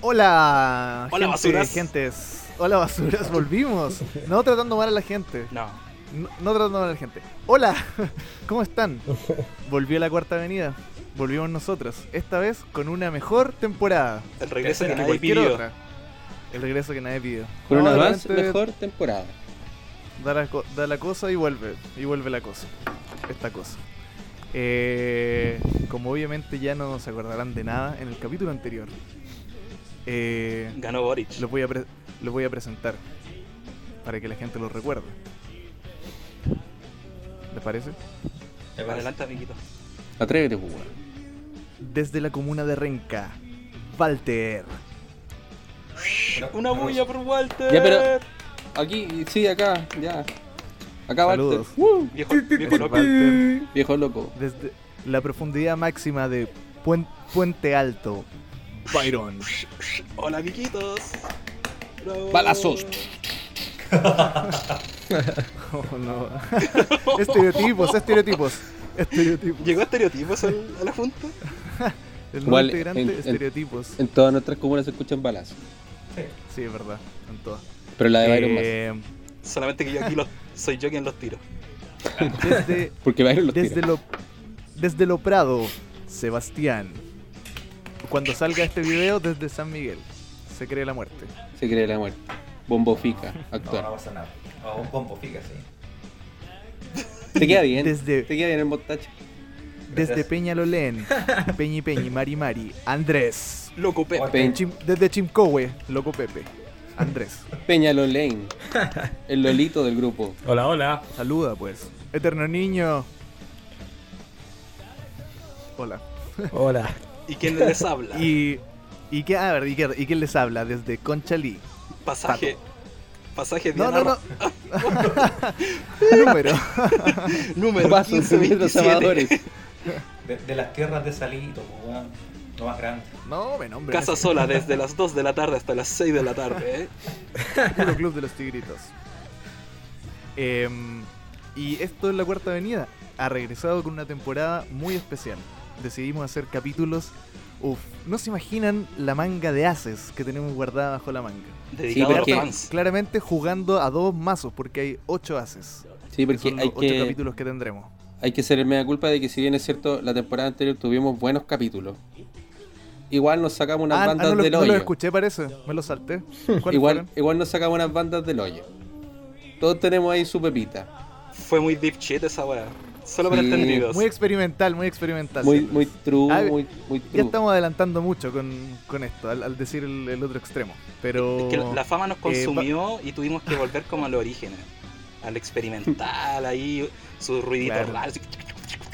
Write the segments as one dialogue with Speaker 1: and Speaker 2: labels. Speaker 1: Hola,
Speaker 2: Hola, basuras.
Speaker 1: gentes. Hola basuras, volvimos. No tratando mal a la gente.
Speaker 2: No.
Speaker 1: No, no tratando mal a la gente. Hola, ¿cómo están? Volvió la cuarta avenida. Volvimos nosotros. Esta vez con una mejor temporada.
Speaker 2: El regreso
Speaker 1: que
Speaker 2: que nadie
Speaker 1: cualquier
Speaker 2: pidió.
Speaker 1: otra. El regreso que nadie pidió.
Speaker 3: Con
Speaker 1: No,
Speaker 3: una
Speaker 1: de
Speaker 3: más
Speaker 1: repente
Speaker 3: mejor temporada.
Speaker 1: Da la, co- da la cosa y vuelve. Y vuelve la cosa. Esta cosa. Eh, como obviamente ya no se acordarán de nada, en el capítulo anterior. Eh,
Speaker 2: Ganó Boric.
Speaker 1: Los voy, a pre- los voy a presentar para que la gente los recuerde. ¿Les parece?
Speaker 2: Adelante, amiguito.
Speaker 3: Atrévete, pues, weón.
Speaker 1: Desde la comuna de Renca, Walter.
Speaker 2: Una bulla por Walter.
Speaker 3: Ya, pero- Aquí, sí, acá, ya. Acá
Speaker 1: Saludos.
Speaker 3: Walter. Uh. ¡Woo!
Speaker 2: Viejo, viejo
Speaker 1: Walter.
Speaker 2: loco.
Speaker 3: Viejo loco.
Speaker 1: Desde la profundidad máxima de Puen- Puente Alto, Byron.
Speaker 2: Hola, amiguitos. Bravo.
Speaker 3: Balazos.
Speaker 1: Oh, no. estereotipos, estereotipos. Estereotipos.
Speaker 2: ¿Llegó estereotipos al- a la junta?
Speaker 1: El nuevo
Speaker 3: Igual,
Speaker 1: integrante,
Speaker 3: en- en-
Speaker 1: estereotipos.
Speaker 3: En todas nuestras comunas se escuchan balazos.
Speaker 1: Sí, es verdad. En todas.
Speaker 3: Pero la de Byron más.
Speaker 1: Eh,
Speaker 2: Solamente que yo aquí los, soy yo quien los tiro.
Speaker 1: desde
Speaker 3: Porque Byron los
Speaker 1: Desde
Speaker 3: tira.
Speaker 1: lo, desde lo Prado, Sebastián. Cuando salga este video desde San Miguel, se cree la muerte.
Speaker 3: Se cree la muerte. Bombo fica,
Speaker 4: No,
Speaker 3: actuar.
Speaker 4: no pasa nada. A un pompo fica, sí.
Speaker 3: Te queda bien.
Speaker 1: Desde-
Speaker 3: Te queda bien el montaje.
Speaker 1: Desde
Speaker 4: Gracias.
Speaker 1: Peñalolén, Peñi Peñi, Mari Mari, Andrés.
Speaker 2: Loco Pepe.
Speaker 4: What?
Speaker 3: Pe-
Speaker 1: Chim- desde Chimcowe, Loco Pepe. Andrés,
Speaker 3: Peñalolén. El lolito del grupo.
Speaker 5: Hola, hola.
Speaker 1: saluda pues. Eterno niño. Hola.
Speaker 5: Hola.
Speaker 2: ¿Y quién les habla?
Speaker 1: Y. ¿Y qué, a ver, ¿y, qué- y quién les habla? Desde Conchalí.
Speaker 2: Pasaje. Pasaje
Speaker 1: No,
Speaker 2: Diana
Speaker 1: no, no.
Speaker 2: Ro-
Speaker 1: Número.
Speaker 2: Número
Speaker 3: Paso
Speaker 2: 15,
Speaker 3: de los
Speaker 2: 27.
Speaker 3: amadores.
Speaker 4: De, de las tierras de Salito, pues, weón. Lo más grande.
Speaker 1: No, me nombre.
Speaker 2: Casa sola desde las 2 de la tarde hasta las 6 de la tarde, ¿eh?
Speaker 1: Puro Club de los Tigritos. Em, y esto es la cuarta avenida. Ha regresado con una temporada muy especial. Decidimos hacer capítulos. Uf, no se imaginan la manga de haces que tenemos guardada bajo la manga.
Speaker 2: Dedicado
Speaker 3: porque-
Speaker 2: a los fans.
Speaker 1: Claramente jugando a dos mazos, porque hay ocho haces.
Speaker 3: Sí,
Speaker 1: que
Speaker 3: porque
Speaker 1: son los
Speaker 3: hay
Speaker 1: ocho
Speaker 3: que,
Speaker 1: capítulos que tendremos.
Speaker 3: hay que ser el mea culpa de que si bien es cierto, la temporada anterior tuvimos buenos capítulos. Igual nos sacamos unas
Speaker 1: Ah, ah,
Speaker 3: bandas
Speaker 1: no, lo,
Speaker 3: del
Speaker 1: no
Speaker 3: hoyo.
Speaker 1: lo escuché, parece. Me lo salté. ¿Cuáles
Speaker 3: Igual,
Speaker 1: fueron?
Speaker 3: igual nos sacamos unas bandas del hoyo. Todos tenemos ahí su pepita.
Speaker 2: Fue muy deep shit esa weá. Solo para
Speaker 3: Sí,
Speaker 2: entendidos.
Speaker 1: Muy experimental, muy experimental.
Speaker 3: Muy,
Speaker 1: Carlos.
Speaker 3: muy true,
Speaker 1: Ah,
Speaker 3: muy, muy
Speaker 1: Ya
Speaker 3: true.
Speaker 1: estamos adelantando mucho con, con esto, al, al decir el, el otro extremo. Pero.
Speaker 2: Es que la fama nos
Speaker 1: Eh, pa-
Speaker 2: consumió y tuvimos que volver como a los orígenes, al experimental, ahí sus ruiditos
Speaker 1: Claro.
Speaker 2: raros. así,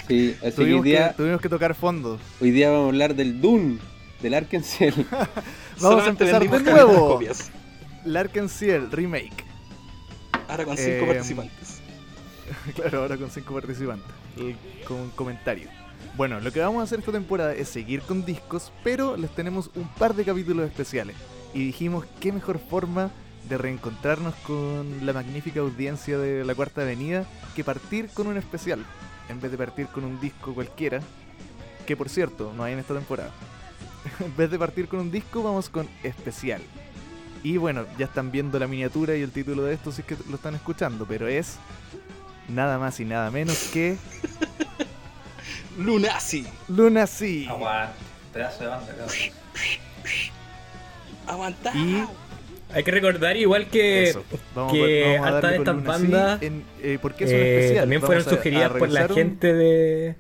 Speaker 3: Sí, así que hoy
Speaker 1: Tuvimos que,
Speaker 3: día,
Speaker 1: tuvimos que tocar fondo.
Speaker 3: hoy día vamos a hablar del Dune, del Arkansas.
Speaker 1: Vamos a
Speaker 2: solamente
Speaker 1: empezar de
Speaker 2: vendimos
Speaker 1: nuevo.
Speaker 2: copias,
Speaker 1: Lark and Ciel Remake.
Speaker 2: ahora con cinco
Speaker 1: Eh,
Speaker 2: participantes.
Speaker 1: Claro, ahora con cinco participantes. Y con un comentario. Bueno, lo que vamos a hacer esta temporada es seguir con discos, pero les tenemos un par de capítulos especiales. Y dijimos qué mejor forma de reencontrarnos con la magnífica audiencia de la Cuarta Avenida que partir con un especial, en vez de partir con un disco cualquiera, que por cierto no hay en esta temporada. en vez de partir con un disco, vamos con especial. Y bueno, ya están viendo la miniatura y el título de esto, si es que lo están escuchando, pero es nada más y nada menos que
Speaker 2: Lunazi,
Speaker 1: Luna sí.
Speaker 4: Aguante. Pedazo de banda, cabrón.
Speaker 2: aguantá.
Speaker 1: Y
Speaker 5: Hay que recordar igual que
Speaker 1: eso. Vamos, a-
Speaker 5: que
Speaker 1: vamos a
Speaker 5: harta
Speaker 1: darle
Speaker 5: de
Speaker 1: con
Speaker 5: estas
Speaker 1: Luna sí
Speaker 5: bandas,
Speaker 1: en- eh, porque es un
Speaker 5: eh,
Speaker 1: especial.
Speaker 5: también
Speaker 1: Vamos
Speaker 5: fueron
Speaker 1: a-
Speaker 5: sugeridas
Speaker 1: a
Speaker 5: por la
Speaker 1: revisar un-
Speaker 5: gente de...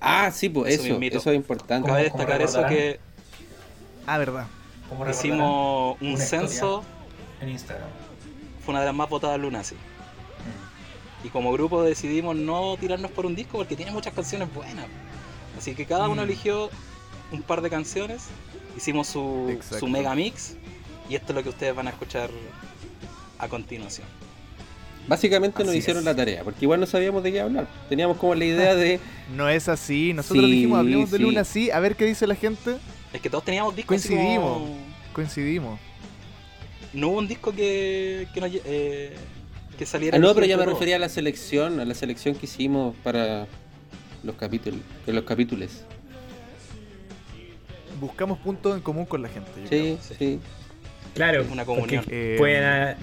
Speaker 3: ah, sí, pues
Speaker 2: Eso
Speaker 3: eso, eso,
Speaker 2: mismito.
Speaker 3: es importante.
Speaker 2: Cabe
Speaker 4: ¿Cómo
Speaker 2: destacar eso
Speaker 4: recordarán?
Speaker 2: que
Speaker 1: Ah, verdad.
Speaker 4: ¿Cómo recordarán?
Speaker 2: hicimos un
Speaker 4: Una historia.
Speaker 2: censo,
Speaker 4: En Instagram.
Speaker 2: fue una de las más votadas Lunazi.
Speaker 4: Mm.
Speaker 2: Y como grupo decidimos no tirarnos por un disco porque tiene muchas canciones buenas. Así que cada uno
Speaker 1: Mm.
Speaker 2: eligió un par de canciones, hicimos su,
Speaker 1: Exacto.
Speaker 2: su mega mix y esto es lo que ustedes van a escuchar a continuación.
Speaker 3: Básicamente nos
Speaker 4: Así
Speaker 3: hicieron
Speaker 4: es.
Speaker 3: la tarea, porque igual no sabíamos de qué hablar. Teníamos como la
Speaker 1: Ah,
Speaker 3: idea de
Speaker 1: No es así. Nosotros
Speaker 3: Sí,
Speaker 1: dijimos, hablemos de
Speaker 3: sí.
Speaker 1: Luna sí, a ver qué dice la gente.
Speaker 2: Es que todos teníamos discos así
Speaker 1: Coincidimos.
Speaker 2: como-
Speaker 1: Coincidimos.
Speaker 2: No hubo un disco que, que, nos lle- eh, que saliera.
Speaker 3: Ah, no,
Speaker 2: elegido
Speaker 3: pero ya me
Speaker 2: entre todos.
Speaker 3: refería a la selección, a la selección que hicimos para los capítulos, de los capítulos.
Speaker 1: buscamos puntos en común con la gente. yo creo.
Speaker 3: Sí, sí.
Speaker 5: Claro,
Speaker 2: Es una
Speaker 5: porque
Speaker 2: comunión.
Speaker 1: Eh,
Speaker 5: pueden... ah,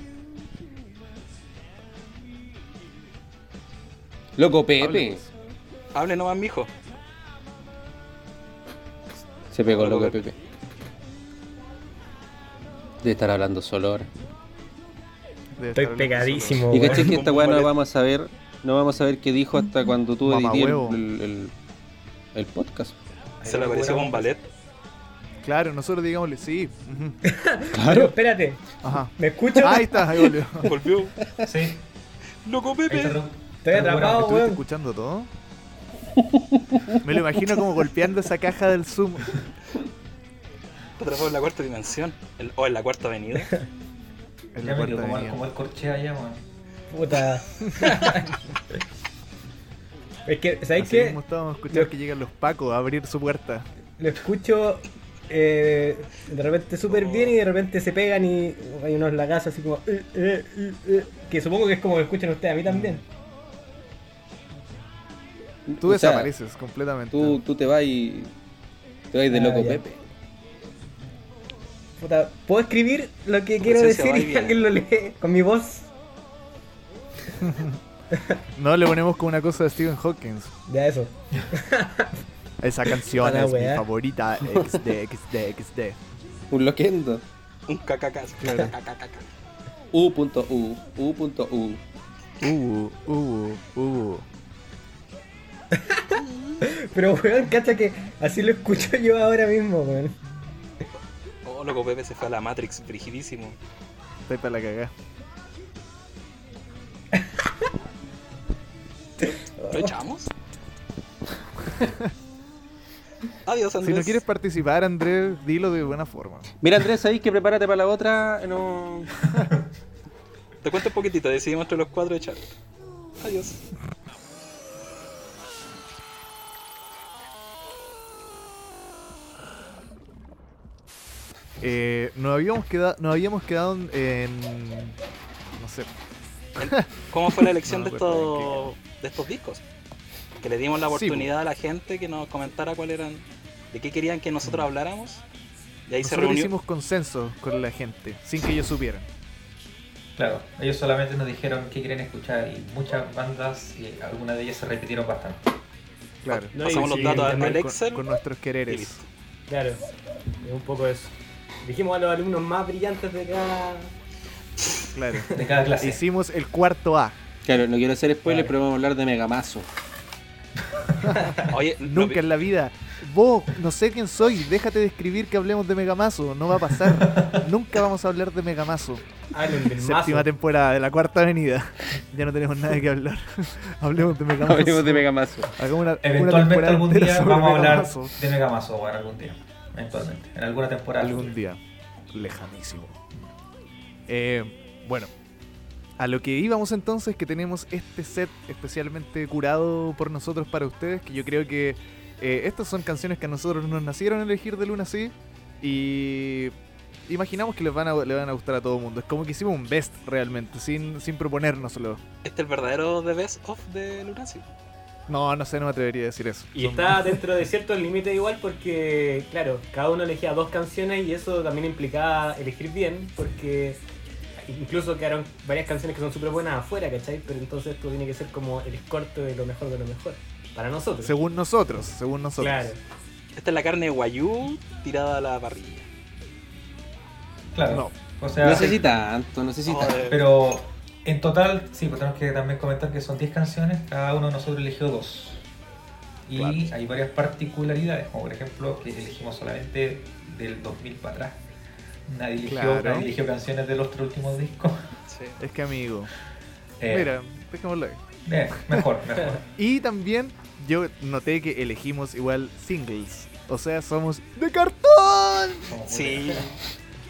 Speaker 3: Loco, Pepe.
Speaker 1: hablemos.
Speaker 2: Hable nomás, mijo.
Speaker 3: Se pegó loco Pepe. De estar hablando solo ahora.
Speaker 1: Debe estar
Speaker 5: Estoy
Speaker 1: hablando
Speaker 5: pegadísimo,
Speaker 3: Y
Speaker 5: weón.
Speaker 3: caché que
Speaker 1: Como
Speaker 3: esta weá no
Speaker 1: ballet.
Speaker 3: vamos a saber. No vamos a ver qué dijo hasta cuando tú
Speaker 1: Mamá
Speaker 3: edité el,
Speaker 1: huevo.
Speaker 3: el- el- el podcast.
Speaker 2: Se le apareció un ballet.
Speaker 1: solo. Claro, nosotros digámosle sí. ujú,
Speaker 5: Pero espérate,
Speaker 1: Ajá.
Speaker 5: ¿me escuchas?
Speaker 1: Ahí está, ahí volvió.
Speaker 2: Volvió.
Speaker 4: Mm. Sí,
Speaker 2: Loco
Speaker 4: ahí está.
Speaker 2: Pepe.
Speaker 5: Estoy atrapado,
Speaker 1: ¿Estuviste
Speaker 5: weón.
Speaker 1: escuchando todo? Me lo imagino como golpeando esa caja del Zoom.
Speaker 2: Está atrapado en la cuarta dimensión. El- o en la cuarta avenida.
Speaker 1: En la
Speaker 4: Ya me
Speaker 1: cuarta
Speaker 4: quedó como,
Speaker 1: avenida.
Speaker 4: como el corchea allá, weón.
Speaker 5: Puta. es que, ¿sabéis
Speaker 1: Así
Speaker 5: qué?
Speaker 1: mismo estábamos escuchando que llegan los pacos a abrir su puerta.
Speaker 5: Lo escucho eh, de repente súper bien y de repente se pegan y hay unos lagazos así como... eh, eh, eh, eh, que supongo que es como que escuchan ustedes a mí también.
Speaker 1: Tú
Speaker 3: O sea,
Speaker 1: desapareces completamente.
Speaker 3: Tú, tú te vas y. Te vas de
Speaker 5: Ah,
Speaker 3: loco
Speaker 5: ya.
Speaker 3: Pepe.
Speaker 5: Puta, ¿puedo escribir lo que
Speaker 2: Tu
Speaker 5: quiero
Speaker 2: presencia
Speaker 5: decir
Speaker 2: va y
Speaker 5: y
Speaker 2: viene.
Speaker 5: alguien lo lee con mi voz?
Speaker 1: No le ponemos como una cosa de Stephen Hawking.
Speaker 5: Ya eso.
Speaker 1: Esa canción
Speaker 5: Para la
Speaker 1: es mi
Speaker 5: weá.
Speaker 1: favorita. XD, XD, XD.
Speaker 3: Un loquendo.
Speaker 2: Un cacacas.
Speaker 1: Claro.
Speaker 2: cacacaca.
Speaker 3: U.U. U.U.
Speaker 1: Uh, uh, uh.
Speaker 5: Pero weón, cacha que así lo escucho yo ahora mismo, weón.
Speaker 2: Oh, loco Pepe se fue a la Matrix, frigidísimo.
Speaker 1: Estoy para la cagada.
Speaker 2: ¿Lo echamos? Adiós,
Speaker 1: Si
Speaker 2: Andrés.
Speaker 1: no quieres participar, Andrés, dilo de buena forma.
Speaker 3: Mira Andrés, sabéis que prepárate para la otra. No.
Speaker 2: Te cuento un poquitito, decidimos entre los cuatro echar. Adiós.
Speaker 1: Eh, nos, habíamos quedado, nos habíamos quedado en- en. No sé.
Speaker 2: ¿Cómo fue la elección
Speaker 1: No,
Speaker 2: de,
Speaker 1: pues,
Speaker 2: estos, de estos discos? Que le dimos la
Speaker 1: Sí,
Speaker 2: oportunidad a la gente que nos comentara cuál eran, de qué querían que nosotros habláramos. Y ahí se
Speaker 1: Mm. Nosotros
Speaker 2: reunió.
Speaker 1: hicimos consenso con la gente, sin que ellos supieran.
Speaker 4: Claro, ellos solamente nos dijeron qué quieren escuchar y muchas bandas y algunas de ellas se repitieron bastante.
Speaker 1: Claro.
Speaker 5: No,
Speaker 2: pasamos
Speaker 5: y
Speaker 2: los
Speaker 5: sí,
Speaker 2: datos
Speaker 5: también
Speaker 2: al
Speaker 1: Con-
Speaker 2: Excel.
Speaker 1: Con, nuestros
Speaker 2: y
Speaker 1: quereres.
Speaker 2: listo.
Speaker 5: Claro, es un poco eso. Dijimos a los alumnos más brillantes de cada.
Speaker 1: Claro.
Speaker 4: De cada clase.
Speaker 1: Hicimos el cuarto A.
Speaker 3: Claro, no quiero hacer spoiler,
Speaker 5: Claro.
Speaker 3: pero vamos a hablar de Megamazo.
Speaker 2: Oye, lo
Speaker 1: Nunca en la vida. Vos, no sé quién soy, déjate de escribir que hablemos de Megamazo. No va a pasar. Nunca vamos a hablar de Megamazo.
Speaker 5: Allen del
Speaker 1: Séptima
Speaker 5: mazo.
Speaker 1: temporada de la cuarta avenida. Ya no tenemos nada que hablar. hablemos de Megamazo.
Speaker 3: Hablemos de Megamazo.
Speaker 1: Hagamos una- una
Speaker 4: Eventualmente
Speaker 1: temporada
Speaker 4: algún
Speaker 1: entera
Speaker 4: día
Speaker 1: sobre
Speaker 4: vamos a hablar
Speaker 1: Megamazo.
Speaker 4: de Megamazo, weón, algún día. Eventualmente. En alguna temporada.
Speaker 1: Algún día. Lejanísimo. Eh, bueno. A lo que íbamos entonces, que tenemos este set especialmente curado por nosotros para ustedes, que yo creo que eh, estas son canciones que a nosotros nos nacieron elegir de luna así y imaginamos que les van a, le van a gustar a todo el mundo. Es como que hicimos un best realmente, sin, sin proponérnoslo.
Speaker 2: Este es el verdadero The Best of de Lunacy.
Speaker 1: No, no sé, no me atrevería a decir eso.
Speaker 6: Y
Speaker 1: Son-
Speaker 6: está dentro de ciertos límites igual porque, claro, cada uno elegía dos canciones y eso también implicaba elegir bien porque incluso quedaron varias canciones que son súper buenas afuera, ¿cachai? Pero entonces esto tiene que ser como el escorte de lo mejor de lo mejor para nosotros.
Speaker 1: Según nosotros, según nosotros.
Speaker 6: Claro.
Speaker 2: Esta es la carne de Wayuu tirada a la parrilla.
Speaker 4: Claro.
Speaker 1: No.
Speaker 4: O sea,
Speaker 3: No sé si tanto, no sé si tanto.
Speaker 2: Joder.
Speaker 4: pero en total, sí, pues tenemos que también comentar que son 10 canciones, cada uno de nosotros eligió dos. Y
Speaker 1: Claro.
Speaker 4: hay varias particularidades, como por ejemplo que elegimos solamente del 2000 para atrás. Nadie eligió,
Speaker 1: Claro.
Speaker 4: nadie eligió canciones de los tres últimos discos.
Speaker 2: Sí.
Speaker 1: Es que amigo.
Speaker 4: Eh,
Speaker 1: Mira, dejémoslo ahí.
Speaker 4: eh, mejor, mejor.
Speaker 1: Y también yo noté que elegimos igual singles. O sea, somos de cartón.
Speaker 4: Como
Speaker 2: Sí.
Speaker 4: puta.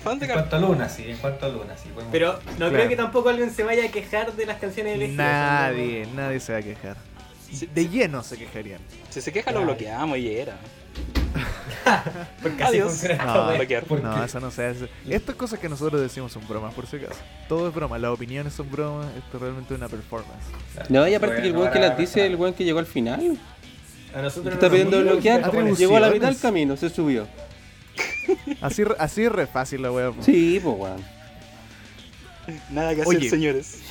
Speaker 2: Fan de
Speaker 4: En
Speaker 2: cartón.
Speaker 4: cuanto a Luna, sí, en cuanto a Luna, sí. podemos-
Speaker 6: Pero no
Speaker 1: Claro.
Speaker 6: creo que tampoco alguien se vaya a quejar de las canciones elegidas.
Speaker 1: Nadie, nadie se va a quejar.
Speaker 2: Si,
Speaker 1: De
Speaker 2: si-
Speaker 1: lleno se quejarían.
Speaker 2: si se queja, lo
Speaker 6: Claro.
Speaker 2: bloqueamos y era.
Speaker 6: Porque así
Speaker 2: Adiós.
Speaker 6: funciona esta
Speaker 1: No.
Speaker 6: wea.
Speaker 2: Bloquear.
Speaker 4: ¿Por
Speaker 1: No,
Speaker 4: qué?
Speaker 1: eso no se hace. Estas cosas que nosotros decimos son bromas, por si acaso. Todo es broma, las opiniones son bromas. Esto es realmente una performance.
Speaker 3: No, y aparte que el
Speaker 4: Bueno,
Speaker 3: weón que las
Speaker 4: ahora-
Speaker 3: dice, el weón que llegó al final.
Speaker 6: A nosotros
Speaker 3: Está
Speaker 6: no nos
Speaker 3: pidiendo
Speaker 6: obligan,
Speaker 3: bloquear, pues,
Speaker 6: pero-
Speaker 1: Atribuciones.
Speaker 3: llegó a la mitad del camino, se subió.
Speaker 1: Así, re- así es re fácil la wea. po.
Speaker 3: Sí, pues, weón.
Speaker 2: Nada que hacer,
Speaker 1: Oye.
Speaker 2: señores.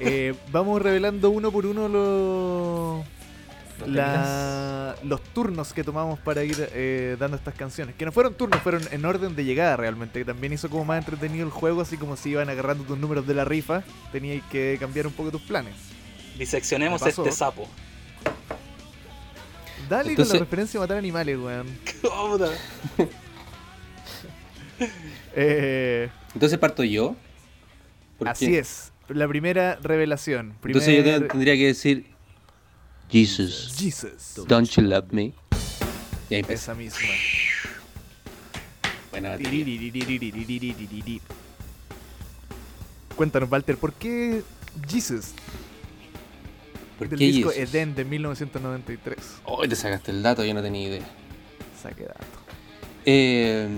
Speaker 1: Eh, vamos revelando uno por uno los.
Speaker 4: Los
Speaker 1: la- los turnos que tomamos para ir eh, dando estas canciones. Que no fueron turnos, fueron en orden de llegada realmente. Que también hizo como más entretenido el juego, así como si iban agarrando tus números de la rifa, tenías que cambiar un poco tus planes.
Speaker 2: Diseccionemos
Speaker 1: Me pasó.
Speaker 2: este sapo.
Speaker 1: Dale con
Speaker 3: Entonces-
Speaker 1: la referencia a matar animales, weón.
Speaker 2: Puta.
Speaker 1: Eh,
Speaker 3: Entonces parto yo. ¿Por
Speaker 1: así
Speaker 3: qué?
Speaker 1: es. La primera revelación. Primer...
Speaker 3: Entonces yo te- tendría que decir, Jesus,
Speaker 1: Jesus.
Speaker 3: don't you love me? Y ahí empieza.
Speaker 1: Esa misma.
Speaker 3: Buena batería.
Speaker 1: Tiririririririririririri. Cuéntanos, Walter, ¿por qué Jesus
Speaker 3: ¿Por
Speaker 1: del
Speaker 3: qué
Speaker 1: disco
Speaker 3: Jesus?
Speaker 1: Eden de 1993?
Speaker 3: Hoy te sacaste el dato, yo no tenía idea.
Speaker 1: Saque dato.
Speaker 3: Eh,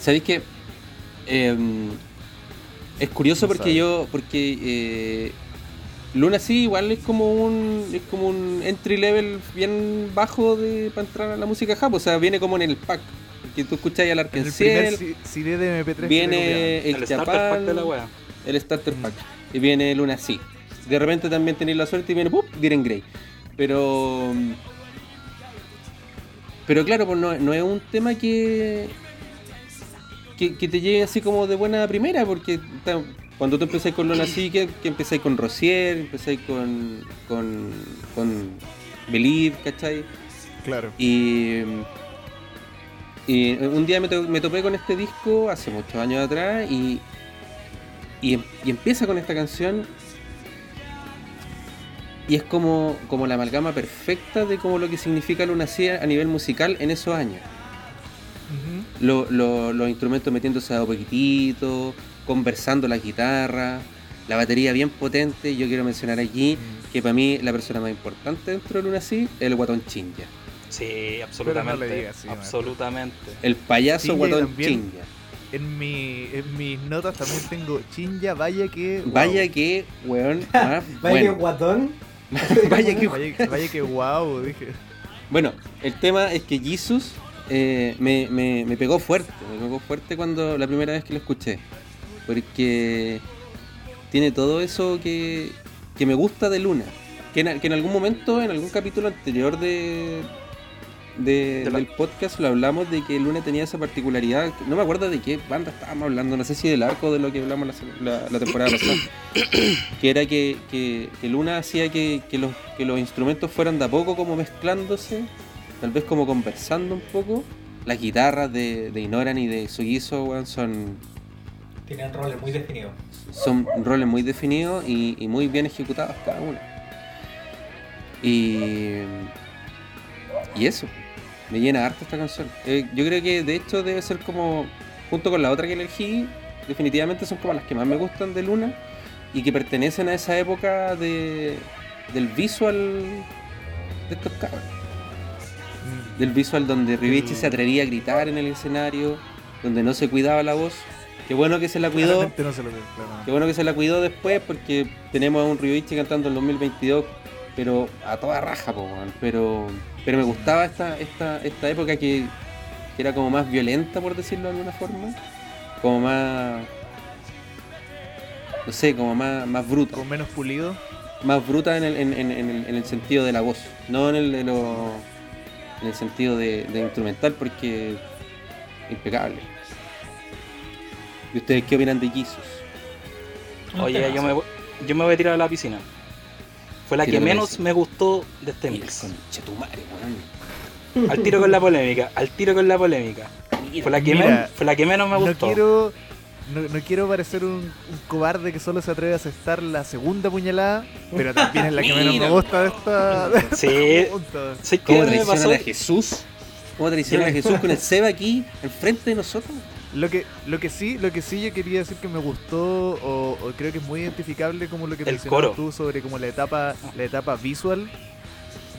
Speaker 3: ¿Sabéis que es curioso
Speaker 1: No
Speaker 3: porque
Speaker 1: sabe.
Speaker 3: yo, porque eh, Luna sí, igual es como un es como un entry level bien bajo de para entrar a la música japo, o sea, viene como en el pack, que tú escucháis al
Speaker 1: En el primer C-
Speaker 3: Arkenciel,
Speaker 1: CD de MP3 que te
Speaker 3: viene
Speaker 2: El,
Speaker 3: el,
Speaker 2: starter pack de la
Speaker 3: Chapán,
Speaker 2: wea.
Speaker 3: el starter pack, y viene Luna sí. De repente también tenéis la suerte y viene ¡pup! Diren Grey. Pero. Pero claro, pues no, no es un tema que, que. que te llegue así como de buena primera, porque ta- cuando tú empezáis con Lona así, que, que empezáis con Rosier, empezáis con. con. con Believe, ¿cachai?
Speaker 1: copiaban. Claro.
Speaker 3: Y, y un día me, to- me topé con este disco hace muchos años atrás y, y, em- y empieza con esta canción y es como, como la amalgama perfecta de como lo que significa Luna Cía a nivel musical en esos años.
Speaker 1: Ujú.
Speaker 3: Lo- lo- los instrumentos metiéndose a poquitito, conversando la guitarra, la batería bien potente. Yo quiero mencionar aquí que para mí la persona más importante dentro de Luna Cía es el guatón Chinja.
Speaker 2: Sí,
Speaker 1: Pero
Speaker 2: absolutamente.
Speaker 1: no le digas, sí,
Speaker 2: absolutamente.
Speaker 3: El payaso
Speaker 1: Chinga y
Speaker 3: guatón
Speaker 1: también-
Speaker 3: chinga.
Speaker 1: En, mi, en mis notas también tengo Chinja, vaya que. wow.
Speaker 3: Vaya que, weón, más
Speaker 5: Vaya que
Speaker 3: bueno.
Speaker 5: guatón.
Speaker 3: Vaya que-
Speaker 1: Vaya, vaya que wow, dije.
Speaker 3: Bueno, el tema es que Jesus eh, me, me- me pegó fuerte. Me pegó fuerte cuando la primera vez que lo escuché. Porque tiene todo eso que, que me gusta de Luna. Que en, que en algún momento, en algún capítulo anterior de, de-
Speaker 2: De la-
Speaker 3: del podcast, lo hablamos de que Luna tenía esa particularidad. No me acuerdo de qué banda estábamos hablando, no sé si del arco de lo que hablamos la, se- la- la temporada pasada. que era que, que- que Luna hacía que, que los, que los instrumentos fueran de a poco como mezclándose, tal vez como conversando un poco. Las guitarras de, de Inoran y de Sugiso weón, son
Speaker 4: Tienen roles muy definidos.
Speaker 3: son roles muy definidos y, y muy bien ejecutados cada uno. Y, y eso, me llena harto esta canción. Eh, yo creo que de hecho debe ser como, junto con la otra que elegí, definitivamente son como las que más me gustan de Luna y que pertenecen a esa época de, del visual de estos cabros
Speaker 1: Mm.
Speaker 3: del visual donde Riviche
Speaker 1: El-
Speaker 3: se atrevía a gritar en el escenario, donde no se cuidaba la voz. Qué bueno que se la cuidó,
Speaker 1: Claramente no se lo creo, claro.
Speaker 3: qué bueno que se la cuidó después porque tenemos a un Riviche cantando en 2022, pero a toda raja, po, weón. pero pero me gustaba esta esta esta época que, que era como más violenta por decirlo de alguna forma, como más no sé, como más, más bruta.
Speaker 1: Con menos pulido.
Speaker 3: Más bruta en el, en, en- en el, en el sentido de la voz, no en el de lo, en el sentido de, de instrumental, porque impecable. ¿Y ustedes qué opinan de Jesus?
Speaker 2: Oye, yo me, voy- yo me voy a tirar a la piscina. Fue la que
Speaker 3: Tírate a la
Speaker 2: menos
Speaker 3: piscina.
Speaker 2: me gustó de este
Speaker 3: Mira,
Speaker 2: mix.
Speaker 3: conchetumare, weón.
Speaker 2: Al tiro con la polémica, al tiro con la polémica. Fue la que,
Speaker 1: Mira,
Speaker 2: men- fue la que menos me
Speaker 1: No
Speaker 2: gustó.
Speaker 1: quiero, no, no quiero parecer un, un cobarde que solo se atreve a aceptar la segunda puñalada, pero también es la que menos me
Speaker 3: Mira.
Speaker 1: gusta de esta. de
Speaker 2: Sí,
Speaker 1: esta punta.
Speaker 2: sí que
Speaker 3: ¿Cómo
Speaker 2: me pasó.
Speaker 3: traicionan a Jesús? ¿Cómo traicionan a Jesús con el Seba aquí, enfrente de nosotros?
Speaker 1: Lo que, lo que sí, lo que sí yo quería decir que me gustó o, o creo que es muy identificable como lo que
Speaker 2: El
Speaker 1: mencionabas
Speaker 2: coro.
Speaker 1: tú sobre como la etapa, la etapa visual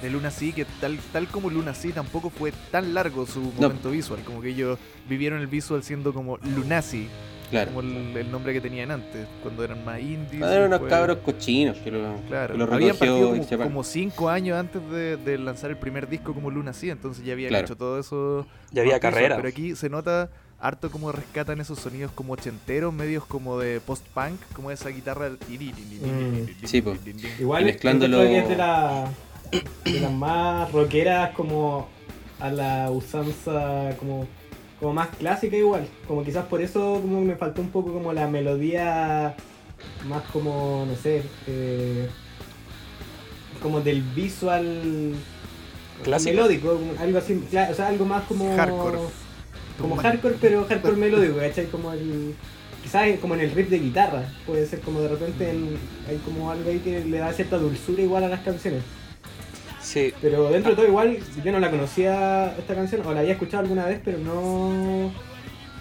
Speaker 1: de Luna Sí, que tal, tal como Luna Sí tampoco fue tan largo su momento visual, como que ellos vivieron el visual siendo como Lunacy,
Speaker 3: Claro.
Speaker 1: como el, el nombre que tenían antes, cuando eran más indies.
Speaker 3: Ah, eran unos
Speaker 1: después-
Speaker 3: cabros cochinos que lo,
Speaker 1: Claro,
Speaker 3: que lo
Speaker 1: habían partido
Speaker 3: recogió
Speaker 1: como,
Speaker 3: X Japan.
Speaker 1: como cinco años antes de, de lanzar el primer disco como Luna sí, entonces ya habían
Speaker 3: Claro.
Speaker 1: hecho todo eso.
Speaker 2: Ya había
Speaker 1: Bautizo,
Speaker 2: carrera.
Speaker 1: Pero aquí se nota harto como rescatan esos sonidos como ochenteros, medios como de post-punk, como esa guitarra.
Speaker 3: Sí, po.
Speaker 5: Igual
Speaker 3: Y mezclándolo-
Speaker 5: creo que es de, la- de las más rockeras como a la usanza como, como más clásica igual. Como quizás por eso como me faltó un poco como la melodía más como, no sé, eh, como del visual
Speaker 2: Clásico.
Speaker 5: melódico, como algo así, cla- o sea, algo más como
Speaker 1: Hardcore.
Speaker 5: como hardcore, pero hardcore melódico, ¿cachai? Como el. Quizás como en el riff de guitarra, puede ser como de repente en- hay como algo ahí que le da cierta dulzura igual a las canciones.
Speaker 2: Sí,
Speaker 5: Pero dentro de todo igual, yo no la conocía esta canción, o la había escuchado alguna vez, pero no,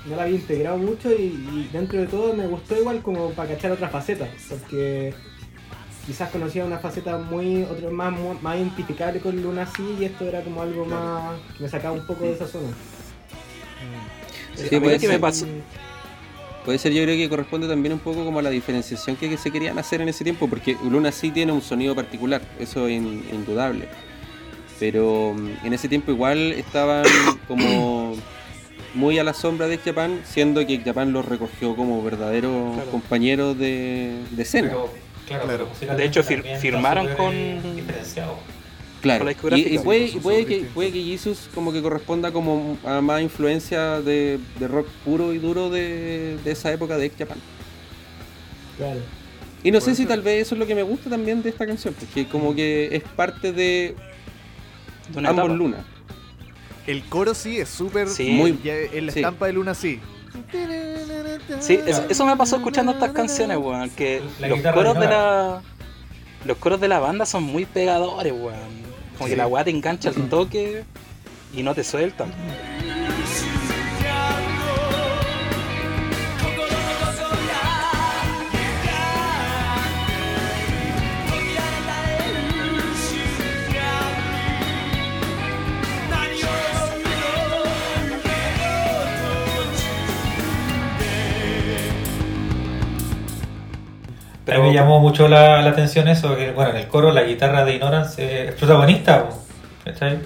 Speaker 5: no la había integrado mucho y, y dentro de todo me gustó igual como para cachar otras facetas, porque quizás conocía una faceta muy, otro, más, más identificable con Luna sí y esto era como algo más que me sacaba un poco de esa zona.
Speaker 3: Sí,
Speaker 5: Eh,
Speaker 2: a mí
Speaker 3: puede
Speaker 2: lo que me
Speaker 3: ser.
Speaker 2: pasó,
Speaker 3: Puede ser, yo creo que corresponde también un poco como a la diferenciación que, que se querían hacer en ese tiempo, porque Luna sí tiene un sonido particular, eso es in- indudable. Pero mm, en ese tiempo igual estaban como muy a la sombra de X Japan, siendo que X Japan los recogió como verdaderos
Speaker 2: Claro.
Speaker 3: compañeros de, de escena.
Speaker 4: Pero, claro,
Speaker 1: Claro.
Speaker 4: pero musicalmente
Speaker 2: De hecho, fir-
Speaker 4: también
Speaker 2: firmaron
Speaker 4: está
Speaker 2: con-
Speaker 4: súper diferenciado.
Speaker 3: Claro,
Speaker 2: con la
Speaker 3: y,
Speaker 2: discográfica.
Speaker 3: y
Speaker 1: Sí,
Speaker 3: puede,
Speaker 1: pues,
Speaker 3: y puede
Speaker 1: son
Speaker 3: que,
Speaker 1: distintos.
Speaker 3: puede que Jesus como que corresponda como a más influencia de, de rock puro y duro de, de esa época de X Japan.
Speaker 5: Claro.
Speaker 3: Y no sé
Speaker 1: Puede
Speaker 3: si
Speaker 1: ser.
Speaker 3: tal vez eso es lo que me gusta también de esta canción, porque como que es parte de
Speaker 2: de una
Speaker 3: ambos
Speaker 2: etapa.
Speaker 3: lunas.
Speaker 1: El coro sí es súper.
Speaker 2: Sí.
Speaker 3: Muy-
Speaker 1: ya en la
Speaker 3: sí.
Speaker 1: estampa de Luna sí.
Speaker 2: Sí, eso, eso me pasó escuchando estas canciones, weón. Que
Speaker 4: La
Speaker 2: los
Speaker 4: guitarra
Speaker 2: coros de la.
Speaker 4: sonora.
Speaker 2: Los coros de la banda son muy pegadores, weón. Como que la weá te engancha
Speaker 3: Mm.
Speaker 2: al toque y no te sueltan.
Speaker 4: A mí me llamó mucho la, la atención eso, que bueno, en el coro la guitarra de Ignorance eh, es protagonista, po, ¿cachai?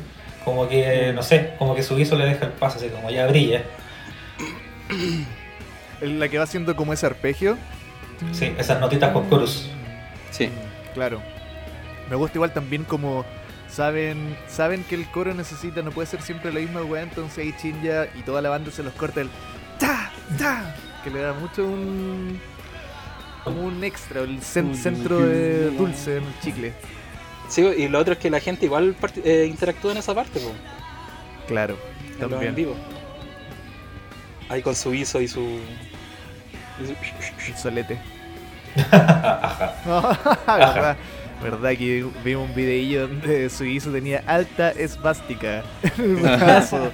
Speaker 4: Como que, no sé, como que su guiso le deja el paso, así como ya brilla.
Speaker 1: La que va haciendo como ese arpegio.
Speaker 4: Sí, esas notitas con chorus.
Speaker 3: Sí,
Speaker 1: Claro. Me gusta igual también como saben saben que el coro necesita, no puede ser siempre la misma weá, entonces ahí Chinja y toda la banda se los corta el ta, ta, que le da mucho un como un extra, el cen- centro de dulce en el chicle.
Speaker 2: Sí, y lo otro es que la gente igual parti- eh, interactúa en esa parte, weón.
Speaker 1: Claro,
Speaker 2: En los en vivo. Ahí con su ISO y su. y su-
Speaker 1: El solete.
Speaker 4: Ajá.
Speaker 1: verdad, verdad que vimos un videillo donde Suizo tenía alta esvástica en el brazo.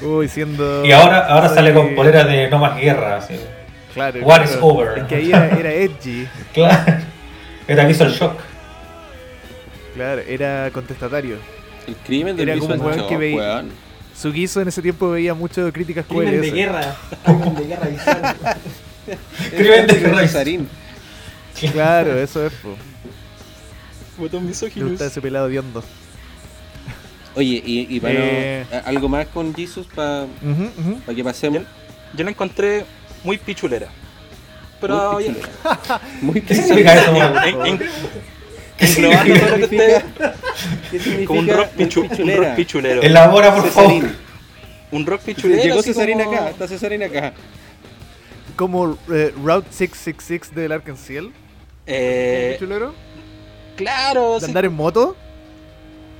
Speaker 1: Uy, siendo
Speaker 4: Y ahora, ahora sale
Speaker 1: Sí.
Speaker 4: con polera de No Más Guerra, así.
Speaker 1: Claro,
Speaker 4: What is
Speaker 1: claro.
Speaker 4: over?
Speaker 1: Es que ahí era, era edgy,
Speaker 4: Claro. Era Visual Shock.
Speaker 1: claro, era contestatario.
Speaker 3: el crimen del
Speaker 1: Era como
Speaker 3: visual
Speaker 1: un weón
Speaker 3: shock,
Speaker 1: que veía-
Speaker 3: weón.
Speaker 1: Sugizo en ese tiempo veía mucho críticas
Speaker 5: Crimen de
Speaker 1: QLS.
Speaker 5: guerra. Crimen de guerra visual.
Speaker 4: Crimen de
Speaker 3: Es
Speaker 4: Rice.
Speaker 3: Sarín.
Speaker 1: Claro, eso es. po.
Speaker 2: Botón
Speaker 1: Le gusta ese pelado de hondo.
Speaker 3: Oye, y, y para-
Speaker 1: Eh.
Speaker 3: a- algo más con Jesus para que pasemos.
Speaker 2: Yo la encontré muy pichulera. Pero
Speaker 3: muy
Speaker 2: oye,
Speaker 3: pichulera. Muy
Speaker 4: ¿Qué
Speaker 3: pichulera.
Speaker 4: significa eso?
Speaker 2: en- en- englobando todo lo que ustedes-
Speaker 3: ¿Qué significa
Speaker 2: como un rock,
Speaker 3: muy
Speaker 2: pichu- un rock pichulero.
Speaker 4: Elabora, por favor.
Speaker 3: Cesarín.
Speaker 2: Un rock pichulero.
Speaker 3: Llegó
Speaker 2: así
Speaker 3: Cesarín
Speaker 2: como-
Speaker 3: acá, está Cesarín acá.
Speaker 1: Como eh, Route 666 del Arkansas,
Speaker 2: Eh,
Speaker 1: chulero.
Speaker 2: claro,
Speaker 1: De
Speaker 2: sí,
Speaker 1: andar en moto.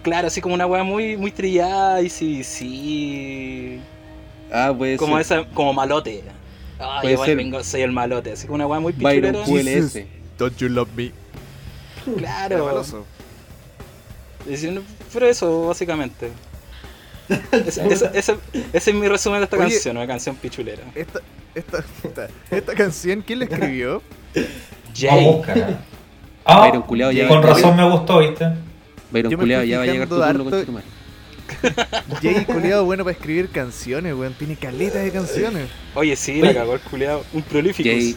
Speaker 2: claro, así como una weá muy, muy trillada y sí, sí.
Speaker 3: Ah, pues.
Speaker 2: Como esa, como malote. Ay,
Speaker 3: Puede
Speaker 2: igual
Speaker 3: ser.
Speaker 2: vengo, soy el malote. Así como una weá muy
Speaker 3: Byron
Speaker 2: pichulera.
Speaker 3: QLS.
Speaker 1: Jesus. Don't you love me? Era
Speaker 2: Claro.
Speaker 1: maloso.
Speaker 2: Diciendo- Pero eso, básicamente. Ese, ese- ese- ese es mi resumen de esta
Speaker 1: Oye.
Speaker 2: canción, una canción pichulera.
Speaker 1: Esta, esta, esta, esta canción, ¿quién la escribió?
Speaker 4: Vamos a
Speaker 2: Jay,
Speaker 4: buscarla. Ah,
Speaker 3: Byron culeado ya.
Speaker 4: con razón me gustó, ¿viste?
Speaker 3: Byron
Speaker 1: Yo me
Speaker 3: culeado
Speaker 1: estoy
Speaker 3: ya va a llegar tu
Speaker 1: fijando
Speaker 3: turno
Speaker 1: harto-
Speaker 3: con tu madre.
Speaker 1: Jay, culiado, bueno para escribir canciones, weón. Tiene caletas de canciones.
Speaker 2: Oye, sí, la
Speaker 3: Oye.
Speaker 2: cagó el culiado. Un prolífico.
Speaker 3: Jay.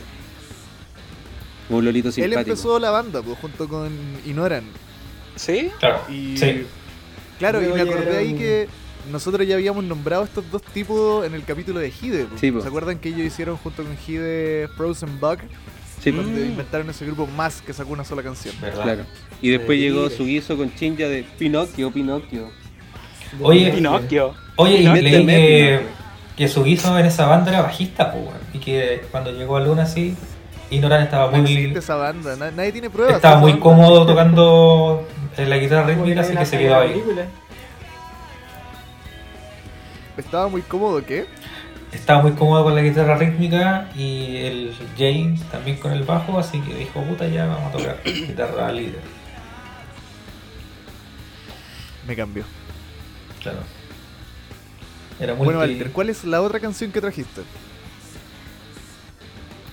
Speaker 3: Un lolito
Speaker 1: Él
Speaker 3: simpático.
Speaker 1: empezó la banda, pues, junto con Inoran.
Speaker 2: ¿Sí?
Speaker 4: Claro,
Speaker 1: Y
Speaker 4: sí.
Speaker 1: claro, y me
Speaker 5: Luego
Speaker 1: acordé ahí
Speaker 5: llegaron-
Speaker 1: que nosotros ya habíamos nombrado estos dos tipos en el capítulo de Hide. po.
Speaker 3: Sí, po.
Speaker 1: ¿Se acuerdan que ellos hicieron junto con Hide Frozen Bug?
Speaker 3: Sí, pues,
Speaker 1: Donde
Speaker 2: Mm.
Speaker 1: inventaron ese grupo más que sacó una sola canción.
Speaker 4: ¿Verdad?
Speaker 3: claro. Y después
Speaker 2: Terrible.
Speaker 3: llegó su guiso con chincha de Pinocchio, Pinocchio.
Speaker 4: Oye,
Speaker 2: Pinocchio.
Speaker 4: Oye, y
Speaker 1: este
Speaker 3: Méteme,
Speaker 4: leí que,
Speaker 3: Pinocchio.
Speaker 4: que Sugizo en esa banda era bajista, pues, weón. Y que cuando llegó a Luna, sí, Ignoran estaba
Speaker 1: No
Speaker 4: muy,
Speaker 1: existe esa banda, na- nadie tiene pruebas.
Speaker 4: estaba
Speaker 1: esa
Speaker 4: muy
Speaker 1: banda-
Speaker 4: cómodo tocando eh, la guitarra
Speaker 6: Como
Speaker 4: rítmica,
Speaker 6: la
Speaker 4: así
Speaker 6: de la
Speaker 4: que se quedó ahí.
Speaker 6: película.
Speaker 1: Estaba muy cómodo, ¿qué?
Speaker 4: Estaba muy cómodo con la guitarra rítmica y el James también con el bajo, así que dijo, puta, ya vamos a tocar guitarra líder.
Speaker 1: Me cambió.
Speaker 4: Claro. Era muy
Speaker 1: Bueno, Walter, ¿cuál es la otra canción que trajiste?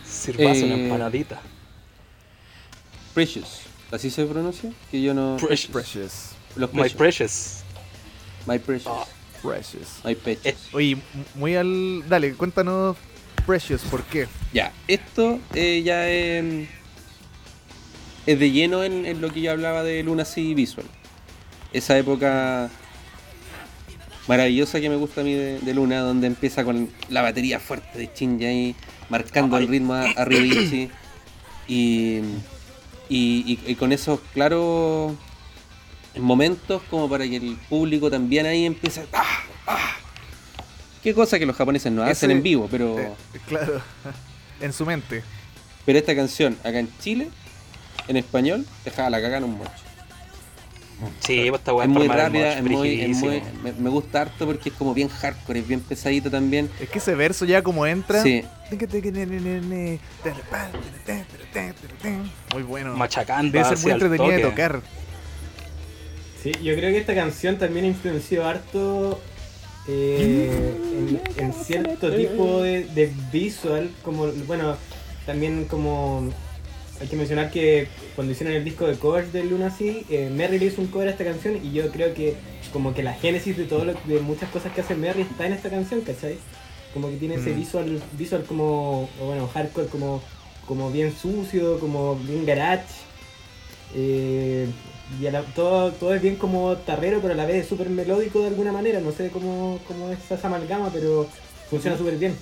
Speaker 2: Sirvas una
Speaker 3: Eh,
Speaker 2: empanadita.
Speaker 3: Precious. ¿Así se pronuncia? Que yo no...
Speaker 2: Precious.
Speaker 1: Precious.
Speaker 3: Los
Speaker 2: My
Speaker 3: precious.
Speaker 2: precious.
Speaker 3: My Precious.
Speaker 2: Ah.
Speaker 1: Precious.
Speaker 3: My Precious.
Speaker 2: Eh,
Speaker 1: Oye, m- muy al. Dale, cuéntanos Precious, ¿por qué?
Speaker 3: Ya, esto eh, ya em, es de lleno en, en lo que yo hablaba de Lunacy Visual. Esa época maravillosa que me gusta a mí de, de Luna, donde empieza con la batería fuerte de Shinji ahí, marcando el ritmo a, a Ryuichi, Y, y- y- y con esos claros momentos como para que el público también ahí empiece a... ¡Ah! ¡Ah! Qué cosa que los japoneses no
Speaker 1: Ese-
Speaker 3: hacen en vivo, pero...
Speaker 1: Eh, claro, en su mente.
Speaker 3: Pero esta canción, acá en Chile, en español, dejaba la caga en un mocho.
Speaker 2: Sí, pues esta weá
Speaker 3: es muy
Speaker 2: para armar el
Speaker 3: rápida, es
Speaker 2: mosh,
Speaker 3: muy. es muy-
Speaker 2: frigidísimo.
Speaker 3: me, me gusta harto porque es como bien hardcore, es bien pesadito también.
Speaker 1: Es que ese verso ya como entra.
Speaker 3: Sí,
Speaker 1: Muy bueno.
Speaker 2: Machacando.
Speaker 1: Debe ser
Speaker 2: así
Speaker 1: muy
Speaker 2: al
Speaker 1: entretenida de
Speaker 2: toque.
Speaker 1: tocar.
Speaker 6: Sí, yo creo que esta canción también influenció harto eh, en, en cierto tipo de, de visual, como, bueno, también como hay que mencionar que cuando hicieron el disco de covers de Lunacy, eh, Merry le hizo un cover a esta canción y yo creo que como que la génesis de todo lo- de muchas cosas que hace Merry está en esta canción, ¿cachai? Como que tiene ese
Speaker 1: Mm.
Speaker 6: visual, visual como, o bueno, hardcore como, como bien sucio, como bien garage. Eh, y a la- todo, todo es bien como tarrero, pero a la vez es súper melódico de alguna manera. No sé cómo, cómo es esa amalgama, pero
Speaker 1: Mm.
Speaker 6: funciona súper bien.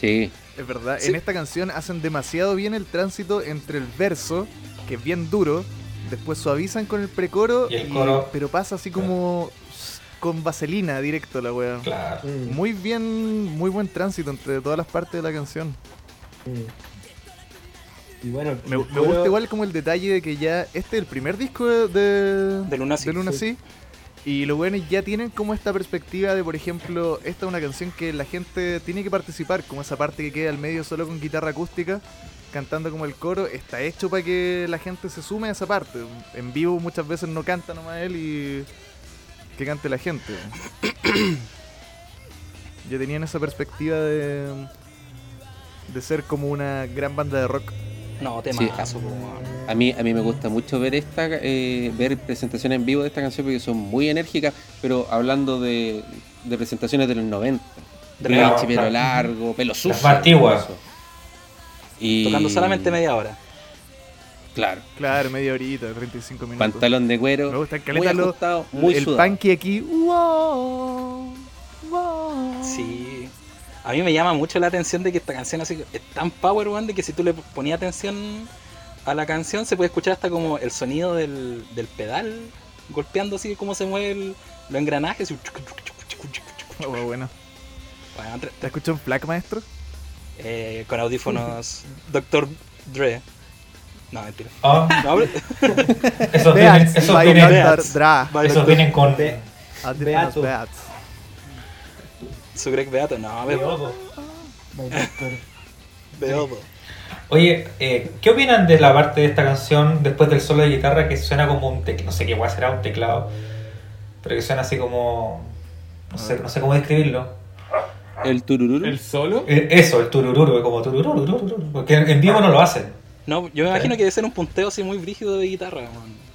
Speaker 3: sí.
Speaker 1: Es verdad,
Speaker 2: Sí.
Speaker 1: en esta canción hacen demasiado bien el tránsito entre el verso, que es bien duro, después suavizan con el precoro,
Speaker 4: Y el coro.
Speaker 1: pero pasa así como s- con vaselina directo la wea.
Speaker 4: Claro.
Speaker 6: Mm,
Speaker 1: Muy bien, muy buen tránsito entre todas las partes de la canción.
Speaker 6: mm. Y bueno,
Speaker 1: Me, me
Speaker 6: el coro-
Speaker 1: gusta igual como el detalle de que ya este es el primer disco de, de,
Speaker 2: De Lunacy,
Speaker 1: de
Speaker 2: sí.
Speaker 1: Lunacy, Y los buenos ya tienen como esta perspectiva de, por ejemplo, esta es una canción que la gente tiene que participar, como esa parte que queda al medio solo con guitarra acústica, cantando como el coro, está hecho para que la gente se sume a esa parte. En vivo muchas veces no canta nomás él y que cante la gente. ya tenían esa perspectiva de, de ser como una gran banda de rock.
Speaker 2: No, temazo, po, weón.
Speaker 3: A mí, a mí me gusta mucho ver esta eh, ver presentaciones en vivo de esta canción porque son muy enérgicas, pero hablando de, de presentaciones de los 90.
Speaker 2: De
Speaker 3: Pelo
Speaker 4: la-
Speaker 3: ancho, pelo
Speaker 4: la-
Speaker 3: largo, pelo sucio.
Speaker 4: más antiguas.
Speaker 3: eso. Y-
Speaker 2: Tocando solamente media hora.
Speaker 3: Claro.
Speaker 1: Claro, media horita, 35 minutos.
Speaker 3: Pantalón de cuero.
Speaker 1: Me gusta el
Speaker 3: muy
Speaker 1: caleta lo-
Speaker 3: ajustado, muy
Speaker 1: el
Speaker 3: sudado.
Speaker 1: punky aquí. wow, wow.
Speaker 2: Sí. A mí me llama mucho la atención de que esta canción así es tan power one de que si tú le ponías atención a la canción se puede escuchar hasta como el sonido del, del pedal golpeando así como se mueve el, los engranajes. y-
Speaker 1: Oh, bueno.
Speaker 2: Bueno, tre-
Speaker 1: ¿Te escucho en flac, maestro?
Speaker 2: eh, con audífonos Doctor Dre. No, mentira.
Speaker 4: Ah,
Speaker 2: No, pero-
Speaker 4: esos vienen,
Speaker 1: Beats
Speaker 4: esos
Speaker 1: by
Speaker 4: vienen,
Speaker 1: Dr.
Speaker 2: Beats.
Speaker 1: Dra.
Speaker 2: By
Speaker 4: esos vienen con...
Speaker 6: Be-
Speaker 1: Audífonos
Speaker 6: Beato.
Speaker 1: Beats.
Speaker 2: su Greg Beato. No, a ver, Beodo.
Speaker 4: Oye, eh, ¿qué opinan de la parte de esta canción después del solo de guitarra que suena como un teclado? No sé qué guay será un teclado, pero que suena así como. No sé, no sé cómo describirlo.
Speaker 3: El turururu.
Speaker 6: ¿El solo?
Speaker 4: Eh, eso, el turururu, como turururu, turururu, porque en vivo no lo hacen.
Speaker 2: No, yo me imagino que debe ser un punteo así muy brígido de guitarra, weón.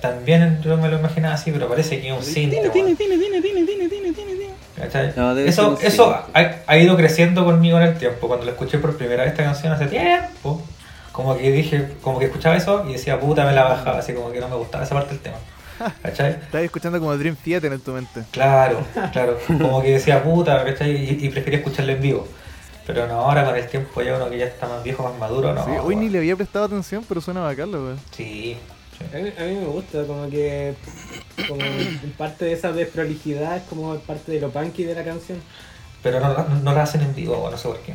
Speaker 4: También yo me lo imaginaba así, pero parece que es un cinta.
Speaker 2: Tiene,
Speaker 4: weón.
Speaker 2: tiene, tiene, tiene, tiene, tiene, tiene, tiene, tiene.
Speaker 4: ¿Cachai?
Speaker 3: No, debe ser
Speaker 4: eso
Speaker 3: un
Speaker 4: eso
Speaker 3: cinta.
Speaker 4: ha, ha ido creciendo conmigo en el tiempo. Cuando la escuché por primera vez esta canción hace tiempo, como que dije, como que escuchaba eso y decía, puta, me la bajaba, así como que no me gustaba esa parte del tema. ¿Cachai?
Speaker 1: Estás escuchando como Dream Theater en tu mente.
Speaker 4: Claro, claro. Como que decía puta, ¿cachai? Y, y prefería escucharla en vivo. Pero no, ahora con el tiempo ya uno que ya está más viejo, más maduro, no.
Speaker 1: Sí, hoy ni
Speaker 4: weón.
Speaker 1: le había prestado atención, pero suena bacán, la weá.
Speaker 4: Sí. sí.
Speaker 5: A mí, a mí me gusta, como que. Como en parte de esa desprolijidad es como parte de lo punky de la canción.
Speaker 4: Pero no, no, no la hacen en vivo, weón, no sé por qué.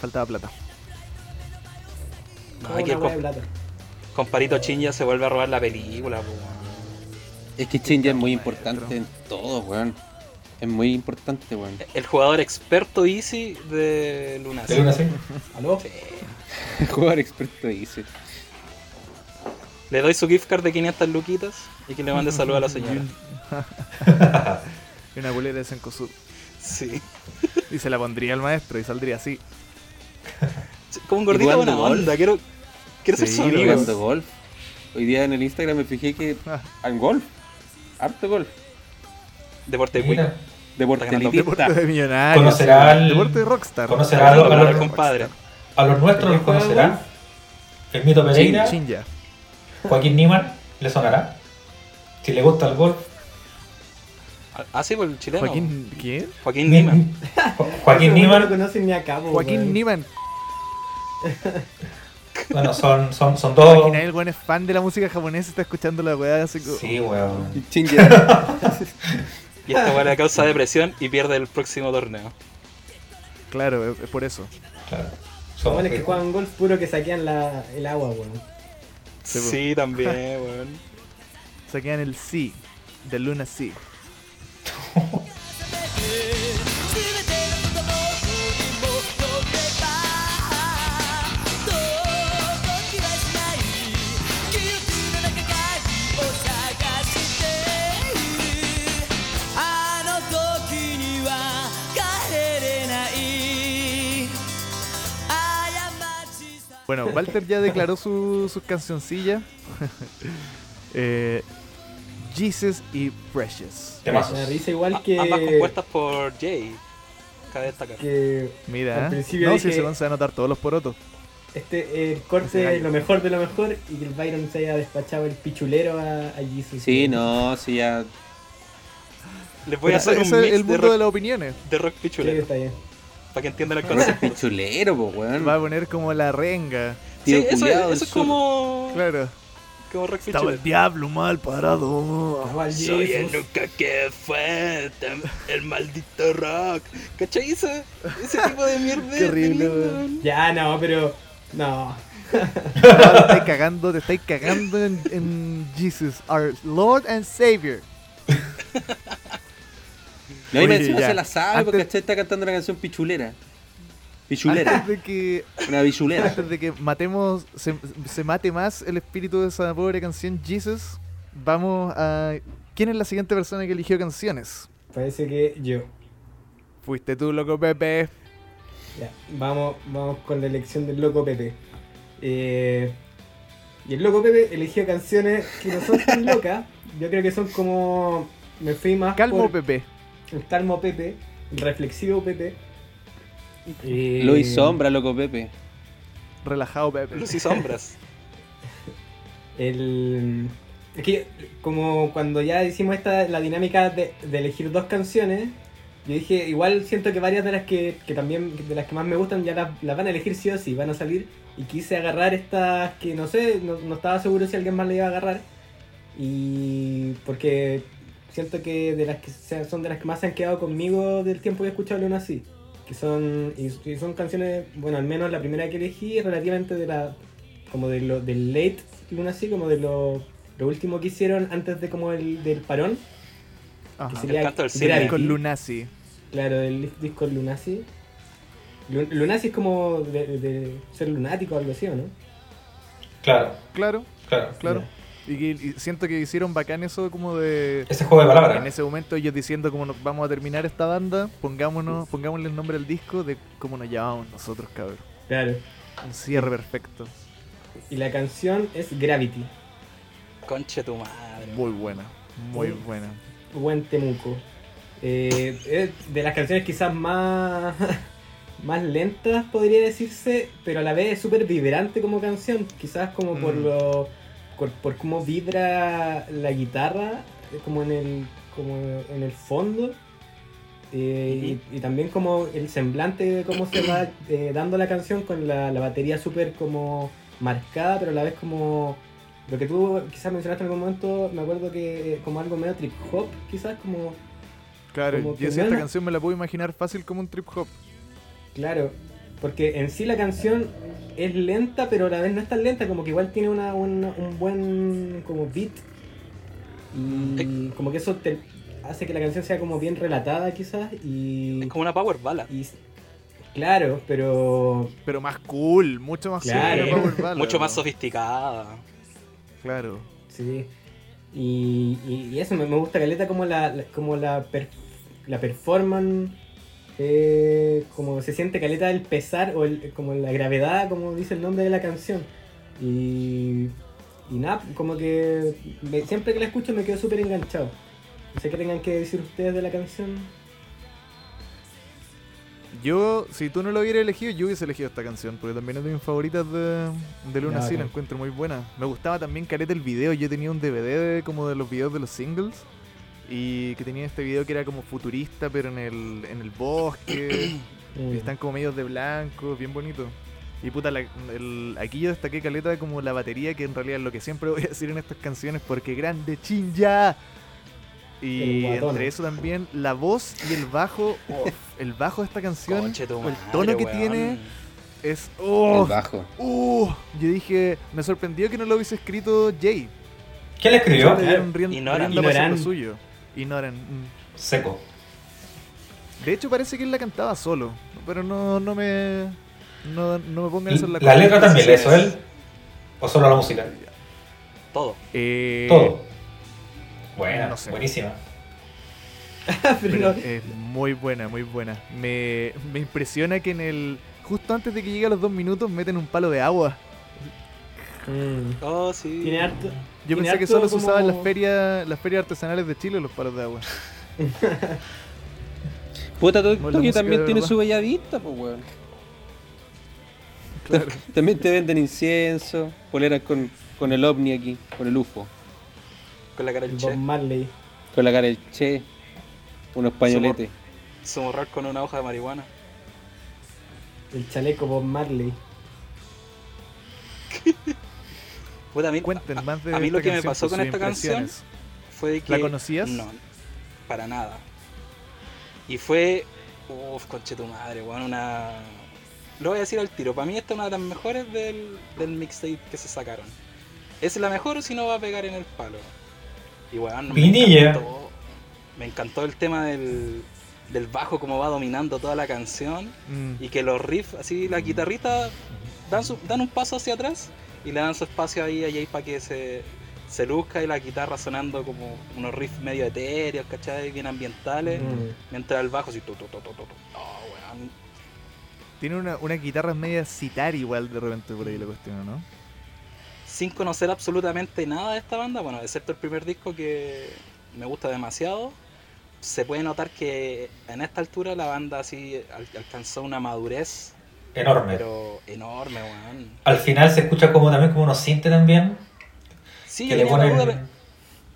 Speaker 1: Faltaba plata.
Speaker 2: No,
Speaker 5: Como
Speaker 2: hay que
Speaker 5: una hueá de
Speaker 2: comp-
Speaker 5: plata.
Speaker 2: comparito Chin ya se vuelve a robar la película, po, weón.
Speaker 3: Es que Chin ya es muy importante en todo, weón. Es muy importante, weón.
Speaker 2: El jugador experto Easy de
Speaker 1: Ah,
Speaker 2: Luna.
Speaker 4: ¿De Luna sí?
Speaker 5: ¿Aló?
Speaker 3: El jugador experto dice.
Speaker 2: Le doy su gift card de 500 luquitas y que le mande saludos a la señora.
Speaker 1: Y una bolera de Sencosud.
Speaker 2: Sí.
Speaker 1: Y se la pondría al maestro y saldría así.
Speaker 2: Como un gordito
Speaker 3: Igual
Speaker 2: buena
Speaker 3: de golf.
Speaker 2: onda, quiero, quiero ser
Speaker 1: Sí,
Speaker 2: su amigo.
Speaker 3: Jugando golf. Hoy día en el Instagram me fijé que
Speaker 1: Ah,
Speaker 3: al golf. Harto golf.
Speaker 2: Deporte
Speaker 4: Mira,
Speaker 2: cuico.
Speaker 3: Deporte
Speaker 2: Está ganando
Speaker 3: elitista.
Speaker 1: deporte de millonarios.
Speaker 4: Conocerá al-
Speaker 1: Deporte de rockstar.
Speaker 4: conocerá al-
Speaker 1: Deporte de
Speaker 4: al-
Speaker 2: compadre.
Speaker 4: A los nuestros los conocerán. El mito Pereira,
Speaker 1: Chin, chin ya.
Speaker 4: Joaquín Niman, le sonará. Si le gusta el golf,
Speaker 2: Ah, sí, por el chileno. Joaquín,
Speaker 1: Joaquín, ¿quién?
Speaker 2: Niman.
Speaker 4: Jo- Joaquín
Speaker 5: Ese güey No lo
Speaker 4: Niman,
Speaker 5: conocen ni a cabo.
Speaker 1: Joaquín Niman.
Speaker 4: bueno, son, son, son dos.
Speaker 1: Imagina el buen es fan de la música japonesa y está escuchando la weá así como.
Speaker 4: Sí, weón.
Speaker 3: Chin ya.
Speaker 2: Y esta weá le causa depresión y pierde el próximo torneo.
Speaker 1: Claro, es, es por eso.
Speaker 4: Claro. Son-
Speaker 5: Los buenos que juegan golf puro que saquean la, el agua, weón.
Speaker 1: Sí,
Speaker 2: Sí,
Speaker 1: po.
Speaker 2: también, weón.
Speaker 1: Se quedan el sí, de Luna sí. Bueno, Walter ya declaró su, sus cancioncillas. Eh, Jesus y Precious.
Speaker 4: Temazos.
Speaker 5: Me da risa igual
Speaker 2: A- Ambas
Speaker 5: que.
Speaker 2: compuestas por Jay. Cabe destacar.
Speaker 5: que
Speaker 1: Mira,
Speaker 5: Al
Speaker 1: ¿eh?
Speaker 5: principio
Speaker 1: no,
Speaker 5: dije-
Speaker 1: si se van a anotar todos los porotos.
Speaker 5: este, el
Speaker 1: Ese
Speaker 5: corte
Speaker 1: gallo.
Speaker 5: es lo mejor de lo mejor y que el Byron se haya despachado el pichulero a, a Jesus.
Speaker 3: Sí, no, sí ya.
Speaker 2: Les voy
Speaker 1: Pero
Speaker 2: a hacer un
Speaker 1: ese es
Speaker 2: mix
Speaker 1: el
Speaker 2: de
Speaker 1: mundo de
Speaker 2: rock,
Speaker 1: las opiniones.
Speaker 2: de rock
Speaker 5: Sí,
Speaker 2: pichulero.
Speaker 5: está bien.
Speaker 2: Para que entiendan el
Speaker 3: Pero ese
Speaker 2: concepto.
Speaker 3: pichulero, po,
Speaker 2: Mm.
Speaker 3: weón.
Speaker 1: Va a poner como la renga.
Speaker 2: Sí,
Speaker 3: Tío
Speaker 2: eso,
Speaker 3: culiao del
Speaker 2: eso es
Speaker 3: sur.
Speaker 2: como,
Speaker 1: Claro.
Speaker 2: como rock
Speaker 1: Estaba el
Speaker 2: pichulero.
Speaker 1: diablo mal parado.
Speaker 5: Igual
Speaker 2: Soy el
Speaker 5: Jesus.
Speaker 2: nunca que fue, tam- el maldito rock. ¿Cachai? Ese, ese tipo de mierda.
Speaker 1: Qué horrible,
Speaker 2: lindo,
Speaker 1: weón.
Speaker 2: weón.
Speaker 5: Ya, no, pero. No.
Speaker 1: No, te estáis cagando, te estáis cagando en, en Jesus, our Lord and Savior.
Speaker 3: No, y
Speaker 1: Oye,
Speaker 3: me encima
Speaker 1: ya.
Speaker 3: se la sabe porque
Speaker 1: Antes-
Speaker 3: ¿cachai? está cantando una canción pichulera.
Speaker 1: Antes
Speaker 3: Pichulera.
Speaker 1: de que,
Speaker 3: Una bichulera.
Speaker 1: antes de que matemos, se, se mate más el espíritu de esa pobre canción Jesus, vamos a. ¿Quién es la siguiente persona que eligió canciones?
Speaker 5: Parece que yo.
Speaker 1: Fuiste tú, loco Pepe.
Speaker 5: Ya, vamos, vamos con la elección del Loco Pepe. Eh, y el Loco Pepe eligió canciones que no son tan locas. Yo creo que son como. Me fui más.
Speaker 1: Calmo
Speaker 5: por
Speaker 1: Pepe.
Speaker 5: El calmo Pepe. El reflexivo Pepe. Eh,
Speaker 3: Luis Sombra, loco Pepe.
Speaker 1: Relajado Pepe.
Speaker 2: Luz y sombras.
Speaker 5: El. Es que como cuando ya hicimos esta la dinámica de, de elegir dos canciones, yo dije, igual siento que varias de las que, que también, de las que más me gustan, ya las, las van a elegir sí o sí, van a salir. Y quise agarrar estas que no sé, no, no estaba seguro si alguien más le iba a agarrar. Y porque siento que de las que se- son de las que más se han quedado conmigo del tiempo que he escuchado León así. Que son, y, y son canciones, bueno, al menos la primera que elegí es relativamente de la, como de lo, del late Luna así, como de lo, lo último que hicieron antes de como el del parón. que
Speaker 1: Ajá.
Speaker 5: sería
Speaker 2: Ah, El canto del cine.
Speaker 5: Gravity.
Speaker 1: Con Lunasi.
Speaker 5: Claro, el disco Lunacy. Lu- Lunacy es como de, de ser lunático o algo así, ¿o no?
Speaker 4: Claro,
Speaker 1: Claro,
Speaker 4: claro.
Speaker 1: claro. Y, que- y siento que hicieron bacán eso como de.
Speaker 4: Ese juego de
Speaker 1: En
Speaker 4: palabras.
Speaker 1: ese momento ellos diciendo cómo nos vamos a terminar esta banda, pongámonos, pongámosle el nombre al disco de cómo nos llamamos nosotros, cabrón.
Speaker 5: Claro.
Speaker 1: Un cierre perfecto.
Speaker 5: Y la canción es Gravity.
Speaker 2: Conche tu madre.
Speaker 1: Muy buena, muy
Speaker 5: Sí.
Speaker 1: buena.
Speaker 5: Buen Temuco. Eh, es de las canciones quizás más, más lentas, podría decirse, pero a la vez es súper vibrante como canción. Quizás como por
Speaker 1: Mm.
Speaker 5: lo por, por cómo vibra la guitarra, eh, como en el, como en el fondo. Eh, y, y también como el semblante de cómo se va eh, dando la canción con la, la batería súper como marcada, pero a la vez como lo que tú quizás mencionaste en algún momento, me acuerdo que eh, como algo medio trip hop, quizás como,
Speaker 1: Claro,
Speaker 5: Como
Speaker 1: yo
Speaker 5: que
Speaker 1: decía, esta
Speaker 5: buena.
Speaker 1: canción me la puedo imaginar fácil como un trip hop.
Speaker 5: claro, porque en sí la canción es lenta, pero a la vez no es tan lenta, como que igual tiene una, una- un buen como beat, y como que eso te hace que la canción sea como bien relatada quizás, y,
Speaker 2: Es como una power ballad.
Speaker 5: y claro, pero
Speaker 1: Pero más cool, mucho más
Speaker 5: Claro.
Speaker 1: cool. Power Ballad,
Speaker 2: Mucho más
Speaker 1: ¿no?
Speaker 2: sofisticada.
Speaker 1: Claro.
Speaker 5: Sí. Y, y- y eso, me, me gusta Caleta como la, la- como la, per- la performance, eh, como se siente Caleta el pesar o el- como la gravedad, como dice el nombre de la canción. Y, y nada, como que me- siempre que la escucho me quedo súper enganchado. No sé qué tengan que decir ustedes de la canción.
Speaker 1: Yo, si tú no lo hubieras elegido, yo hubiese elegido esta canción, porque también es de mis favoritas de, de Luna,
Speaker 5: Ya,
Speaker 1: sí, la
Speaker 5: bacán.
Speaker 1: encuentro muy buena. Me gustaba también careta el video, yo tenía un DVD de- como de los videos de los singles, y que tenía este video que era como futurista, pero en el, en el bosque,
Speaker 5: Mm.
Speaker 1: y están como medios de blanco, bien bonito. Y puta, la- el- aquí yo destaqué caleta como la batería, que en realidad es lo que siempre voy a decir en estas canciones, porque grande chinja. Y
Speaker 5: El guatón.
Speaker 1: entre eso también la voz y el bajo, uf, el bajo de esta canción,
Speaker 2: Conche tu madre.
Speaker 1: el tono que
Speaker 2: weón.
Speaker 1: tiene es...
Speaker 3: El
Speaker 1: ¡Oh!
Speaker 3: bajo.
Speaker 1: ¡Uh! yo dije, me sorprendió que no lo hubiese escrito Jay.
Speaker 4: ¿Quién la escribió?
Speaker 1: Siempre llegaron ri-
Speaker 2: Ignoran.
Speaker 1: riendo para hacer
Speaker 5: Ignoran.
Speaker 1: lo suyo. Ignoran. mm.
Speaker 4: Seco.
Speaker 1: De hecho parece que él la cantaba solo, pero no, no me... No, no me pongan eso en la
Speaker 4: ¿La
Speaker 1: cabeza.
Speaker 4: letra también la hizo
Speaker 2: es.
Speaker 4: él? ¿O solo la música?
Speaker 2: Todo.
Speaker 1: Eh,
Speaker 4: Todo. Buena,
Speaker 1: no sé.
Speaker 4: buenísima.
Speaker 5: Ah, Pero
Speaker 1: pero
Speaker 5: no-
Speaker 1: es muy buena, muy buena. Me, me impresiona que en el... Justo antes de que llegue a los dos minutos meten un palo de agua.
Speaker 5: Mm.
Speaker 2: Oh, sí.
Speaker 5: Tiene harto...
Speaker 1: Yo
Speaker 5: Tiene
Speaker 1: pensé que
Speaker 5: harto
Speaker 1: solo se
Speaker 5: como-
Speaker 1: usaban las ferias, las ferias artesanales de Chile los palos de agua.
Speaker 3: Puta, to-
Speaker 1: Como la
Speaker 3: Tokio
Speaker 1: música
Speaker 3: también
Speaker 1: de
Speaker 3: tiene
Speaker 1: verdad.
Speaker 3: su belladita, pues, weón. También te venden incienso, poleras con, con el ovni aquí, con el UFO,
Speaker 2: Con la cara del
Speaker 5: Bob
Speaker 2: che.
Speaker 5: Marley.
Speaker 3: con la cara del Che, unos pañoletes.
Speaker 2: Su morral con una hoja de marihuana.
Speaker 5: El chaleco Bob Marley.
Speaker 2: Puta, a mí-
Speaker 1: Cuenten más de
Speaker 2: a mí
Speaker 1: esta
Speaker 2: lo que me
Speaker 1: canción,
Speaker 2: pasó
Speaker 1: pues,
Speaker 2: con
Speaker 1: sus
Speaker 2: esta canción
Speaker 1: impresiones.
Speaker 2: fue de que...
Speaker 1: ¿La conocías?
Speaker 2: No, para nada. Y fue... Uf, conche tu madre, weón, una... Lo voy a decir al tiro, para mí esta es una de las mejores del, del mixtape que se sacaron. Es la mejor si no va a pegar en el palo. Y weón, me
Speaker 4: Vinilla.
Speaker 2: encantó, me encantó el tema del, del bajo, cómo va dominando toda la canción.
Speaker 1: Mm.
Speaker 2: Y que los riffs, así la guitarrita, dan, su- dan un paso hacia atrás y le dan su espacio ahí a Jay para que se, se luzca y la guitarra sonando como unos riffs medio etéreos, ¿cachai? Bien ambientales.
Speaker 5: Mm.
Speaker 2: Mientras el bajo así, tu, tu, tu, tu, tu, tu. Oh, weón.
Speaker 1: Tiene una, una guitarra media citar igual de repente por ahí la cuestión, ¿no?
Speaker 2: Sin conocer absolutamente nada de esta banda, bueno, excepto el primer disco que me gusta demasiado. Se puede notar que en esta altura la banda así al- alcanzó una madurez,
Speaker 4: Enorme.
Speaker 2: pero enorme, weón.
Speaker 4: Al final se escucha como también como unos sintes también.
Speaker 2: Sí,
Speaker 4: que
Speaker 2: yo
Speaker 4: le
Speaker 2: tenía la duda, pe-
Speaker 4: ponen...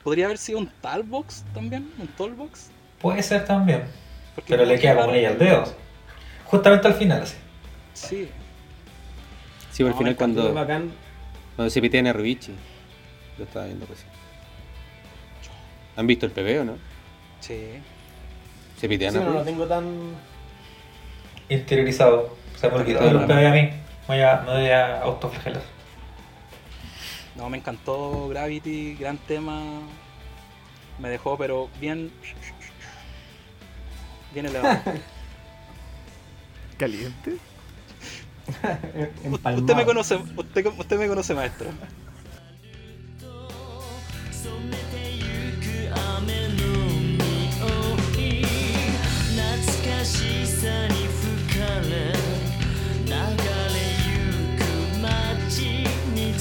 Speaker 2: Podría haber sido un Talbox también, un Tallbox.
Speaker 4: Puede ser también.
Speaker 2: porque
Speaker 4: Pero le
Speaker 2: que
Speaker 4: queda como
Speaker 2: llegaron-
Speaker 4: ley al dedo. Justamente al final, así.
Speaker 2: Sí,
Speaker 3: Sí,
Speaker 2: No,
Speaker 3: por al final
Speaker 2: me encantó,
Speaker 5: Muy
Speaker 3: cuando,
Speaker 5: bacán.
Speaker 3: cuando se pitean a Rubichi, lo estaba viendo recién. ¿Han visto el pebeo, no?
Speaker 2: sí.
Speaker 3: Se
Speaker 5: Sí,
Speaker 3: pitean a
Speaker 5: pero no lo
Speaker 3: Rubichi.
Speaker 5: tengo tan...
Speaker 4: Interiorizado. O sea, porque todo lo que a mí. Voy a, me voy a autoflagelar.
Speaker 2: No, me encantó Gravity, gran tema. Me dejó, pero bien. Bien elevado.
Speaker 1: ¿Caliente?
Speaker 2: U-
Speaker 5: Empalmado.
Speaker 2: usted me conoce, usted, usted me conoce, maestro.
Speaker 7: 染めてゆく雨の匂い懐かしさに吹かれ流れゆく街に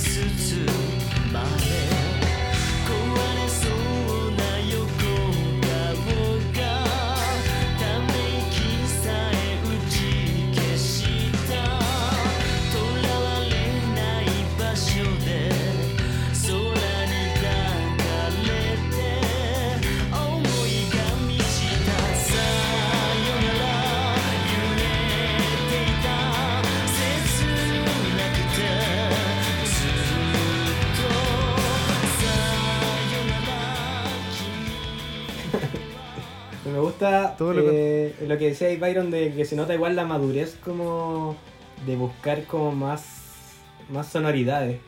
Speaker 6: nota
Speaker 1: Todo lo que-
Speaker 6: eh, lo que decía ahí Byron de que se nota igual la madurez como de buscar como más más sonoridades.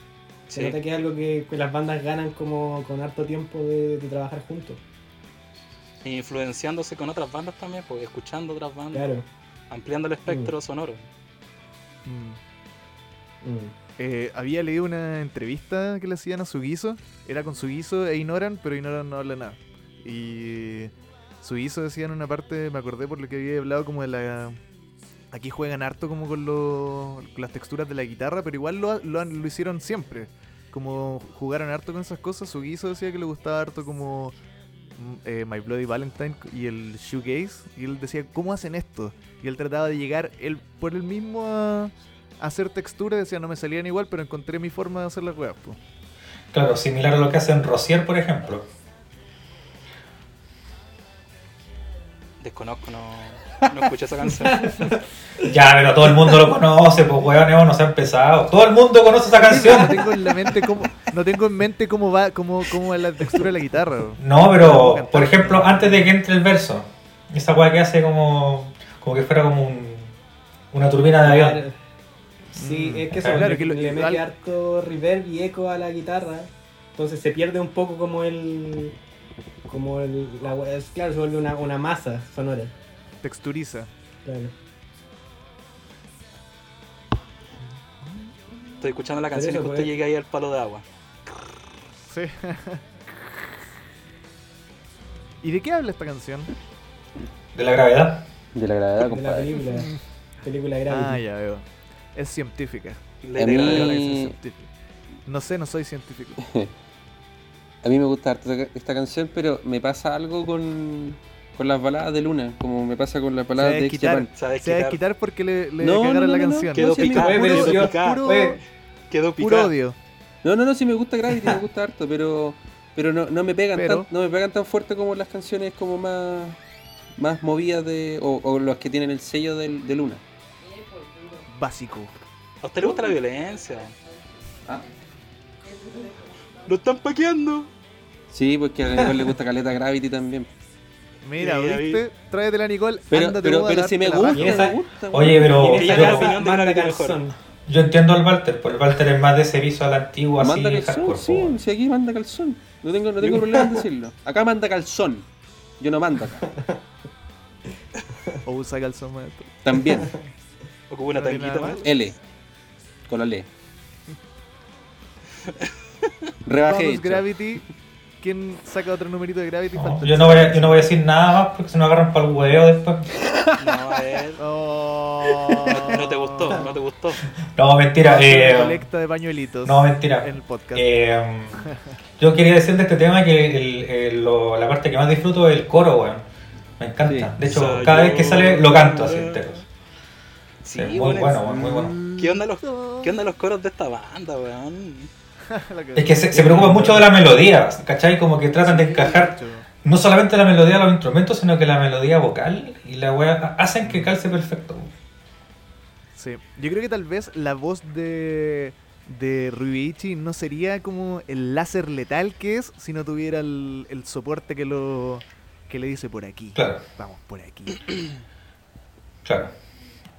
Speaker 6: Se
Speaker 2: Sí.
Speaker 6: nota que es algo que, que las bandas ganan como con harto tiempo de, de trabajar juntos.
Speaker 2: Influenciándose con otras bandas también, pues escuchando otras bandas,
Speaker 6: Claro.
Speaker 2: ampliando el espectro sonoro.
Speaker 1: Mm.
Speaker 6: Mm.
Speaker 1: Eh, había leído una entrevista que le hacían a Sugiso. Era con Sugiso e Ignoran, pero Ignoran no habla nada. Y Sugiso decía en una parte, me acordé por lo que había hablado, como de la... Aquí juegan harto como con, lo- con las texturas de la guitarra, pero igual lo, lo han- lo hicieron siempre. Como jugaron harto con esas cosas, Sugiso decía que le gustaba harto como mm, eh, My Bloody Valentine y el Shoegaze. Y él decía, ¿cómo hacen esto? Y él trataba de llegar él, por el mismo... a- hacer textura, decía no me salían igual, pero encontré mi forma de hacer las weas, po.
Speaker 4: Claro, similar a lo que hacen Rosier, por ejemplo.
Speaker 2: Desconozco, no, no escuché esa canción.
Speaker 4: Ya, pero todo el mundo lo conoce, pues weón, hemos nos ha empezado. Todo el mundo conoce esa
Speaker 1: No
Speaker 4: canción.
Speaker 1: tengo en la mente cómo, no tengo en mente cómo va, cómo, cómo va la textura de la guitarra. po.
Speaker 4: No, pero por ejemplo, antes de que entre el verso, esa weá que hace como, como que fuera como un, una turbina de avión.
Speaker 6: Sí,
Speaker 1: Ah, Mm.
Speaker 6: es que eso
Speaker 4: Claro,
Speaker 6: le,
Speaker 1: que lo-
Speaker 6: le mete
Speaker 1: al-
Speaker 6: harto reverb y eco a la guitarra. Entonces se pierde un poco como el. Como el. La, we- es claro, se vuelve una, una masa sonora.
Speaker 1: Texturiza.
Speaker 6: Claro.
Speaker 2: Estoy escuchando la canción y
Speaker 6: eso,
Speaker 2: justo
Speaker 6: pues.
Speaker 2: llegué ahí al palo de agua.
Speaker 1: Sí. ¿Y de qué habla esta canción?
Speaker 4: De la gravedad.
Speaker 3: De la gravedad,
Speaker 6: De la
Speaker 3: compadre.
Speaker 6: película. Película
Speaker 1: Ah,
Speaker 6: grave.
Speaker 1: ya veo. Es científica.
Speaker 2: Le-
Speaker 3: A
Speaker 2: le-
Speaker 3: mí-
Speaker 1: Claro que
Speaker 2: le-
Speaker 1: es
Speaker 3: Mm.
Speaker 1: científica. No sé, no soy científico.
Speaker 3: A mí me gusta harto esta- esta canción, pero me pasa algo con, con las baladas de Luna, como me pasa con las baladas
Speaker 1: Se
Speaker 3: de
Speaker 1: debe
Speaker 3: X
Speaker 1: quitar.
Speaker 3: Japan.
Speaker 2: ¿Sabes
Speaker 1: Se va a
Speaker 2: quitar?
Speaker 1: quitar porque le, le
Speaker 3: No,
Speaker 1: cagaron
Speaker 3: no, no,
Speaker 1: la
Speaker 3: no,
Speaker 1: canción.
Speaker 3: no,
Speaker 2: Quedó
Speaker 3: sí, me-
Speaker 2: picado,
Speaker 6: Oye, pero
Speaker 2: quedó
Speaker 6: yo-
Speaker 2: picado,
Speaker 6: Oye,
Speaker 2: quedó
Speaker 1: Puro
Speaker 2: picado.
Speaker 1: odio.
Speaker 3: No, no, no, sí me gusta Gravity, me gusta harto, pero pero no, no me pegan
Speaker 1: Pero-
Speaker 3: tan, no me pegan tan fuerte como las canciones como más más movidas de o, o las que tienen el sello del- de Luna.
Speaker 1: Básico.
Speaker 2: ¿A usted le gusta la violencia?
Speaker 3: Ah.
Speaker 2: ¡Lo están paqueando!
Speaker 3: Sí, porque a la Nicole le gusta Caleta Gravity también.
Speaker 1: Mira,
Speaker 2: Sí, ya vi.
Speaker 1: ¿viste? Tráete la Nicole.
Speaker 3: Pero
Speaker 1: ándate
Speaker 3: pero
Speaker 1: vos a
Speaker 3: pero
Speaker 1: darte
Speaker 3: si me
Speaker 1: la
Speaker 3: gusta,
Speaker 1: raja.
Speaker 6: Y esa-
Speaker 3: me gusta.
Speaker 4: Oye,
Speaker 6: En
Speaker 4: pero
Speaker 6: esa
Speaker 2: yo-
Speaker 4: yo,
Speaker 6: casa
Speaker 2: opinión de
Speaker 6: manda
Speaker 2: Gravity
Speaker 6: calzón.
Speaker 4: yo entiendo al Walter, porque el Walter es más de ese viso a la antigua, así,
Speaker 3: manda calzón,
Speaker 4: hardcore, pues,
Speaker 3: sí,
Speaker 4: po.
Speaker 3: si aquí manda calzón. No tengo, no tengo problema en decirlo. Acá manda calzón. Yo no mando acá.
Speaker 1: O usa calzón maestro.
Speaker 3: También.
Speaker 2: Ocupa una
Speaker 1: No tiene
Speaker 2: tanguita
Speaker 1: nada
Speaker 2: más.
Speaker 1: malo.
Speaker 3: L. Con la L. Rebajé.
Speaker 1: Vamos,
Speaker 3: hecho.
Speaker 1: Gravity. ¿Quién saca otro numerito de Gravity?
Speaker 4: No,
Speaker 1: Falta
Speaker 4: yo,
Speaker 1: el
Speaker 4: no voy a, yo no voy a decir nada más porque se nos agarran para el huevo después.
Speaker 2: No, a ver.
Speaker 1: Oh.
Speaker 2: No, no te gustó, no te gustó.
Speaker 4: No, mentira.
Speaker 1: Una
Speaker 4: Eh,
Speaker 1: colecta de pañuelitos.
Speaker 4: no, mentira.
Speaker 1: En el podcast.
Speaker 4: Eh, yo quería decir de este tema que el- el- lo- la parte que más disfruto es el coro, weón. Me encanta.
Speaker 3: Sí.
Speaker 4: De hecho,
Speaker 2: Soy
Speaker 4: cada
Speaker 2: yo.
Speaker 4: vez que sale lo canto así entero.
Speaker 2: Sí,
Speaker 4: es Eh, muy
Speaker 2: weón,
Speaker 4: bueno, weón, muy bueno.
Speaker 2: ¿Qué onda los, qué onda los coros de esta banda, weón?
Speaker 1: La cagó.
Speaker 4: Es que se, se preocupan mucho de la melodía, ¿cachai? Como que tratan de encajar no solamente la melodía de los instrumentos, sino que la melodía vocal y la weá hacen que calce perfecto.
Speaker 1: Sí. Yo creo que tal vez la voz de, de Rubiichi no sería como el láser letal que es si no tuviera el, el soporte que lo que le dice por aquí.
Speaker 4: Claro,
Speaker 1: Vamos, por aquí.
Speaker 4: claro.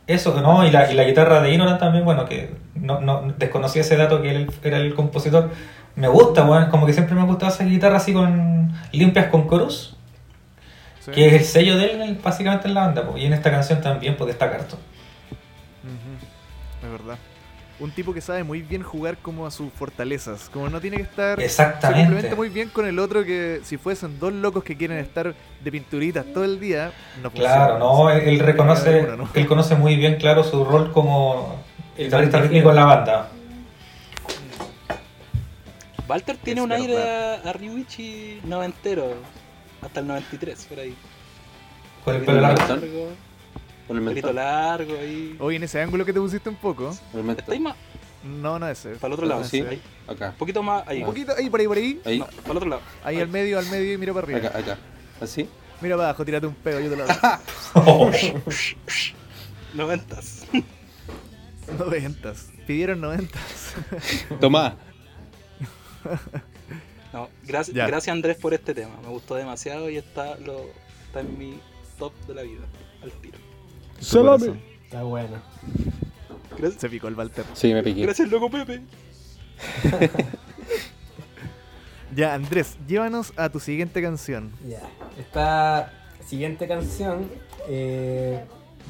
Speaker 4: Eso, ¿no? Y la, y la guitarra de Inoran también, bueno, que no, no desconocía ese dato que él era el compositor. Me gusta, weón, como que siempre me ha gustado esa guitarra así con limpias con coros.
Speaker 1: Sí.
Speaker 4: que es el sello de él en- básicamente en la banda, po. y en esta canción también, pues destaca harto.
Speaker 1: Ujú. Es verdad. Un tipo que sabe muy bien jugar como a sus fortalezas. Como no tiene que estar Se
Speaker 4: Exactamente.
Speaker 1: complementa muy bien con el otro que si fuesen dos locos que quieren estar de pinturitas todo el día, no
Speaker 4: Claro, no, él, él reconoce,
Speaker 1: Uno, ¿no?
Speaker 4: él conoce muy bien, claro, su rol como
Speaker 6: El
Speaker 4: guitarrista
Speaker 6: bandejero.
Speaker 4: rítmico en la banda.
Speaker 2: Walter tiene
Speaker 1: Es
Speaker 2: un aire
Speaker 1: verdad.
Speaker 2: a, a Ryuichi noventero, hasta el 93, por ahí.
Speaker 4: Con el
Speaker 3: Sí,
Speaker 4: pelo largo.
Speaker 3: ¿Mentón?
Speaker 2: Largo,
Speaker 3: Por el
Speaker 2: grito
Speaker 3: mentón.
Speaker 2: largo ahí.
Speaker 1: Oye, en ese ángulo que te pusiste un poco,
Speaker 3: Por el
Speaker 2: Estáis
Speaker 3: mentón.
Speaker 2: más
Speaker 1: no, no ese.
Speaker 2: para el
Speaker 4: Ah,
Speaker 2: otro
Speaker 1: no
Speaker 2: lado,
Speaker 1: ese.
Speaker 3: Sí.
Speaker 2: ahí.
Speaker 3: Acá.
Speaker 2: Un poquito más ahí.
Speaker 1: Un poquito, ahí, por ahí, por ahí.
Speaker 3: Ahí.
Speaker 2: Ah, No, para el otro lado.
Speaker 1: Ahí al medio, al medio y mira para arriba.
Speaker 3: Acá, acá. ¿Así?
Speaker 1: Mira para abajo, tírate un pedo, yo te lo hago.
Speaker 2: Noventas.
Speaker 1: Noventas. Pidieron noventas.
Speaker 3: Tomá.
Speaker 2: No, gracias,
Speaker 1: Ya.
Speaker 2: gracias Andrés por este tema. Me gustó demasiado y está, lo, está en mi top de la vida. Al tiro.
Speaker 1: Salame.
Speaker 5: Está bueno.
Speaker 2: Gracias,
Speaker 1: Se picó el Walter.
Speaker 8: Sí, me piqué.
Speaker 2: gracias loco Pepe.
Speaker 1: Ya, Andrés, llévanos a tu siguiente canción.
Speaker 5: Ya. Esta siguiente canción eh,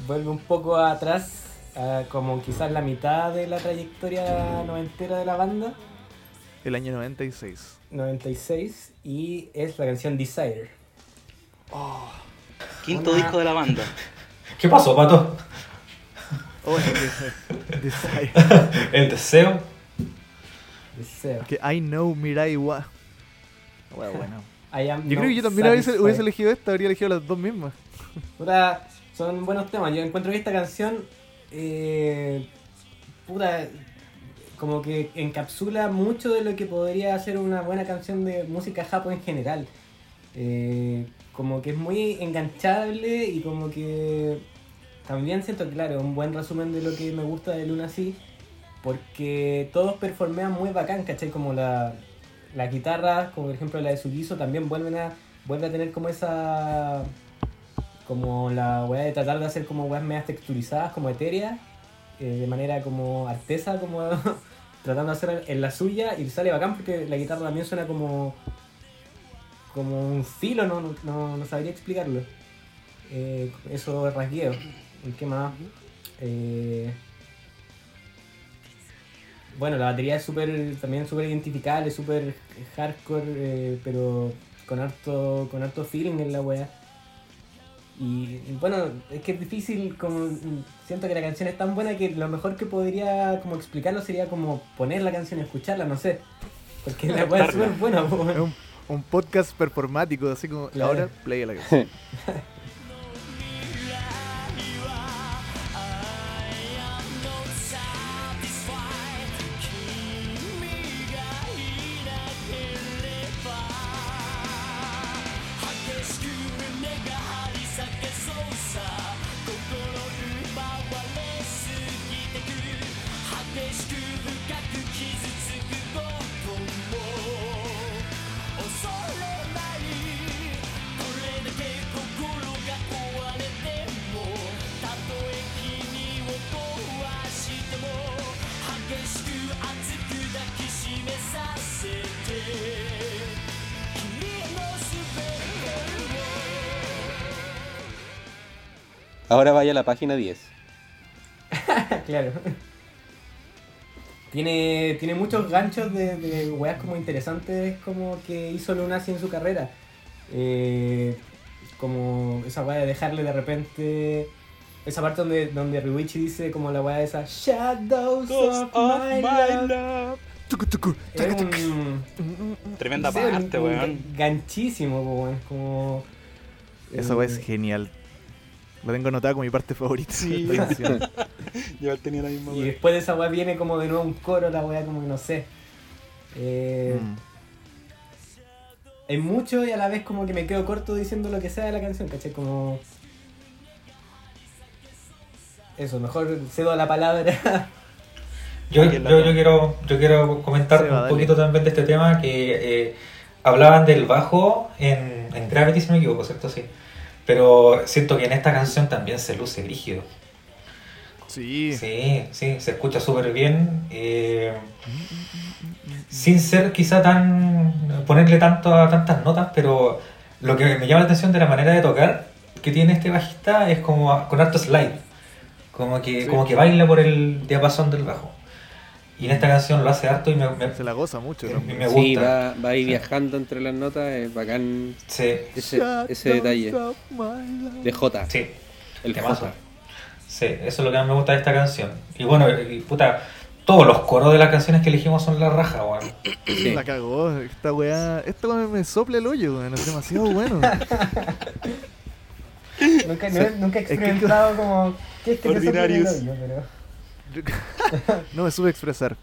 Speaker 5: vuelve un poco atrás, a como quizás la mitad de la trayectoria noventera de la banda,
Speaker 1: El año 96.
Speaker 5: 96, y es la canción Desire.
Speaker 2: Quinto
Speaker 5: Hola.
Speaker 2: disco de la banda.
Speaker 4: ¿Qué pasó, pato?
Speaker 1: Oh, es- Desire.
Speaker 4: El deseo.
Speaker 5: Deseo.
Speaker 1: Que I know Mirai wa. Bueno, bueno.
Speaker 5: I am
Speaker 1: Yo creo
Speaker 5: not
Speaker 1: que yo también hubiese,
Speaker 5: satisfied.
Speaker 1: hubiese elegido esta, habría elegido las dos mismas.
Speaker 5: Puta, son buenos temas. Yo encuentro que esta canción, eh, puta, como que encapsula mucho de lo que podría ser una buena canción de música japo en general. Eh, como que es muy enganchable y como que también siento, claro, un buen resumen de lo que me gusta de Luna Sí, porque todos performean muy bacán, ¿cachai? Como la, la guitarra, como por ejemplo la de Sugiso, también vuelven a, vuelve a tener como esa como la weá de tratar de hacer como weas medias texturizadas, como etéreas, eh, de manera como artesa, como tratando de hacer en la suya y sale bacán porque la guitarra también suena como como un filo, no, no- no, no sabría explicarlo. Eh, eso es rasgueo. ¿Y qué más? Eh, bueno, la batería es súper, también súper identificable, súper hardcore, eh, pero con harto, con harto feeling en la wea. Y y bueno, es que es difícil, como siento que la canción es tan buena que lo mejor que podría como explicarlo sería como poner la canción, escucharla, no sé. Porque la wea es súper buena. po.
Speaker 1: Es un, un podcast performático, así como
Speaker 5: Claro.
Speaker 1: ahora play a la canción.
Speaker 8: Ahora vaya a la página 10.
Speaker 5: Claro. Tiene, tiene muchos ganchos de, de weas como interesantes como que hizo Lunasi en su carrera. Eh, como esa wea de dejarle de repente. Esa parte donde, donde Ryuichi dice como la wea de esa Shadows of, my, love".
Speaker 1: Tucu, tucu,
Speaker 5: Es
Speaker 1: taca, taca.
Speaker 5: un-
Speaker 2: Tremenda
Speaker 5: sí, un-
Speaker 2: parte,
Speaker 5: un
Speaker 2: weón.
Speaker 5: Ganchísimo, po, weón. Como.
Speaker 1: Esa
Speaker 5: eh,
Speaker 1: weá es genial. La tengo anotada como mi parte favorita.
Speaker 2: Sí.
Speaker 1: de esta canción.
Speaker 2: Yo tenía la misma
Speaker 5: Y
Speaker 2: weón.
Speaker 5: después de esa weá viene como de nuevo un coro, la weá como que no sé. Eh,
Speaker 1: Mm.
Speaker 5: es mucho y a la vez como que me quedo corto diciendo lo que sea de la canción, ¿cachai? Como... Eso, mejor cedo la palabra.
Speaker 4: Yo, yo,
Speaker 2: Alguien la toma.
Speaker 4: yo quiero, yo quiero comentar
Speaker 1: Seba,
Speaker 4: un
Speaker 1: dale.
Speaker 4: poquito también de este tema que eh, hablaban del bajo en, en Gravity, si no me equivoco, ¿cierto? Sí. Pero siento que en esta canción también se luce brígido.
Speaker 1: Sí.
Speaker 4: Sí, sí, se escucha súper bien. eh, sin ser quizá tan. ponerle tanto a tantas notas, pero lo que me llama la atención de la manera de tocar que tiene este bajista es como con harto slide. Como que,
Speaker 1: Sí.
Speaker 4: como que baila por el diapasón del bajo. Y en esta canción lo hace harto y me, me-
Speaker 1: Se la goza mucho. ¿no?
Speaker 4: me
Speaker 8: Sí,
Speaker 4: gusta.
Speaker 8: va, va ahí viajando entre las notas, es bacán
Speaker 4: Sí,
Speaker 8: ese, ese detalle de J,
Speaker 4: sí.
Speaker 8: el
Speaker 4: Temazo.
Speaker 8: J.
Speaker 4: Sí, eso es lo que más me gusta de esta canción. Y bueno, y puta, todos los coros de las canciones que elegimos son la raja, weón.
Speaker 8: Sí.
Speaker 1: La cagó. Esta weá. Esta weá me sopla el hoyo, weón. Es demasiado bueno.
Speaker 5: nunca, no- nunca he
Speaker 1: que-
Speaker 5: experimentado como... ¿Qué
Speaker 6: este
Speaker 5: es que me sorprende el
Speaker 2: Ordinarius.
Speaker 5: oído, pero-
Speaker 1: Yo- no me supe expresar.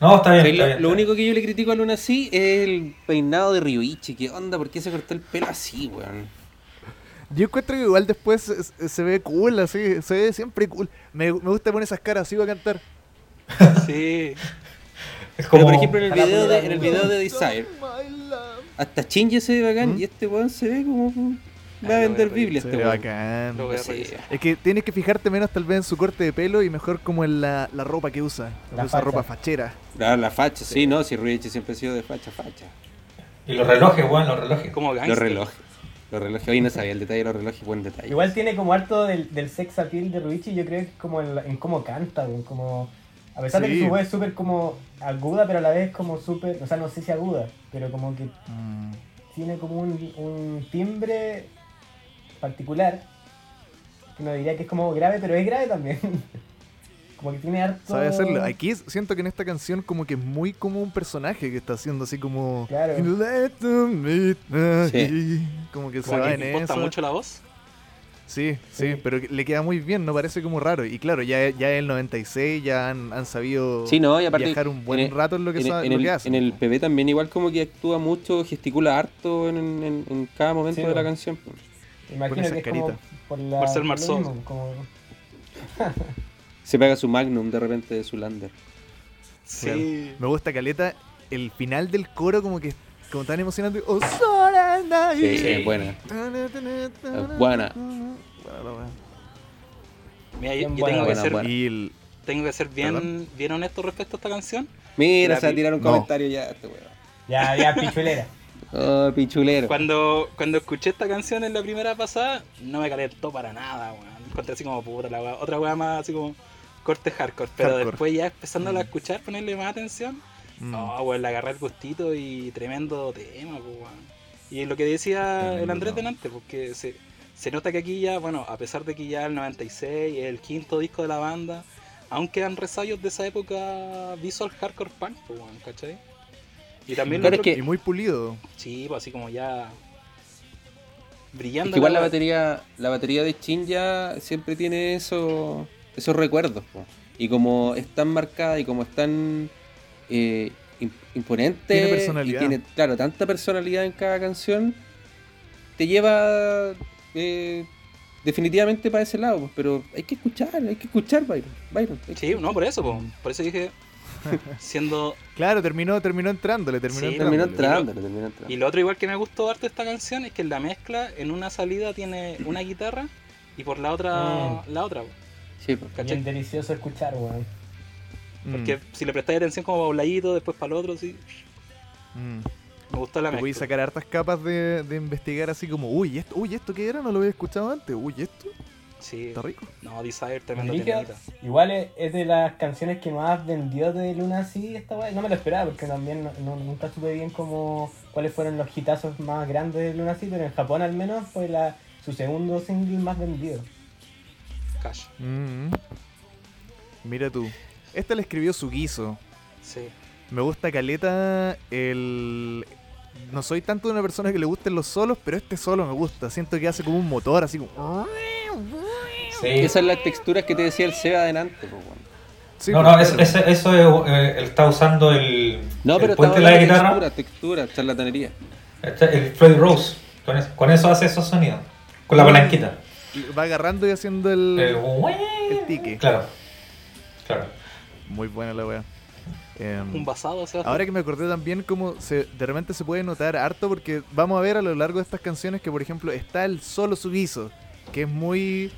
Speaker 4: No, está bien. está
Speaker 8: ¿Sabes Lo,
Speaker 4: bien,
Speaker 8: lo
Speaker 4: está bien.
Speaker 8: único que yo le critico a Luna sí es el peinado de Ryuichi. ¿Qué onda? ¿Por qué se cortó el pelo así, weón?
Speaker 1: Yo encuentro que igual después se, se- se ve cool, así. Se ve siempre cool. Me, me gusta poner esas caras así va a cantar.
Speaker 2: Sí.
Speaker 4: Es como,
Speaker 8: Pero por ejemplo, en el
Speaker 5: Ojalá
Speaker 8: video de,
Speaker 5: pudiera
Speaker 8: en el
Speaker 5: verlo.
Speaker 8: video de Desire, hasta Shinji se ve bacán y este weón se ve como.
Speaker 3: va a
Speaker 2: Ahí lo voy
Speaker 3: vender
Speaker 2: a reír.
Speaker 3: Biblia este
Speaker 1: Sería
Speaker 3: weón.
Speaker 1: bacán.
Speaker 2: Lo voy a
Speaker 3: Sí.
Speaker 2: revisar.
Speaker 1: Es que tienes que fijarte menos tal vez en su corte de pelo y mejor como en la, la ropa que usa.
Speaker 5: La
Speaker 1: usa
Speaker 5: facha.
Speaker 1: ropa fachera.
Speaker 3: Ah, la facha, sí, no, si Ruichi siempre ha sido de facha, facha.
Speaker 4: Y los relojes, weón, los relojes.
Speaker 2: Como gangster.
Speaker 3: Los relojes. Los relojes, hoy no sabía el detalle de los relojes, buen detalle.
Speaker 6: Igual tiene como harto del, del sex appeal de Ruichi, yo creo que es como en, la- en cómo canta, weón, como... A pesar de
Speaker 1: Sí.
Speaker 6: que su voz es súper como aguda, pero a la vez como súper... O sea, no sé si aguda, pero como que
Speaker 1: Mm.
Speaker 6: tiene como un, un timbre particular. Que no diría que es como grave, pero es grave también. como que tiene harto...
Speaker 5: Oh.
Speaker 1: Sabe hacerlo. Aquí es- siento que en esta canción como que es muy como un personaje que está haciendo así como...
Speaker 6: Claro.
Speaker 1: Let the midnight
Speaker 3: Sí.
Speaker 1: Como que se
Speaker 2: Como
Speaker 1: va
Speaker 2: que
Speaker 1: en
Speaker 2: te importa
Speaker 1: eso.
Speaker 2: mucho la voz.
Speaker 1: Sí, sí,
Speaker 6: Sí.
Speaker 1: pero que- le queda muy bien, no parece como raro. Y claro, ya, ya el 96 ya han, han sabido
Speaker 3: Sí, no, y aparte
Speaker 1: viajar un buen
Speaker 3: en el-
Speaker 1: rato en lo que,
Speaker 3: En
Speaker 1: sa-
Speaker 3: el, en
Speaker 1: lo
Speaker 3: el-
Speaker 1: que hacen.
Speaker 3: en el PB también igual como que actúa mucho, gesticula harto en, en- en cada momento
Speaker 6: Sí,
Speaker 3: de la
Speaker 6: bueno.
Speaker 3: canción.
Speaker 1: Con
Speaker 6: Imagino
Speaker 1: esas
Speaker 6: que es como
Speaker 1: caritas.
Speaker 6: por la...
Speaker 2: Por ser
Speaker 6: lo
Speaker 2: Marzón.
Speaker 6: mismo, como-
Speaker 3: Se pega su Magnum de repente de su Lander.
Speaker 2: Sí.
Speaker 1: Me gusta Caleta, el final del coro como que es como tan emocionante. Oh, Sora
Speaker 3: Sí,
Speaker 1: Night.
Speaker 3: es buena. Es buena.
Speaker 1: Buena la wea.
Speaker 2: Mira,
Speaker 6: Bien
Speaker 2: yo, yo tengo,
Speaker 6: buena,
Speaker 2: que
Speaker 3: buena,
Speaker 2: ser,
Speaker 3: buena.
Speaker 1: Y el-
Speaker 2: tengo que ser bien,
Speaker 1: Perdón.
Speaker 2: bien honesto respecto a esta canción.
Speaker 3: Mira,
Speaker 2: La
Speaker 3: se va a
Speaker 2: pi-
Speaker 3: tirar un
Speaker 1: No.
Speaker 3: comentario ya este weón.
Speaker 6: Ya, ya, pichulera.
Speaker 3: Oh, pichulero.
Speaker 2: Cuando, cuando escuché esta canción en la primera pasada, no me calentó para nada, weón. Encontré así como puta la weá. Otra weá más así como corte hardcore. Pero
Speaker 1: Hardcore.
Speaker 2: después ya empezándola a escuchar, ponerle más atención.
Speaker 1: mm,
Speaker 2: No, weón, le agarré el gustito y tremendo tema, pues, weón. Y lo que decía
Speaker 1: Tremendo
Speaker 2: el Andrés
Speaker 1: tema.
Speaker 2: delante, porque se, se nota que aquí ya, bueno, a pesar de que ya el 96 es el quinto disco de la banda, aún quedan resabios de esa época visual hardcore punk, pues, weón, ¿cachai? Y también lo
Speaker 3: Claro, es
Speaker 2: otro-
Speaker 3: que-
Speaker 1: y muy pulido.
Speaker 2: Sí, pues así como ya.
Speaker 3: Es
Speaker 2: Brillando.
Speaker 3: que igual la batería, la batería de Chin ya siempre tiene eso, esos recuerdos. po. Y como es tan marcada y como es tan eh, imp- imponente.
Speaker 1: Tiene personalidad.
Speaker 3: Y tiene, claro, tanta personalidad en cada canción. Te lleva eh, definitivamente para ese lado. po. Pero hay que escuchar, hay que escuchar, Byron. Byron, hay que
Speaker 2: Sí, no, por eso, po. por eso dije. Siendo.
Speaker 1: Claro, terminó, terminó entrándole, terminó
Speaker 2: Sí,
Speaker 3: Terminó
Speaker 1: entrándole.
Speaker 3: entrando, terminó entrando.
Speaker 2: Y lo otro, igual que me gustó harto esta canción, es que en la mezcla, en una salida tiene una guitarra y por la otra, la otra. po.
Speaker 3: Sí, po.
Speaker 2: ¿Cachai?
Speaker 6: Bien delicioso escuchar, weón.
Speaker 1: Mm,
Speaker 2: Porque si le prestáis atención como a un ladito, después para el otro, sí.
Speaker 1: mm.
Speaker 2: Me gustó la
Speaker 1: Te voy a
Speaker 2: mezcla.
Speaker 1: sacar hartas capas de, de investigar así como, uy, esto, uy, esto qué era, no lo había escuchado antes. Uy, esto
Speaker 2: Sí.
Speaker 1: está rico.
Speaker 2: No, Desire, tremendo
Speaker 6: Brígido.
Speaker 2: temita.
Speaker 6: Igual es, es de las canciones que más vendió de Luna sí esta weá. No me lo esperaba porque también no- no- nunca supe bien como cuáles fueron los hitazos más grandes de Luna sí, pero en Japón al menos fue la, su segundo single más vendido.
Speaker 2: Cash.
Speaker 1: Mm. Mira tú. Esta la escribió Sugizo.
Speaker 2: Sí.
Speaker 1: Me gusta Caleta el... No soy tanto de una persona que le gusten los solos, pero este solo me gusta. Siento que hace como un motor, así como... ah,
Speaker 4: Sí.
Speaker 3: Esas son las texturas que te decía el Seba adelante. po, weón.
Speaker 1: Sí,
Speaker 4: no,
Speaker 1: pues,
Speaker 4: no, eso, eso, eso es, eh, él está usando el,
Speaker 3: No,
Speaker 4: el
Speaker 3: pero
Speaker 4: puente de
Speaker 3: hablando
Speaker 4: la
Speaker 3: de
Speaker 4: guitarra,
Speaker 3: textura, textura, charlatanería.
Speaker 4: este, el Floyd Rose. Con eso, con eso hace esos sonidos. Con la palanquita.
Speaker 1: Va agarrando y haciendo el...
Speaker 4: El,
Speaker 1: el tique.
Speaker 4: Claro. Claro.
Speaker 1: Muy buena la wea. Em,
Speaker 2: Un basado, o sea.
Speaker 1: Ahora que me acordé también cómo se, de repente se puede notar harto porque vamos a ver a lo largo de estas canciones que por ejemplo está el solo subizo, que es muy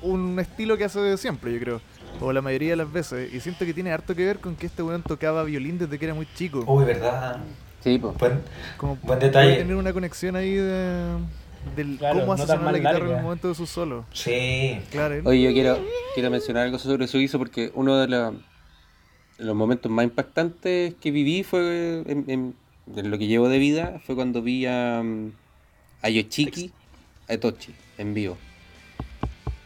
Speaker 1: un estilo que hace de siempre, yo creo, o la mayoría de las veces, y siento que tiene harto que ver con que este weón tocaba violín desde que era muy chico.
Speaker 4: Uy, verdad. Pues,
Speaker 3: Sí, po.
Speaker 4: Buen-
Speaker 1: Como
Speaker 4: buen
Speaker 1: puede
Speaker 4: detalle.
Speaker 1: tener una conexión ahí de, del
Speaker 6: Claro,
Speaker 1: cómo hace
Speaker 6: notas
Speaker 1: sonar la
Speaker 6: más
Speaker 1: guitarra en
Speaker 6: largas.
Speaker 1: el momento de su solo.
Speaker 4: Sí.
Speaker 1: Claro, él-
Speaker 3: Oye, yo quiero, quiero mencionar algo sobre Suizo porque uno de, la- de los momentos más impactantes que viví fue en, en- de lo que llevo de vida fue cuando vi a, mm, a Yoshiki a Etochi en vivo.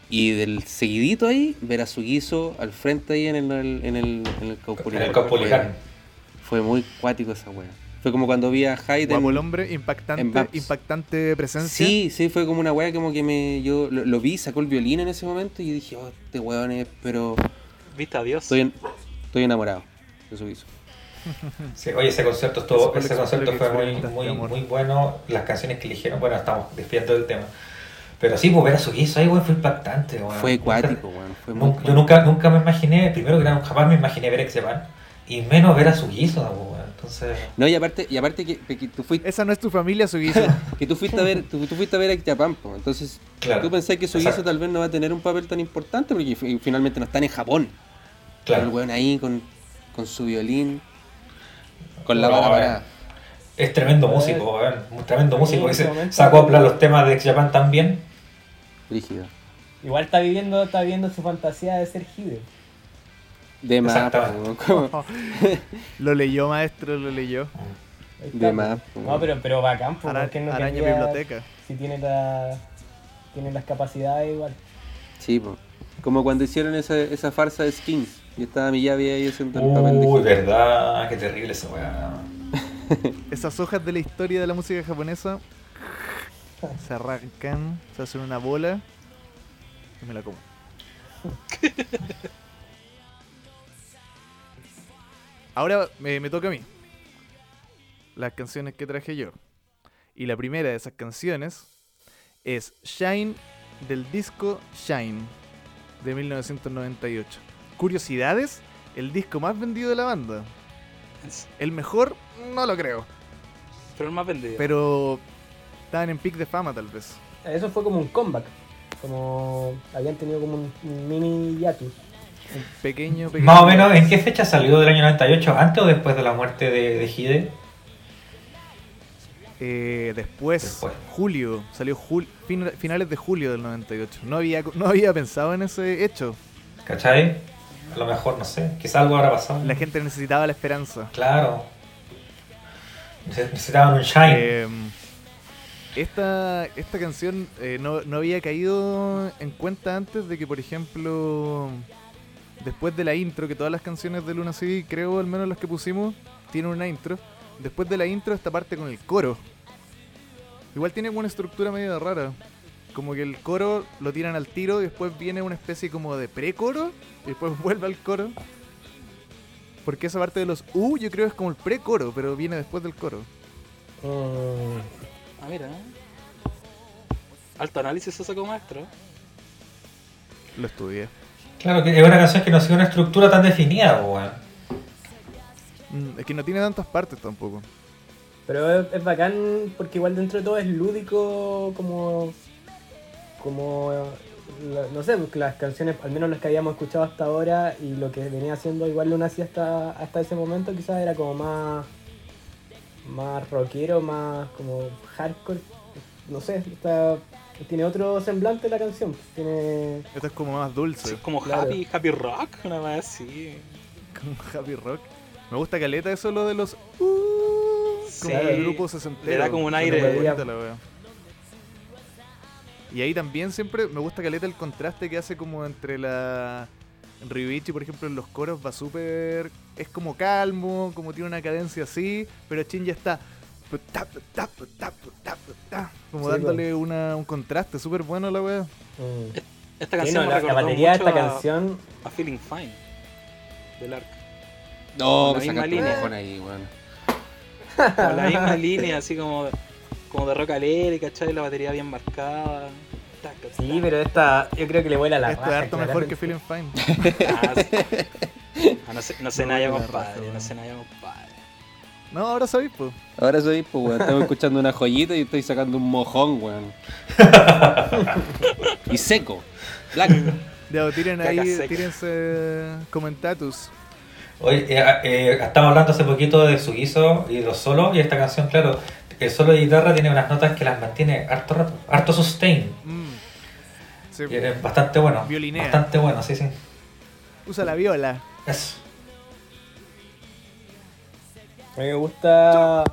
Speaker 3: Y del seguidito ahí, ver a Suizo al frente ahí en el, en el, en el Caupolicán.
Speaker 4: En el Caupolicán.
Speaker 3: Fue, fue muy cuático esa wea. Fue como cuando vi a Hyde en-
Speaker 1: guapo el hombre, impactante,
Speaker 3: Vaps.
Speaker 1: impactante presencia.
Speaker 3: Sí, sí, fue como una weá como que me. Yo lo, lo vi, sacó el violín en ese momento y dije, oh, este weón es, pero.
Speaker 2: Viste a Dios.
Speaker 3: Estoy, en- estoy enamorado de su hizo.
Speaker 4: Sí, oye, ese concierto
Speaker 1: Eso
Speaker 4: estuvo,
Speaker 1: fue lo
Speaker 4: ese
Speaker 1: que-
Speaker 4: concierto
Speaker 1: lo que
Speaker 4: fue muy,
Speaker 1: experimentaste,
Speaker 4: muy,
Speaker 1: amor.
Speaker 4: muy bueno. Las canciones que eligieron, bueno, estamos desviando del tema. Pero sí, pues ver a su guiso ahí, weón, fue impactante, weón.
Speaker 3: Fue
Speaker 4: Nunca-
Speaker 3: acuático, weón. Fue muy
Speaker 4: nun- yo
Speaker 3: cuático.
Speaker 4: nunca, nunca me imaginé, primero que nada, jamás me imaginé ver a Xepan, y menos ver a su guiso, weón. Entonces,
Speaker 3: No, y aparte, y aparte que, que tú fuiste,
Speaker 1: Esa no es tu familia, Sugizo.
Speaker 3: que tú fuiste a ver, tú, tú fuiste a ver a Ictiapampo, entonces
Speaker 4: Claro,
Speaker 3: tú pensás que Sugizo
Speaker 4: exacto.
Speaker 3: tal vez no va a tener un papel tan importante porque fi- finalmente no están en Japón. El
Speaker 4: claro.
Speaker 3: weón ahí con, con su violín, con la
Speaker 4: No,
Speaker 3: vara
Speaker 4: a ver.
Speaker 3: parada.
Speaker 4: Es tremendo músico, weón, un tremendo músico.
Speaker 5: en
Speaker 4: que
Speaker 5: este
Speaker 4: se-
Speaker 5: momento-
Speaker 4: sacó a plan los temas de X Japan también.
Speaker 3: Rígido.
Speaker 5: Igual está viviendo, está viviendo su fantasía de ser Hideo.
Speaker 3: De más,
Speaker 4: Exactamente.
Speaker 3: po, como-
Speaker 1: Lo leyó, maestro, lo leyó.
Speaker 5: Ahí está,
Speaker 3: de
Speaker 5: pues.
Speaker 3: más. po.
Speaker 5: No, pero, pero bacán, pues,
Speaker 1: Ara-
Speaker 5: porque no
Speaker 1: araña
Speaker 5: quería-
Speaker 1: biblioteca.
Speaker 5: Si tiene, la, tiene las capacidades igual.
Speaker 3: Sí, po. como cuando hicieron esa, esa farsa de Skins. Y estaba mi llave ahí haciendo el papel de
Speaker 4: Uy,
Speaker 3: Hideo.
Speaker 4: verdad, qué terrible esa weón.
Speaker 1: Esas hojas de la historia de la música japonesa se arrancan, se hacen una bola y me la como. Ahora me, me toca a mí. Las canciones que traje yo. Y la primera de esas canciones es Shine del disco Shine de 1998. Curiosidades, el disco más vendido de la banda. El mejor, no lo creo.
Speaker 2: Pero el más vendido.
Speaker 1: Pero estaban en pic de fama, tal vez.
Speaker 5: Eso fue como un comeback. Como habían tenido como un, un mini hiatus.
Speaker 1: Un pequeño, pequeño.
Speaker 4: Más o menos, ¿en qué fecha salió del año 98? ¿Antes o después de la muerte de, de Hide?
Speaker 1: Eh, después,
Speaker 4: Después.
Speaker 1: julio, salió jul- fin- finales de julio del 98. No había, no había pensado en ese hecho.
Speaker 4: ¿Cachai? A lo mejor, no sé, quizá algo habrá pasado.
Speaker 1: La gente necesitaba la esperanza.
Speaker 4: Claro. Neces- Necesitaban un shine.
Speaker 1: Eh, esta, esta canción eh, no, no había caído en cuenta antes de que, por ejemplo, después de la intro, que todas las canciones de Luna City, creo, al menos las que pusimos, tienen una intro. Después de la intro, esta parte con el coro. Igual tiene como una estructura medio rara. Como que el coro lo tiran al tiro y después viene una especie como de pre-coro y después vuelve al coro. Porque esa parte de los U yo creo es como el pre-coro, pero viene después del coro.
Speaker 5: Mm,
Speaker 2: Ah, mira. Alto análisis se sacó maestro. ¿eh?
Speaker 1: Lo estudié.
Speaker 4: Claro, que es una canción que no sigue una estructura tan definida, po, weón.
Speaker 1: Mm, Es que no tiene tantas partes tampoco.
Speaker 5: pero es, es bacán porque igual dentro de todo es lúdico como... Como... eh, la- No sé, porque las canciones, al menos las que habíamos escuchado hasta ahora y lo que venía haciendo igual Luna hacía hasta, hasta ese momento quizás era como más... Más rockero, más como hardcore. No sé, está- tiene otro semblante la canción. Tiene...
Speaker 1: Esta es como más dulce,
Speaker 2: Sí, como
Speaker 5: claro.
Speaker 2: happy, happy rock, una más así.
Speaker 1: como happy rock. Me gusta caleta eso lo de los uh, como
Speaker 2: Sí.
Speaker 1: el grupo sesentero.
Speaker 2: Le da como un
Speaker 1: Suena
Speaker 2: aire.
Speaker 1: muy bonita la wea. y ahí también siempre me gusta caleta el contraste que hace como entre la Ryuichi, por ejemplo, en los coros va súper es como calmo, como tiene una cadencia así, pero Chin ya está ta, ta, ta, ta, ta, ta, como
Speaker 5: Sí,
Speaker 1: dándole una, un contraste súper bueno a la wea.
Speaker 5: mm.
Speaker 2: Esta
Speaker 5: Sí,
Speaker 2: canción
Speaker 5: no,
Speaker 2: me
Speaker 5: la, la
Speaker 2: recordó
Speaker 5: batería de
Speaker 2: mucho
Speaker 5: esta
Speaker 2: a-
Speaker 5: canción
Speaker 2: a Feeling Fine del arco.
Speaker 3: No,
Speaker 2: La
Speaker 3: me
Speaker 2: misma
Speaker 3: sacaste un
Speaker 2: línea.
Speaker 3: mojón ahí, weón.
Speaker 2: Con la misma línea, así como, como de rock alegre, ¿cachai? La batería bien marcada. Tac, tac,
Speaker 5: Sí,
Speaker 2: tac.
Speaker 5: pero esta yo creo que le vuela la
Speaker 1: Esto es
Speaker 5: raja,
Speaker 1: harto mejor que
Speaker 5: claramente.
Speaker 1: Feeling Fine.
Speaker 2: Ah, sí. Ah, no sé, no sé
Speaker 1: No,
Speaker 2: nada,
Speaker 1: la raja,
Speaker 2: compadre.
Speaker 1: weón.
Speaker 2: No sé nada, compadre.
Speaker 1: No, ahora sabéis, pues.
Speaker 3: Ahora soy, pues, weón, estamos escuchando una joyita y estoy sacando un mojón, weón. y seco. Blanco.
Speaker 1: Ya, pues, tiren
Speaker 2: Caca
Speaker 1: ahí,
Speaker 2: seca.
Speaker 1: tírense comentatus.
Speaker 4: Oye, eh, eh, estamos hablando hace poquito de su guiso y de los solos, y esta canción, claro, el solo de guitarra tiene unas notas que las mantiene harto rato, harto sustain.
Speaker 1: Mm. Sí,
Speaker 4: Y es bastante bueno.
Speaker 1: Violinea.
Speaker 4: Bastante bueno, sí, sí.
Speaker 1: usa la viola.
Speaker 4: Eso.
Speaker 5: A mí me gusta.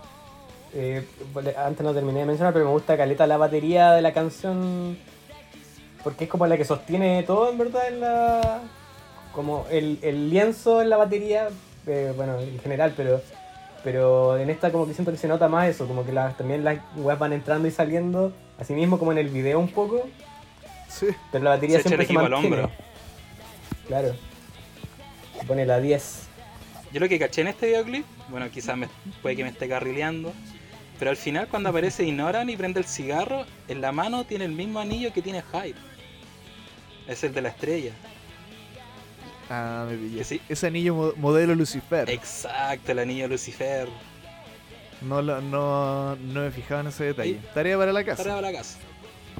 Speaker 5: eh, vale, antes no terminé de mencionar, pero me gusta caleta la batería de la canción. Porque es como la que sostiene todo, en verdad, en la. Como el, el lienzo en la batería, eh, bueno, en general, pero. Pero en esta como que siento que se nota más eso, como que las, también las weas van entrando y saliendo, así mismo como en el video un poco,
Speaker 1: Sí.
Speaker 5: pero la
Speaker 2: Se
Speaker 5: batería
Speaker 2: echa el
Speaker 5: siempre se
Speaker 2: equipo al
Speaker 5: mantiene.
Speaker 2: hombro.
Speaker 5: Claro. Se pone la 10.
Speaker 2: Yo lo que caché en este videoclip, bueno, quizás me, puede que me esté carrileando, pero al final cuando aparece Ignoran y prende el cigarro, en la mano tiene el mismo anillo que tiene Hyde. Es el de la estrella.
Speaker 1: Ah, me pillé.
Speaker 2: Que sí.
Speaker 1: Ese anillo mo- modelo Lucifer.
Speaker 2: Exacto, el anillo de Lucifer.
Speaker 1: No, lo- no, no me fijaba en ese detalle. Tarea para la casa.
Speaker 2: Para la casa.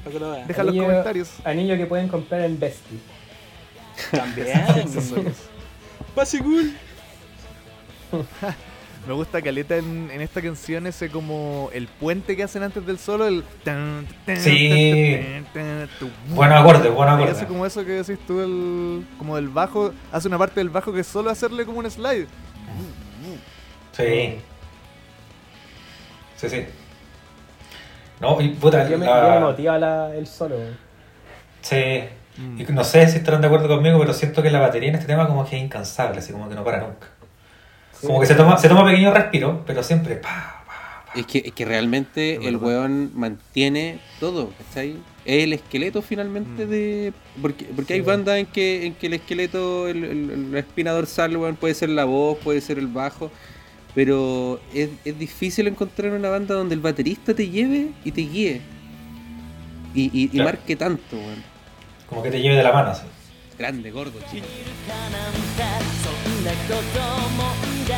Speaker 2: Para que lo vean.
Speaker 1: Deja los
Speaker 5: Anillo-
Speaker 1: comentarios.
Speaker 5: Anillo que pueden comprar en Besti.
Speaker 2: También. Pase cool.
Speaker 1: Me gusta caleta en, en esta canción ese como el puente que hacen antes del solo, el tan, tan,
Speaker 4: Sí.
Speaker 1: tan, tan, tan, tu-
Speaker 4: Buen acorde, buen
Speaker 1: Y
Speaker 4: acorde.
Speaker 1: hace como eso que decís tú, el, como del bajo, hace una parte del bajo que es solo hacerle como un slide. Mm.
Speaker 4: Sí. Sí, sí. No, y puta,
Speaker 5: Yo me,
Speaker 4: la-
Speaker 5: yo me motiva la- el solo. weón.
Speaker 4: sí.
Speaker 1: Mm.
Speaker 4: Y no sé si estarán de acuerdo conmigo, pero siento que la batería en este tema como que es incansable, así como que no para nunca. Como que se toma, se toma pequeño respiro, pero siempre pa,
Speaker 3: Es que, es que realmente
Speaker 1: Es
Speaker 3: el
Speaker 1: verdad.
Speaker 3: weón mantiene todo, ¿cachai? Es el esqueleto finalmente
Speaker 1: Mm.
Speaker 3: de... Porque, porque hay bandas en que, en que el esqueleto, el, el- la espina dorsal, weón, puede ser la voz, puede ser el bajo, pero es, es difícil encontrar una banda donde el baterista te lleve y te guíe. Y, y, y
Speaker 4: Claro.
Speaker 3: marque tanto, weón.
Speaker 4: como que te lleve de la mano. Así.
Speaker 3: Grande, gordo, chico.
Speaker 9: かなんてそんなこと問題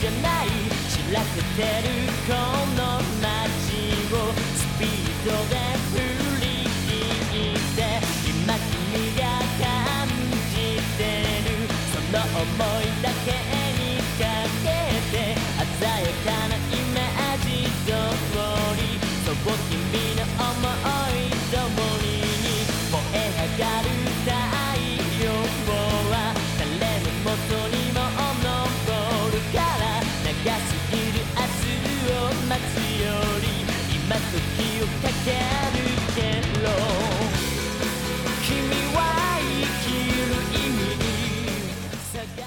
Speaker 9: じゃない散らけてるこの街をスピードで振り切って今君が感じてるその思いだけにかけて鮮やかなイメージ通りそう君の思いともに燃え上がる太陽は誰のもとにも昇るから長すぎる明日を待つより今時をかけるけど君は生きる意味探すけ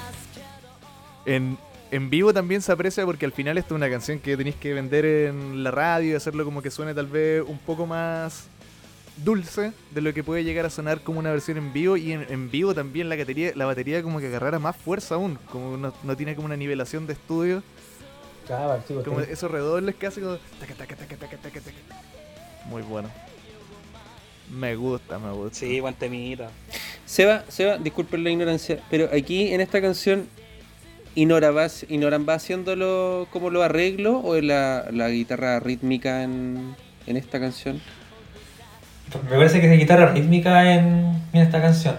Speaker 9: ど
Speaker 1: En, en vivo también se aprecia porque al final esta es una canción que tenéis que vender en la radio y hacerlo como que suene tal vez un poco más dulce de lo que puede llegar a sonar como una versión en vivo y en, en vivo también la batería, la batería como que agarrara más fuerza aún, como no, no tiene como una nivelación de estudio,
Speaker 5: Claro, chicos.
Speaker 1: como eh,
Speaker 5: tenés-
Speaker 1: esos redobles que hace como taca, taca, taca, taca, taca, taca. Muy bueno. Me gusta, me gusta.
Speaker 2: Sí, buen temita.
Speaker 3: Seba, Seba, disculpen la ignorancia, pero aquí en esta canción, ¿Inora va, Inoran va haciéndolo como lo arreglo o es la, la guitarra rítmica en, en esta canción?
Speaker 4: Me parece que es de guitarra rítmica en, en esta canción.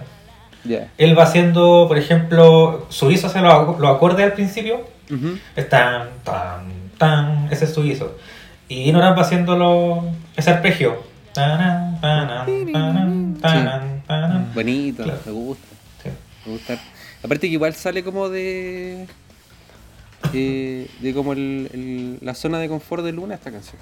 Speaker 3: Ya.
Speaker 4: Él va haciendo, por ejemplo, suizo hace los, ac- los acordes al principio.
Speaker 3: Ujú.
Speaker 4: Es tan, tan, tan, ese es suizo. Y Noran va haciendo lo- ese arpegio. Tanan, tanan, tanan, tanan, tanan.
Speaker 3: Bonito,
Speaker 4: Claro.
Speaker 3: me gusta,
Speaker 4: Sí.
Speaker 3: me gusta. Aparte que igual sale como de... eh, de como el- el- la zona de confort de Luna esta canción.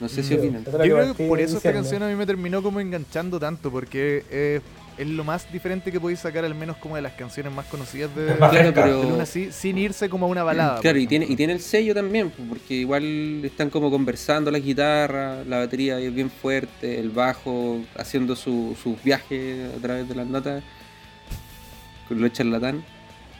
Speaker 3: No sé si
Speaker 5: Yo
Speaker 3: opinan.
Speaker 5: creo
Speaker 1: Yo creo
Speaker 5: partí
Speaker 1: que por eso esta
Speaker 5: diciendo.
Speaker 1: canción a mí me terminó como enganchando tanto, porque eh, es lo más diferente que podéis sacar, al menos como de las canciones más conocidas de,
Speaker 4: Es más
Speaker 1: de
Speaker 3: Claro,
Speaker 4: fresca.
Speaker 3: pero-
Speaker 1: Luna, sí, sin irse como a una balada.
Speaker 3: Claro,
Speaker 1: por
Speaker 3: y tiene,
Speaker 1: ejemplo.
Speaker 3: y tiene el sello también, pues, porque igual están como conversando las guitarras, la batería es bien fuerte, el bajo haciendo su- sus viajes a través de las notas, con lo charlatán.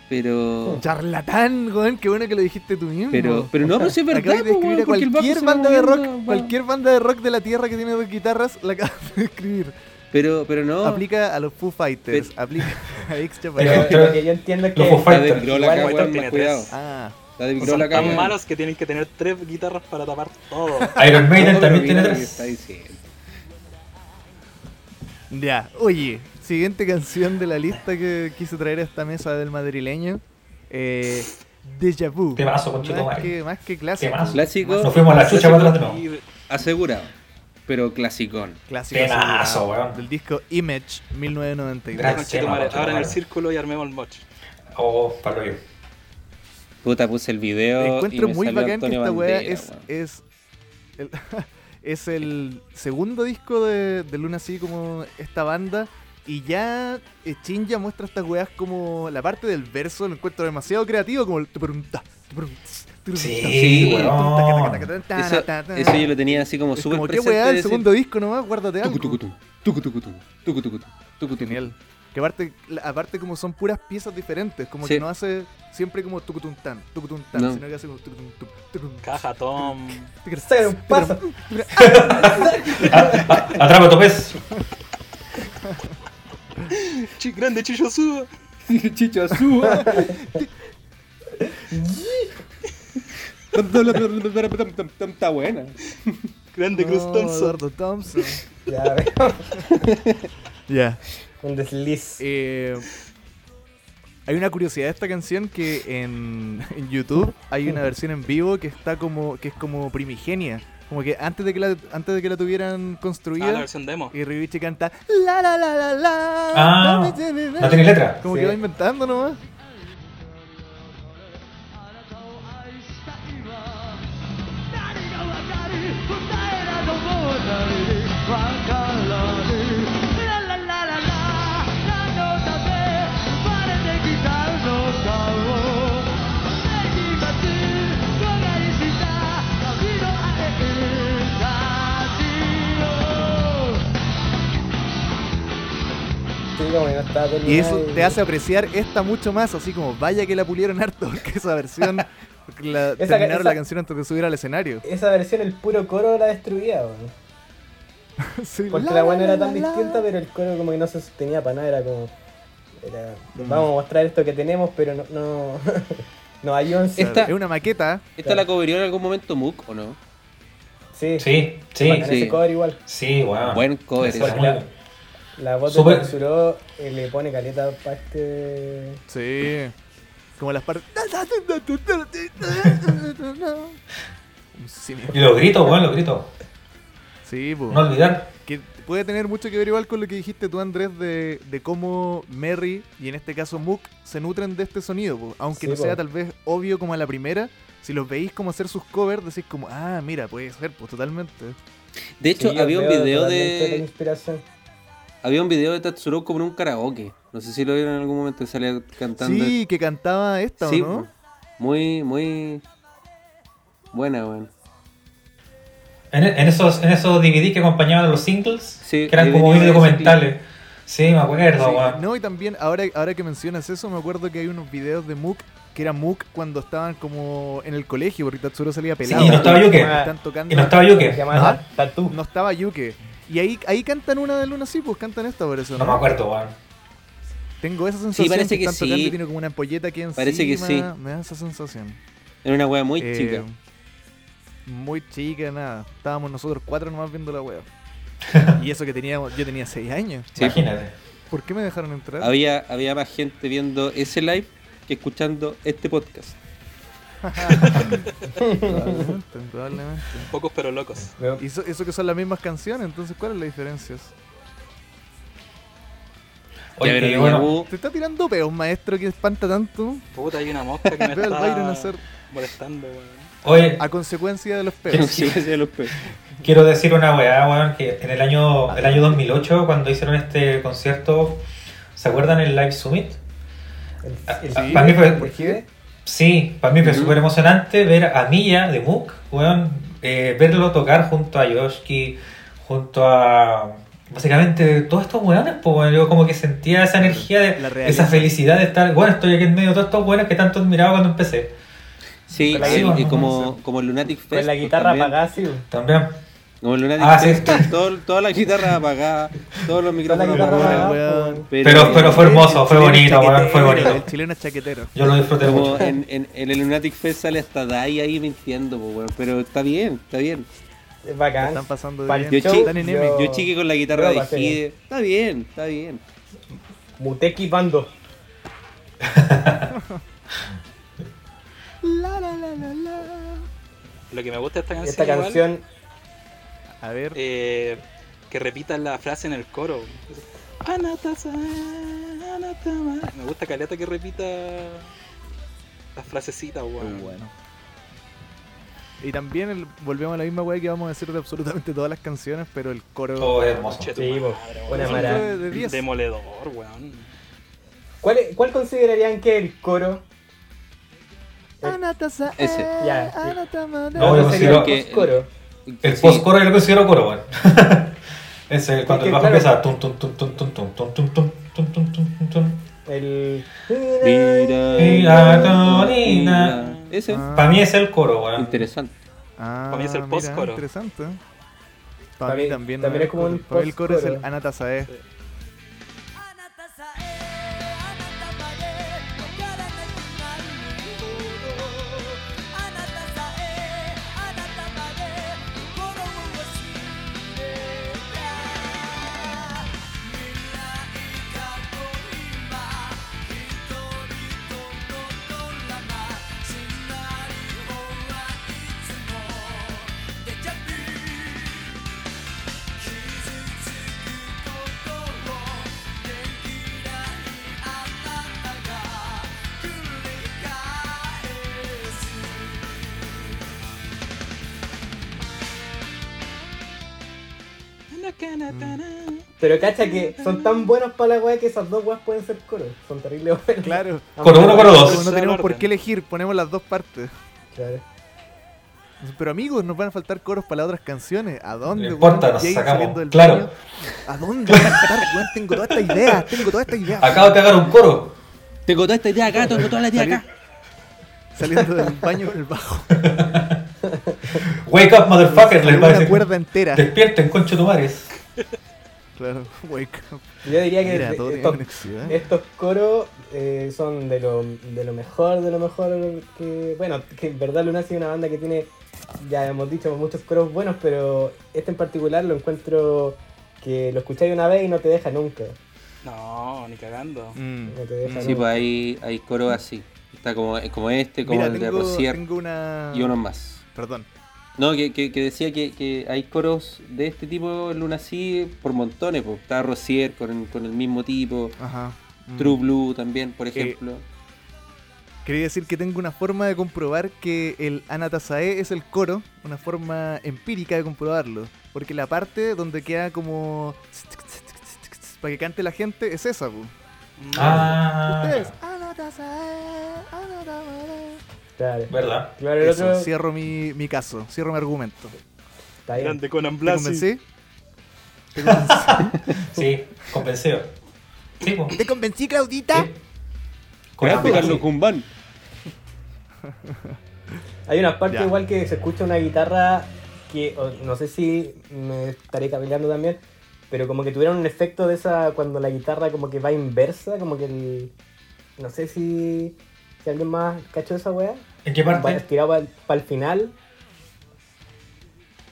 Speaker 3: Pero.
Speaker 1: Charlatán, weón, qué bueno que lo dijiste tú mismo.
Speaker 3: Pero, pero no, pero sí es verdad.
Speaker 1: Acabas de
Speaker 3: pues,
Speaker 1: describir a
Speaker 3: weón, porque el bajo
Speaker 1: cualquier
Speaker 3: se va
Speaker 1: banda de rock,
Speaker 3: moviendo, va.
Speaker 1: cualquier banda de rock de la tierra que tiene dos guitarras, la acabas de describir.
Speaker 3: Pero, pero no.
Speaker 1: Aplica a los Foo Fighters, aplica a X
Speaker 5: Pero
Speaker 1: Chaparral.
Speaker 4: Pero-
Speaker 5: lo que yo entiendo es
Speaker 4: Los
Speaker 5: que.
Speaker 4: Foo
Speaker 3: La de
Speaker 4: Fighters.
Speaker 3: Grohl acá,
Speaker 5: Igual
Speaker 3: weón,
Speaker 2: tiene
Speaker 3: más cuidado.
Speaker 2: tres.
Speaker 1: Ah,
Speaker 3: La de Grohl
Speaker 2: Son
Speaker 3: acá,
Speaker 2: tan
Speaker 3: weón.
Speaker 2: malos que tienen que tener tres guitarras para tapar todo.
Speaker 4: Iron
Speaker 3: No,
Speaker 4: Maiden
Speaker 3: pero
Speaker 4: también
Speaker 3: mira
Speaker 4: tiene
Speaker 3: lo que
Speaker 4: tres.
Speaker 3: está diciendo.
Speaker 1: Ya, oye, siguiente canción de la lista que quise traer a esta mesa del madrileño. Eh, Deja Vu.
Speaker 4: Temazo, conchetumare.
Speaker 1: Más que, más que clásico.
Speaker 4: Temazo.
Speaker 3: Clásico.
Speaker 4: Nos fuimos a la chucha
Speaker 3: clásico
Speaker 4: para atrás de nuevo.
Speaker 2: Y
Speaker 3: Asegurado. Pero clasicón.
Speaker 1: Clásico
Speaker 4: Temazo,
Speaker 1: asegurado,
Speaker 4: weón.
Speaker 1: Del disco Image 1992.
Speaker 4: Gran
Speaker 2: Conchetumare,
Speaker 4: tema,
Speaker 2: ahora en el
Speaker 4: conchetumare.
Speaker 2: círculo y armemos el moch.
Speaker 4: Oh, palo yo.
Speaker 3: Puta, puse el video. y
Speaker 1: Encuentro
Speaker 3: me
Speaker 1: muy
Speaker 3: salió
Speaker 1: bacán que
Speaker 3: Antonio
Speaker 1: esta weá es,
Speaker 3: Banderas, weón.
Speaker 1: es, el, es el segundo disco de, de Luna así como esta banda. Y ya eh, Chin ya muestra estas weas como la parte del verso, lo encuentro demasiado creativo, como el tupurum, ta, tupurum, tss, tupurum, ta,
Speaker 4: Sí,
Speaker 1: tupurum,
Speaker 4: weón.
Speaker 1: taca, taca, taca,
Speaker 3: Eso,
Speaker 1: ta, ta, ta.
Speaker 3: eso yo lo tenía así como
Speaker 1: Es
Speaker 3: súper
Speaker 1: como qué
Speaker 3: presente.
Speaker 1: weá, el
Speaker 3: decir,
Speaker 1: segundo disco nomás, guárdate algo.
Speaker 3: tucu, tucu, tucu, tucu, tucu, tucu, tucu, tucu, tucu, tucu.
Speaker 1: Genial. Que aparte, la- aparte como son puras piezas diferentes, como
Speaker 3: Sí.
Speaker 1: que no hace siempre como tucutum tan, tucutum tan,
Speaker 3: No.
Speaker 1: sino que hace como tucutum, tuc, tucutum,
Speaker 2: Caja, Tom.
Speaker 1: tuc,
Speaker 5: Saca un paso.
Speaker 4: Ah, Atrapa tu pez.
Speaker 2: Chi, grande Chillo Suba.
Speaker 3: Chicho Azúa. Está buena.
Speaker 2: Grande Cruz
Speaker 1: No,
Speaker 2: Thompson. Ah,
Speaker 1: Eduardo Thompson.
Speaker 5: Ya veo.
Speaker 1: Ya.
Speaker 5: Un desliz.
Speaker 1: Eh, hay una curiosidad de esta canción que en, en YouTube hay una versión en vivo que está como que es como primigenia, como que antes de que la antes de que la tuvieran
Speaker 2: Ah, la
Speaker 1: construida
Speaker 2: versión demo.
Speaker 1: y Rivichi canta la la la la la.
Speaker 4: Ah, no tiene letra.
Speaker 1: Como
Speaker 5: Sí.
Speaker 1: que va inventando nomás.
Speaker 5: Sí, como que no está
Speaker 1: Y eso
Speaker 5: terminada
Speaker 1: te hace apreciar esta mucho más, así como vaya que la pulieron harto, porque esa versión porque la,
Speaker 5: Esa-
Speaker 1: terminaron
Speaker 5: esa-
Speaker 1: la canción antes de subir al escenario.
Speaker 5: Esa versión, el puro coro la destruía, weón.
Speaker 1: Sí,
Speaker 5: Porque la buena era tan distinta, pero el coro como que no se sostenía para nada, era como... era, Vamos a mostrar esto que tenemos, pero no... No, no hay once.
Speaker 3: Esta-
Speaker 1: Es una maqueta.
Speaker 3: ¿Esta la coverió en algún momento Mook o no?
Speaker 5: Sí,
Speaker 4: Sí, sí,
Speaker 5: bacán
Speaker 3: sí.
Speaker 5: ese cover igual.
Speaker 4: sí, weón.
Speaker 3: Buen cover
Speaker 4: Ah. Esa
Speaker 3: ese.
Speaker 4: es muy buena.
Speaker 5: La voz
Speaker 4: Súper.
Speaker 5: de Tatsuró, eh, le pone caleta para este...
Speaker 1: Sí. Como las partes. Un simio.
Speaker 4: Y los gritos, weón, los gritos.
Speaker 1: Sí, po.
Speaker 4: No olvidar.
Speaker 1: que puede tener mucho que ver igual con lo que dijiste tú, Andrés, de, de cómo Merry y en este caso Mook se nutren de este sonido, po. aunque
Speaker 5: Sí,
Speaker 1: no
Speaker 5: po.
Speaker 1: sea tal vez obvio como a la primera. Si los veis como hacer sus covers, decís como, ah, mira, puede ser, pues totalmente.
Speaker 3: De hecho,
Speaker 5: Sí, yo
Speaker 3: había un
Speaker 5: veo
Speaker 3: video
Speaker 5: totalmente la
Speaker 3: de.
Speaker 5: inspiración.
Speaker 3: Había un video de Tatsuro como en un karaoke. No sé si lo vieron en algún momento, salía cantando.
Speaker 1: Sí, que cantaba esta, ¿o
Speaker 3: Sí,
Speaker 1: ¿no?
Speaker 3: Muy, muy. Buena, weón.
Speaker 4: En, en esos, en esos DVD que acompañaban a los singles,
Speaker 3: Sí,
Speaker 4: que eran como
Speaker 3: DVD,
Speaker 4: videos documentales. Sí, me acuerdo,
Speaker 1: Sí,
Speaker 4: weón.
Speaker 1: No, y también, ahora, ahora que mencionas eso, me acuerdo que hay unos videos de Mook, que era Mook cuando estaban como en el colegio, porque Tatsuro salía
Speaker 4: Sí,
Speaker 1: pelado.
Speaker 4: y no estaba Yuke.
Speaker 1: Están tocando.
Speaker 4: Y no estaba Yuke.
Speaker 5: Se llamaba Tatú.
Speaker 1: no estaba Yuke. Y ahí, ahí cantan una de Luna, sí, pues cantan esta por eso.
Speaker 4: No me acuerdo, weón.
Speaker 1: Tengo esa sensación
Speaker 3: parece
Speaker 1: que,
Speaker 3: que
Speaker 1: están
Speaker 3: sí.
Speaker 1: tocando y tiene como una ampolleta aquí encima.
Speaker 3: Parece que sí.
Speaker 1: Me da esa sensación.
Speaker 3: Era una wea muy
Speaker 1: Eh,
Speaker 3: chica.
Speaker 1: Muy chica, nada. Estábamos nosotros cuatro nomás viendo la wea. y eso que teníamos, yo tenía seis años.
Speaker 3: Sí. pues.
Speaker 4: Imagínate.
Speaker 1: ¿Por qué me dejaron entrar?
Speaker 3: Había, había más gente viendo ese live que escuchando este podcast.
Speaker 1: probablemente, probablemente.
Speaker 2: Pocos pero locos.
Speaker 1: Y eso, eso que son las mismas canciones, entonces, ¿cuál es la diferencia?
Speaker 4: Oye,
Speaker 3: ya, pero
Speaker 4: que,
Speaker 3: Deja
Speaker 4: bueno,
Speaker 3: Vu-
Speaker 1: Te está tirando peos, maestro, que espanta tanto.
Speaker 2: Puta, hay una mosca que me
Speaker 1: Veo al Byron
Speaker 2: está
Speaker 1: hacer-
Speaker 2: molestando, weón.
Speaker 4: oye,
Speaker 1: A consecuencia de los
Speaker 3: No
Speaker 1: peos.
Speaker 3: sé qué hacía los pe-
Speaker 4: quiero decir una weá, weón, que en el año, el año 2008, cuando hicieron este concierto, ¿se acuerdan el Live Summit?
Speaker 5: El-
Speaker 4: Ah,
Speaker 5: el-
Speaker 4: ah, para mí fue-
Speaker 5: ¿Orquídea?
Speaker 4: Sí, para mí fue
Speaker 3: Ujú.
Speaker 4: súper emocionante ver a Milla de Mook, weón, eh, verlo tocar junto a Yoshki, junto a. Básicamente, todos estos weones, pues, weón, yo como que sentía esa energía, de,
Speaker 1: La
Speaker 4: esa
Speaker 1: realización.
Speaker 4: felicidad de estar. Bueno, estoy aquí en medio de todos estos weones que tanto admiraba cuando empecé.
Speaker 3: Sí,
Speaker 5: Con la
Speaker 3: sí,
Speaker 4: guitarra,
Speaker 3: y
Speaker 4: ¿no?
Speaker 3: como, como el Lunatic Fest.
Speaker 5: Con la
Speaker 3: pues,
Speaker 5: guitarra
Speaker 3: también.
Speaker 5: apagada, sí. weón.
Speaker 4: También.
Speaker 3: Como el Lunatic
Speaker 4: Ah, sí.
Speaker 3: Fest, todo- toda la guitarra apagada, todos los
Speaker 5: Con la
Speaker 3: micrófonos
Speaker 5: guitarra
Speaker 3: apagados.
Speaker 5: apagada,
Speaker 1: weón.
Speaker 5: weón.
Speaker 4: Pero, pero fue hermoso, fue
Speaker 1: El
Speaker 4: bonito,
Speaker 1: chileno
Speaker 4: weón, fue
Speaker 1: chaquetero,
Speaker 4: bonito.
Speaker 1: El chileno es chaquetero.
Speaker 4: Yo lo disfruté
Speaker 3: Como
Speaker 4: mucho.
Speaker 3: en, en- en el Lunatic Fest sale hasta Dai ahí mintiendo, pues, weón, pero está bien, está bien.
Speaker 5: Es
Speaker 1: La
Speaker 5: bacán.
Speaker 1: Están pasando
Speaker 5: Pa'l
Speaker 1: de bien.
Speaker 3: Yo
Speaker 5: show,
Speaker 3: chi-
Speaker 1: Están en M.
Speaker 5: yo
Speaker 3: Yo chique con la guitarra
Speaker 5: Yo
Speaker 3: de
Speaker 5: la pasé bien.
Speaker 3: Hide, está bien, está bien.
Speaker 5: Muteki Bando.
Speaker 2: Ah,
Speaker 1: La, la, la, la, la.
Speaker 2: Lo que me gusta de esta canción,
Speaker 5: Esta
Speaker 2: igual,
Speaker 5: canción
Speaker 1: A ver.
Speaker 2: eh, que repitan la frase en el coro. Anata-san, anatama. Me gusta Caleta que repita las frasecitas, weón.
Speaker 1: bueno. Y también el- volvemos a la misma weá que vamos a decir de absolutamente todas las canciones, pero el coro
Speaker 4: Todo es hermoso.
Speaker 2: Conche tu
Speaker 5: Sí,
Speaker 2: madre,
Speaker 5: po,
Speaker 2: weón.
Speaker 5: una
Speaker 1: Son
Speaker 5: maravilla.
Speaker 1: de- de 10.
Speaker 2: Demoledor, weón.
Speaker 5: ¿Cuál, ¿Cuál considerarían que es el coro?
Speaker 1: Anatasa-
Speaker 3: Ese.
Speaker 1: eh,
Speaker 5: Ya, sí.
Speaker 1: Anatama-
Speaker 4: No, yo
Speaker 5: ¿Cuál sería
Speaker 4: considero
Speaker 5: el
Speaker 3: que-
Speaker 5: coro?
Speaker 4: El
Speaker 3: Sí.
Speaker 4: post-coro yo lo considero coro, weón. Es el- cuando
Speaker 5: Porque,
Speaker 4: el bajo
Speaker 5: claro.
Speaker 4: empieza. tum, tum, tum, tum, tum, tum, tum, tum, tum, tum, tum, tum, tum.
Speaker 5: El...
Speaker 3: Mira,
Speaker 4: Mira, Corina.
Speaker 3: Ese,
Speaker 1: Ah,
Speaker 4: Para mí es el coro, weón.
Speaker 3: interesante.
Speaker 1: ah,
Speaker 2: Para mí es el
Speaker 1: mira,
Speaker 2: post-coro.
Speaker 1: Interesante. Para
Speaker 5: Para
Speaker 1: mí
Speaker 5: mí-
Speaker 1: también.
Speaker 5: también
Speaker 1: no
Speaker 5: es como
Speaker 1: el eh.
Speaker 5: un
Speaker 1: coro. Para mí el coro es el
Speaker 5: post-coro.
Speaker 1: Anatasae.
Speaker 9: あなたさえあなたまで
Speaker 5: Pero cacha que son tan buenos para la weá que esas dos weas pueden ser coros. Son terribles buenos.
Speaker 1: Claro.
Speaker 4: Coro uno, coro dos.
Speaker 1: Como No tenemos por
Speaker 2: Orden.
Speaker 1: qué elegir, ponemos las dos partes.
Speaker 5: Claro.
Speaker 1: Pero amigos, nos van a faltar coros para las otras canciones. ¿A dónde?
Speaker 4: No importa,
Speaker 1: weón?
Speaker 4: nos
Speaker 1: Jay
Speaker 4: sacamos,
Speaker 1: saliendo del
Speaker 4: claro.
Speaker 1: baño. ¿A dónde van a estar, weón? Tengo toda esta idea, tengo toda esta idea.
Speaker 4: Acabo de cagar un coro.
Speaker 3: Te contó esta idea acá, tengo toda la idea
Speaker 1: Salió-
Speaker 3: acá.
Speaker 1: Saliendo del baño con el bajo.
Speaker 4: Wake up, motherfucker, les va a
Speaker 1: Una
Speaker 4: decir.
Speaker 1: cuerda entera.
Speaker 4: Despierten, concho tomares.
Speaker 1: Claro, wake up.
Speaker 5: Yo diría que
Speaker 1: Mira,
Speaker 5: de-
Speaker 1: todo tiene
Speaker 5: estos,
Speaker 1: conexión.
Speaker 5: estos coros eh, son de lo, de lo mejor, de lo mejor que. Bueno, que en verdad Luna ha sido una banda que tiene, ya hemos dicho, muchos coros buenos, pero este en particular lo encuentro que lo escucháis una vez y no te deja nunca.
Speaker 2: No, ni cagando.
Speaker 1: Mm.
Speaker 5: No te deja
Speaker 3: Sí,
Speaker 5: nunca.
Speaker 3: pues hay, hay coros así. Está como, como este, como
Speaker 1: Mira,
Speaker 3: el de
Speaker 1: tengo,
Speaker 3: Rosier
Speaker 1: tengo una.
Speaker 3: y unos más.
Speaker 1: Perdón.
Speaker 3: No, que, que, que decía que, que hay coros de este tipo en Luna sí por montones. Pues. Está Rosier con, con el mismo tipo.
Speaker 1: Ajá. Mm.
Speaker 3: True Blue también, por ejemplo.
Speaker 1: Quería decir que tengo una forma de comprobar que el Anatasae es el coro, una forma empírica de comprobarlo. Porque la parte donde queda como. para que cante la gente es esa, pu.
Speaker 4: Ah,
Speaker 1: Ustedes. Anatasae, Anatasae.
Speaker 5: Claro.
Speaker 4: verdad.
Speaker 5: Claro, el
Speaker 1: Eso,
Speaker 5: otro.
Speaker 1: cierro mi, mi caso, cierro mi argumento.
Speaker 5: Está bien.
Speaker 2: Conan
Speaker 1: ¿Te convencí? ¿Te convencí,
Speaker 4: Sí, convencido. Sí, pues.
Speaker 1: ¿Te convencí,
Speaker 5: Eh,
Speaker 1: Claudita?
Speaker 4: Sí. Con-
Speaker 3: Carlos Kumbán.
Speaker 5: Hay una parte
Speaker 1: Ya.
Speaker 5: igual que se escucha una guitarra que o- no sé si me estaré caminando también, pero como que tuvieron un efecto de esa cuando la guitarra como que va inversa, como que el... No sé si, si alguien más cachó esa weá.
Speaker 4: ¿En qué
Speaker 5: Va
Speaker 4: parte?
Speaker 5: tirado para el final.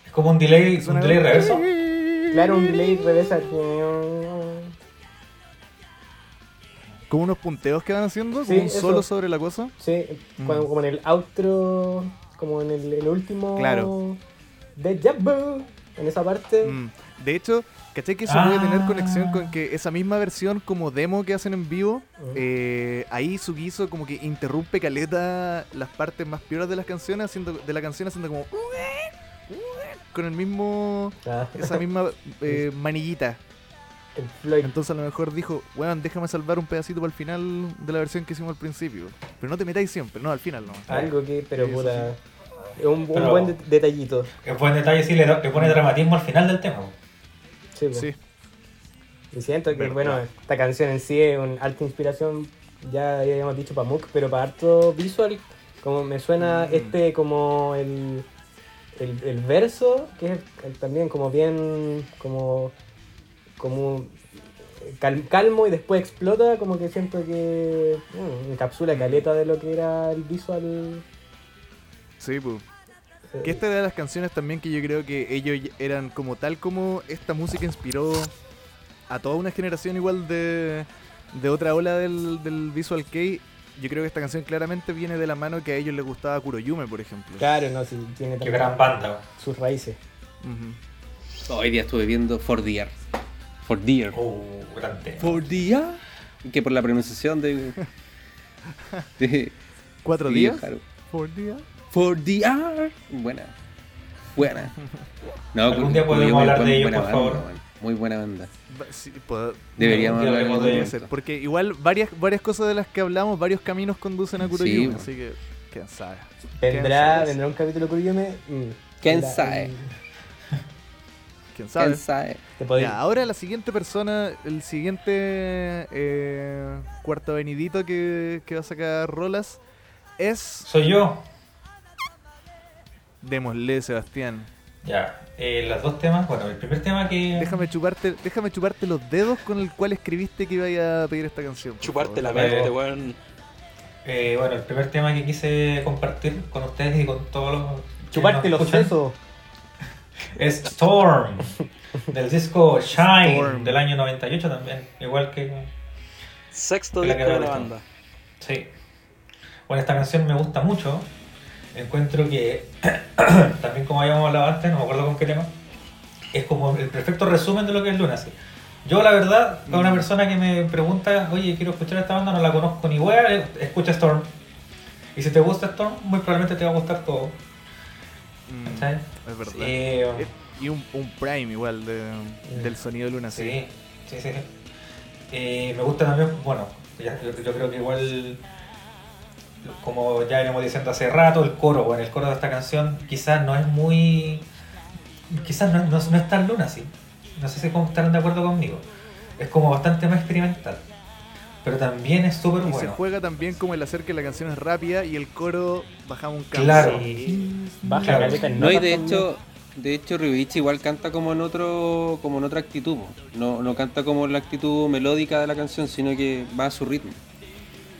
Speaker 4: ¿Es como un delay, un delay reverso?
Speaker 5: Claro, un delay regresa.
Speaker 1: Con unos punteos que van haciendo,
Speaker 5: Sí,
Speaker 1: como un
Speaker 5: eso.
Speaker 1: solo sobre la cosa.
Speaker 5: Sí,
Speaker 1: Mm.
Speaker 5: cuando- como en el outro, como en el, el último...
Speaker 1: Claro.
Speaker 5: De Jabbo. En esa parte.
Speaker 1: Mm. De hecho, ¿cachai que eso
Speaker 4: Ah.
Speaker 1: puede tener conexión con que esa misma versión como demo que hacen en vivo,
Speaker 5: Oh.
Speaker 1: eh, ahí Sugizo como que interrumpe caleta las partes más pioras de las canciones, haciendo, de la canción haciendo como con el mismo
Speaker 5: Ah,
Speaker 1: esa misma eh, manillita.
Speaker 5: el Floyd.
Speaker 1: Entonces a lo mejor dijo, weón, déjame salvar un pedacito para el final de la versión que hicimos al principio. Pero no te metáis siempre, no, al final no.
Speaker 5: Algo que, pero
Speaker 1: Eso
Speaker 5: puta. Es un, un
Speaker 4: Pero-
Speaker 5: buen det- detallito.
Speaker 4: Es buen detalle, sí, le, da- le pone dramatismo al final del tema.
Speaker 5: Sí, po.
Speaker 1: Sí,
Speaker 5: Y siento que, bueno, esta canción en sí es una alta inspiración, ya habíamos dicho para Mook, pero para harto visual, como me suena este como el, el, el verso, que es el- también como bien, como, como eh, cal- calmo y después explota, como que siento que mm, encapsula caleta de lo que era el visual.
Speaker 1: sí, pues.
Speaker 5: eh,
Speaker 1: Que esta era de las canciones también que yo creo que ellos ya- eran como tal como esta música inspiró a toda una generación igual de, de otra ola del, del Visual Kei. Yo creo que esta canción claramente viene de la mano que a ellos les gustaba Kuroyume, por ejemplo.
Speaker 5: Claro, no, si tiene
Speaker 4: Qué
Speaker 5: también
Speaker 4: gran banda.
Speaker 5: sus raíces.
Speaker 1: Ujú.
Speaker 3: Hoy día estuve viendo For Dear. For Dear.
Speaker 4: Oh, gran tema.
Speaker 3: For Dear. Que por la pronunciación de. de
Speaker 1: ¿Cuatro
Speaker 3: de
Speaker 1: días?
Speaker 3: Haru.
Speaker 1: ¿Por día?
Speaker 3: For the art. Buena. Buena. No,
Speaker 4: Algún
Speaker 3: con-
Speaker 4: día
Speaker 3: con
Speaker 4: podemos
Speaker 3: Dios,
Speaker 4: hablar
Speaker 3: muy
Speaker 4: de ello,
Speaker 3: buena
Speaker 4: por
Speaker 3: banda,
Speaker 4: favor.
Speaker 3: weón. Muy buena banda.
Speaker 1: Va- sí, po-
Speaker 3: Deberíamos
Speaker 4: día
Speaker 3: hablar
Speaker 4: hablemos
Speaker 3: de
Speaker 1: podría
Speaker 4: de
Speaker 1: ser, porque igual varias, varias cosas de las que hablamos, varios caminos conducen a
Speaker 3: Sí,
Speaker 1: Kuroyume,
Speaker 3: bueno.
Speaker 1: así que quién sabe.
Speaker 5: ¿Vendrá,
Speaker 1: sabe?
Speaker 5: vendrá un capítulo Kuryume? Mm.
Speaker 3: ¿Quién
Speaker 5: La- mm,
Speaker 3: sabe?
Speaker 1: ¿Quién sabe?
Speaker 3: ¿Quién sabe?
Speaker 5: Te podría-
Speaker 1: Ya, ahora la siguiente persona, el siguiente eh, cuarto venidito que, que va a sacar Rolas es.
Speaker 4: Soy yo.
Speaker 1: Démosle, Sebastián.
Speaker 4: Ya. Eh, los dos temas. Bueno, el primer tema que.
Speaker 1: Déjame chuparte, déjame chuparte los dedos con el cual escribiste que iba a pedir esta canción. por
Speaker 2: Chuparte la
Speaker 1: favor.
Speaker 2: mente,
Speaker 4: Eh.
Speaker 2: weón.
Speaker 4: Eh, bueno, el primer tema que quise compartir con ustedes y con todos los. que
Speaker 5: Chuparte
Speaker 4: nos
Speaker 5: los
Speaker 4: escuchan
Speaker 5: sesos.
Speaker 4: Es Storm, del disco Shine,
Speaker 1: Storm.
Speaker 4: del año 98 también. Igual que.
Speaker 2: Sexto
Speaker 4: Es la que
Speaker 2: disco de
Speaker 4: me
Speaker 2: la
Speaker 4: gusta.
Speaker 2: banda.
Speaker 4: Sí. Bueno, esta canción me gusta mucho. Encuentro que. también, como habíamos hablado antes, no me acuerdo con qué tema. Es como el perfecto resumen de lo que es Lunacy. Yo, la verdad, a
Speaker 1: Mm.
Speaker 4: una persona que me pregunta, oye, quiero escuchar esta banda, no la conozco ni wea, eh, escucha Storm. Y si te gusta Storm, muy probablemente te va a gustar todo.
Speaker 1: Mm,
Speaker 4: ¿Cachai?
Speaker 1: es verdad.
Speaker 4: Sí,
Speaker 1: Eh, Y un, un prime igual de- del sonido de Luna, sí.
Speaker 4: Sí, sí, sí. sí. Eh, me gusta también, bueno, ya- yo, yo creo que igual, como ya venimos diciendo hace rato, el coro, bueno, el coro de esta canción quizás no es muy. Quizás no, no, no es tan luna, sí. No sé si como estarán de acuerdo conmigo. Es como bastante más experimental. Pero también es súper
Speaker 1: Y
Speaker 4: bueno.
Speaker 1: se juega también como el hacer que la canción es rápida y el coro bajamos un cambio.
Speaker 4: Claro.
Speaker 5: Baja
Speaker 4: Claro.
Speaker 5: caleta en
Speaker 3: No, y
Speaker 5: notas
Speaker 3: de
Speaker 5: también.
Speaker 3: hecho, de hecho Ryuichi igual canta como en otro, como en otra actitud. po. No, no canta como en la actitud melódica de la canción, sino que va a su ritmo.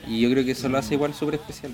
Speaker 3: Y yo creo que eso lo
Speaker 4: Mm.
Speaker 3: hace igual súper especial.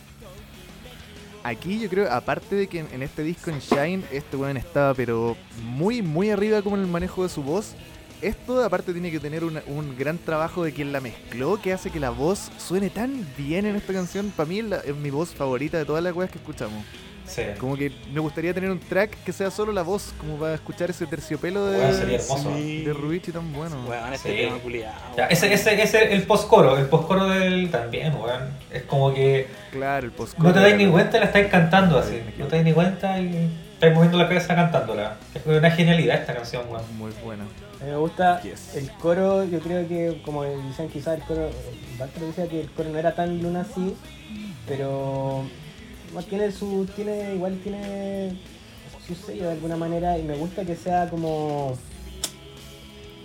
Speaker 1: Aquí yo creo, aparte de que en, en este disco en Shine, este weón estaba pero muy, muy arriba como en el manejo de su voz. Esto aparte tiene que tener una- un gran trabajo de quien la mezcló, que hace que la voz suene tan bien en esta canción. Para mí es la- es mi voz favorita de todas las weas que escuchamos.
Speaker 4: Sí.
Speaker 1: Como que me gustaría tener un track que sea solo la voz, como para escuchar ese terciopelo de,
Speaker 4: Weón, sería hermoso.
Speaker 1: de Ruichi tan bueno.
Speaker 2: Weón, este
Speaker 4: Sí.
Speaker 2: tema culiado.
Speaker 4: Ya, ese es ese, ese, el postcoro, el postcoro del también, weón. Es como que
Speaker 1: Claro, el post
Speaker 4: no te dais ni cuenta, la estáis cantando así. No te dais ni cuenta y estáis moviendo la cabeza cantándola. Es una genialidad esta canción, weón.
Speaker 1: Muy bueno.
Speaker 5: A mí me gusta
Speaker 1: Yes.
Speaker 5: el coro, yo creo que, como decían quizás el coro, Bartolo decía que el coro no era tan luna así, pero bueno, tiene su, tiene, igual tiene su sello de alguna manera y me gusta que sea como,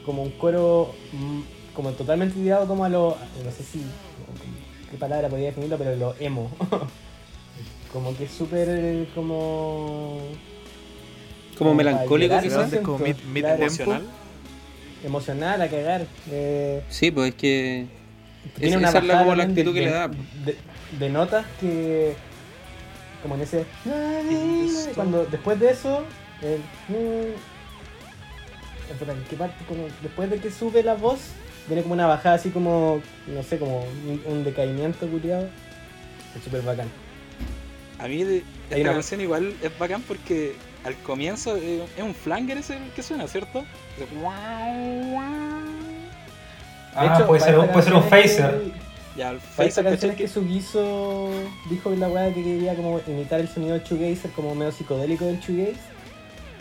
Speaker 5: como un coro mm, como totalmente ligado como a lo, no sé si, como- qué palabra podría definirlo, pero lo emo. como que es súper como...
Speaker 3: Como
Speaker 5: Como
Speaker 3: melancólico
Speaker 5: bailar,
Speaker 3: quizás.
Speaker 5: ¿no?
Speaker 1: Es como mid, mid
Speaker 5: Claro.
Speaker 1: tempo.
Speaker 2: Emocional.
Speaker 5: Emocional a cagar. eh,
Speaker 3: Sí, pues es que
Speaker 5: tiene
Speaker 3: Es-
Speaker 5: una
Speaker 3: esa es la-
Speaker 5: bajada
Speaker 3: como la
Speaker 5: también
Speaker 3: actitud que le da, po.
Speaker 5: de, de notas que como en ese cuando después de eso el, espera, ¿en qué parte? Como después de que sube la voz viene como una bajada así como no sé como un, un decaimiento culiado es súper bacán
Speaker 2: A mí de- esta
Speaker 5: Hay una-
Speaker 2: canción igual es bacán porque al comienzo eh, es un flanger ese el que suena, ¿cierto? De-
Speaker 5: De
Speaker 4: Ah,
Speaker 5: hecho,
Speaker 4: puede,
Speaker 5: para
Speaker 4: ser, un-
Speaker 5: esta
Speaker 4: puede ser un
Speaker 5: canción es
Speaker 4: phaser.
Speaker 5: que-
Speaker 2: Ya, el
Speaker 5: para esta
Speaker 2: Phaser,
Speaker 5: canción
Speaker 2: ¿cachai?
Speaker 5: es que
Speaker 2: Que,
Speaker 5: Sugiso dijo en la weá que quería como imitar el sonido del shoegazer como medio psicodélico del shoegaze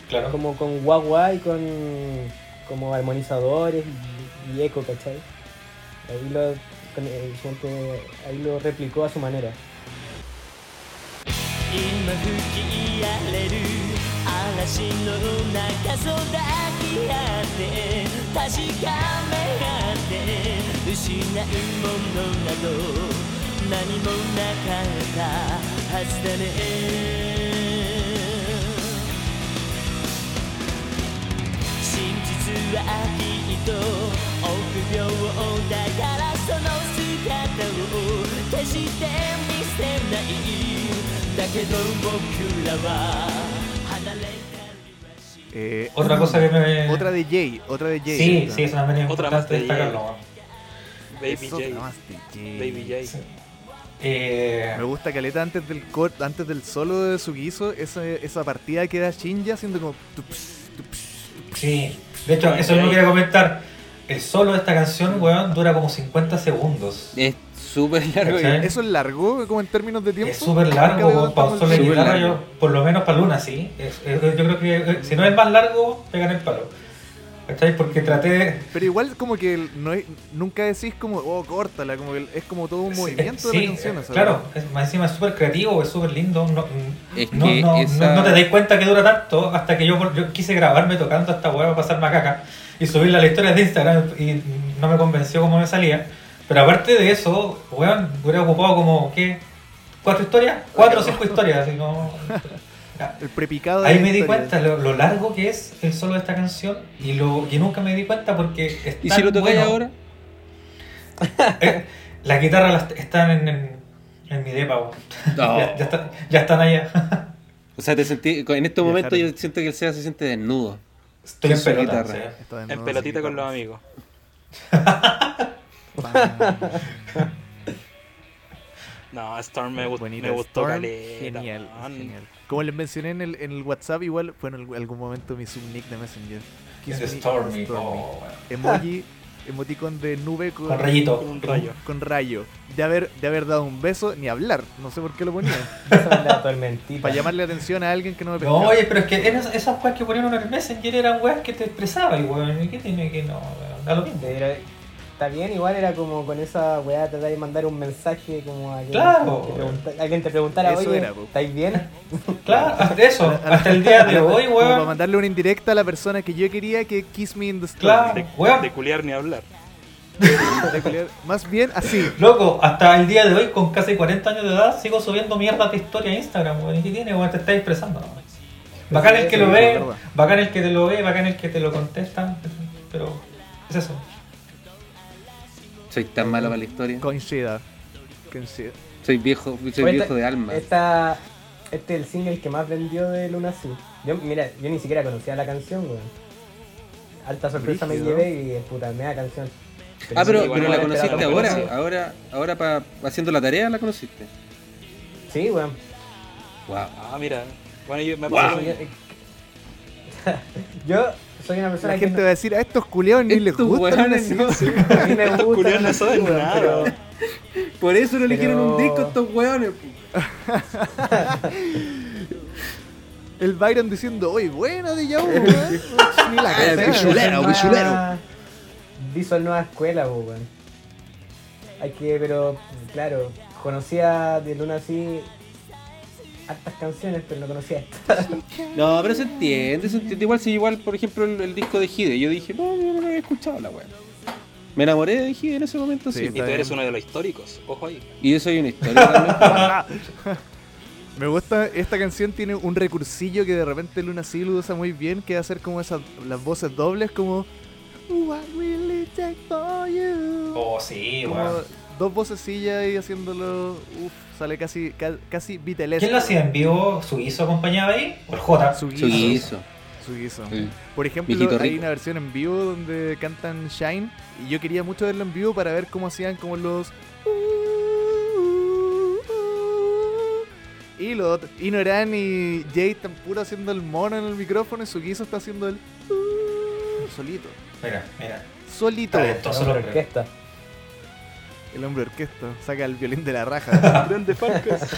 Speaker 4: Claro.
Speaker 5: como con guagua y con como armonizadores y, y eco, ¿cachai? Ahí lo, con- eh, gente- ahí lo replicó a su manera.
Speaker 9: 今吹き荒れる嵐の中空抱き合って確かめ合って失うものなど何もなかったはずだね真実はきっと臆病だからその姿を決して見せないだけど僕らは離れたりはしない
Speaker 1: Eh,
Speaker 4: Otra cosa que me.
Speaker 1: Otra de Jay, otra de Jay.
Speaker 4: Sí,
Speaker 1: ¿verdad?
Speaker 4: sí, es una manera
Speaker 2: Otra
Speaker 4: importante
Speaker 2: más
Speaker 4: de
Speaker 2: de
Speaker 4: destacarlo, weón.
Speaker 2: Baby
Speaker 1: Es otra
Speaker 2: J.
Speaker 1: más de Jay.
Speaker 2: Baby J.
Speaker 4: Sí. Eh,
Speaker 1: Me gusta Caleta antes del cor- antes del solo de Sugiso, esa, esa partida que da Shinja haciendo como tups, tups, tups.
Speaker 4: Eh, sí. De hecho, eso no lo quería comentar. El solo de esta canción, weón, dura como 50 segundos.
Speaker 3: es súper largo.
Speaker 4: ¿Cachai?
Speaker 3: y-
Speaker 1: Eso es largo como en términos de tiempo.
Speaker 4: Es súper largo,
Speaker 1: Nunca
Speaker 4: weón, para un
Speaker 1: levantamos
Speaker 4: solo
Speaker 1: el-
Speaker 4: de
Speaker 3: Súper
Speaker 4: guitarra,
Speaker 3: largo.
Speaker 4: yo- por lo menos para Luna, sí. Es- es- yo creo que eh, si no es el más largo, pegan el palo. ¿Cachai? Porque traté de.
Speaker 1: Pero igual como que el- no hay- nunca decís como oh córtala, como que el- es como todo un movimiento
Speaker 4: Sí,
Speaker 1: de la canción,
Speaker 4: eh,
Speaker 1: o sea,
Speaker 4: Claro, es, más encima es súper creativo, es súper lindo. No,
Speaker 3: Es
Speaker 4: no,
Speaker 3: que
Speaker 4: no,
Speaker 3: esa-
Speaker 4: no- no te dais cuenta que dura tanto hasta que yo, yo quise grabarme tocando esta hueá para pasar macaca y subirla a las historias de Instagram y no me convenció cómo me salía. Pero aparte de eso, weón, hubiera ocupado como, ¿qué? ¿Cuatro historias? Cuatro o cinco historias, así no...
Speaker 1: El prepicado de
Speaker 4: Ahí
Speaker 1: la
Speaker 4: me di
Speaker 1: historia.
Speaker 4: cuenta lo, lo largo que es el solo de esta canción y lo que nunca me di cuenta porque es
Speaker 3: ¿Y
Speaker 4: tan
Speaker 3: si lo tocáis
Speaker 4: bueno.
Speaker 3: ahora?
Speaker 4: Eh, las guitarras las- están en, en, en mi depa, weón. Ya, ya está- ya están allá.
Speaker 3: O sea, te sentí, en estos momentos
Speaker 1: Viajaron.
Speaker 3: yo siento que el SEA se siente desnudo.
Speaker 4: Estoy en
Speaker 3: Su
Speaker 4: pelota. ¿eh?
Speaker 3: guitarra.
Speaker 4: sí.
Speaker 1: Está de
Speaker 2: En
Speaker 1: nuevo
Speaker 2: pelotita
Speaker 1: así,
Speaker 2: con los amigos.
Speaker 1: Pam.
Speaker 2: No, Storm me, gust-
Speaker 1: Bonita
Speaker 2: me gustó
Speaker 1: Storm,
Speaker 2: caleta,
Speaker 1: Genial,
Speaker 2: man.
Speaker 1: genial. Como les mencioné en el, en el WhatsApp, igual fue en el- algún momento mi subnick de Messenger.
Speaker 4: Es
Speaker 1: Kiss
Speaker 4: de
Speaker 1: me
Speaker 4: Stormy.
Speaker 1: Stormy.
Speaker 4: oh, weón.
Speaker 1: Emoji emoticon de nube con,
Speaker 4: Con rayito.
Speaker 10: Con un rayo.
Speaker 1: con rayo. De haber, de haber dado un beso ni hablar. No sé por qué lo ponía.
Speaker 6: Son las tormentitas.
Speaker 1: para llamarle la atención a alguien que no me
Speaker 4: No,
Speaker 1: pescaba.
Speaker 4: oye, pero es que eran esas weas que ponían en el Messenger eran weas que te expresaba y weón, ¿y qué tiene que no? weón? Da lo mismo.
Speaker 5: Era- Está bien, igual era como con esa weá tratar de mandar un mensaje como a que,
Speaker 4: Claro.
Speaker 5: que pregunta- alguien te preguntara,
Speaker 1: Eso
Speaker 5: oye,
Speaker 1: era, po.
Speaker 5: ¿estáis bien?
Speaker 4: Claro, hasta eso, hasta el día de hoy,
Speaker 1: Como para
Speaker 4: weón.
Speaker 1: mandarle una indirecta a la persona que yo quería que kiss me in the story.
Speaker 4: Claro.
Speaker 10: De,
Speaker 4: Weón.
Speaker 10: de culiar ni hablar.
Speaker 1: Más bien así.
Speaker 4: Loco, hasta el día de hoy, con casi 40 años de edad, sigo subiendo mierda de historia a Instagram, weón. ¿Y qué tiene, weón? Te estás expresando, weón. Bacán el que
Speaker 1: Sí,
Speaker 4: lo
Speaker 1: es
Speaker 4: ve,
Speaker 1: verdad.
Speaker 4: bacán el que te lo ve, bacán el que te lo contesta, pero es eso.
Speaker 3: Soy tan malo para la historia.
Speaker 1: Coincida. Coincida.
Speaker 3: Soy viejo, soy
Speaker 5: Oye,
Speaker 3: viejo
Speaker 5: esta-
Speaker 3: de alma.
Speaker 5: Esta, este es el single que más vendió de Luna Sur. Yo, mira, yo ni siquiera conocía la canción, weón. Alta sorpresa
Speaker 1: Brígido.
Speaker 5: me llevé y puta, media canción.
Speaker 3: Ah, pero,
Speaker 10: Sí, igual no
Speaker 3: pero la
Speaker 10: la
Speaker 3: conociste
Speaker 10: esperaba,
Speaker 3: ahora,
Speaker 10: pero sí.
Speaker 3: ahora, ahora pa- haciendo la tarea la conociste.
Speaker 5: Sí, weón.
Speaker 3: Wow.
Speaker 10: Ah, mira. Bueno, yo me pasó lo
Speaker 5: Yo,
Speaker 10: mismo.
Speaker 5: yo soy una persona
Speaker 1: La
Speaker 5: que
Speaker 1: gente va a decir, a estos culeados ni les
Speaker 3: Estos
Speaker 1: gusta. la
Speaker 3: hueones,
Speaker 1: canción".
Speaker 3: sí.
Speaker 5: no- a mí me
Speaker 10: Estos
Speaker 5: gusta.
Speaker 10: culiados no saben nada.
Speaker 3: Por eso no
Speaker 5: Pero-
Speaker 3: eligieron un disco estos hueones.
Speaker 1: El Byron diciendo, oye, buena de Yahoo, weón". Ni la
Speaker 4: Eh,
Speaker 3: Ah,
Speaker 1: cagada.
Speaker 3: pichulero, pichulero.
Speaker 5: Visual Nueva Escuela, po, weón. Hay que, pero, claro, conocía de Luna así hartas canciones, pero no conocía esta.
Speaker 3: No, pero se entiende, se entiende. Igual si igual, por ejemplo, el, el disco de Hide, yo dije, no, yo no lo había escuchado la wea. Me enamoré de Hide en ese momento,
Speaker 1: Sí,
Speaker 3: sí.
Speaker 10: Y tú eres uno de los históricos. Ojo ahí.
Speaker 3: Y eso hay una historia también.
Speaker 1: Me gusta, esta canción tiene un recursillo que de repente Luna Seal usa muy bien, que es hacer como esas, las voces dobles, como... What will it take for you?
Speaker 4: Oh, sí,
Speaker 1: Como
Speaker 4: weón.
Speaker 1: dos vocecillas y haciéndolo... Uf, sale casi, ca- casi Beatles.
Speaker 4: ¿Quién lo hacía en vivo? ¿Suizo acompañaba ahí? ¿O el J?
Speaker 1: Sugizo.
Speaker 3: Sugizo.
Speaker 1: Sugizo.
Speaker 3: Sí.
Speaker 1: Por ejemplo,
Speaker 3: Viejito
Speaker 1: hay
Speaker 3: rico.
Speaker 1: una versión en vivo donde cantan Shine y yo quería mucho verlo en vivo para ver cómo hacían como los y los y Noran y Jade tan puro haciendo el mono en el micrófono y Sugizo está haciendo el solito.
Speaker 4: Mira, mira.
Speaker 1: Solito.
Speaker 4: Talentoso
Speaker 5: Una
Speaker 4: el hombre.
Speaker 5: orquesta.
Speaker 1: El hombre orquesta saca el violín de la raja.
Speaker 10: Grande Farcas.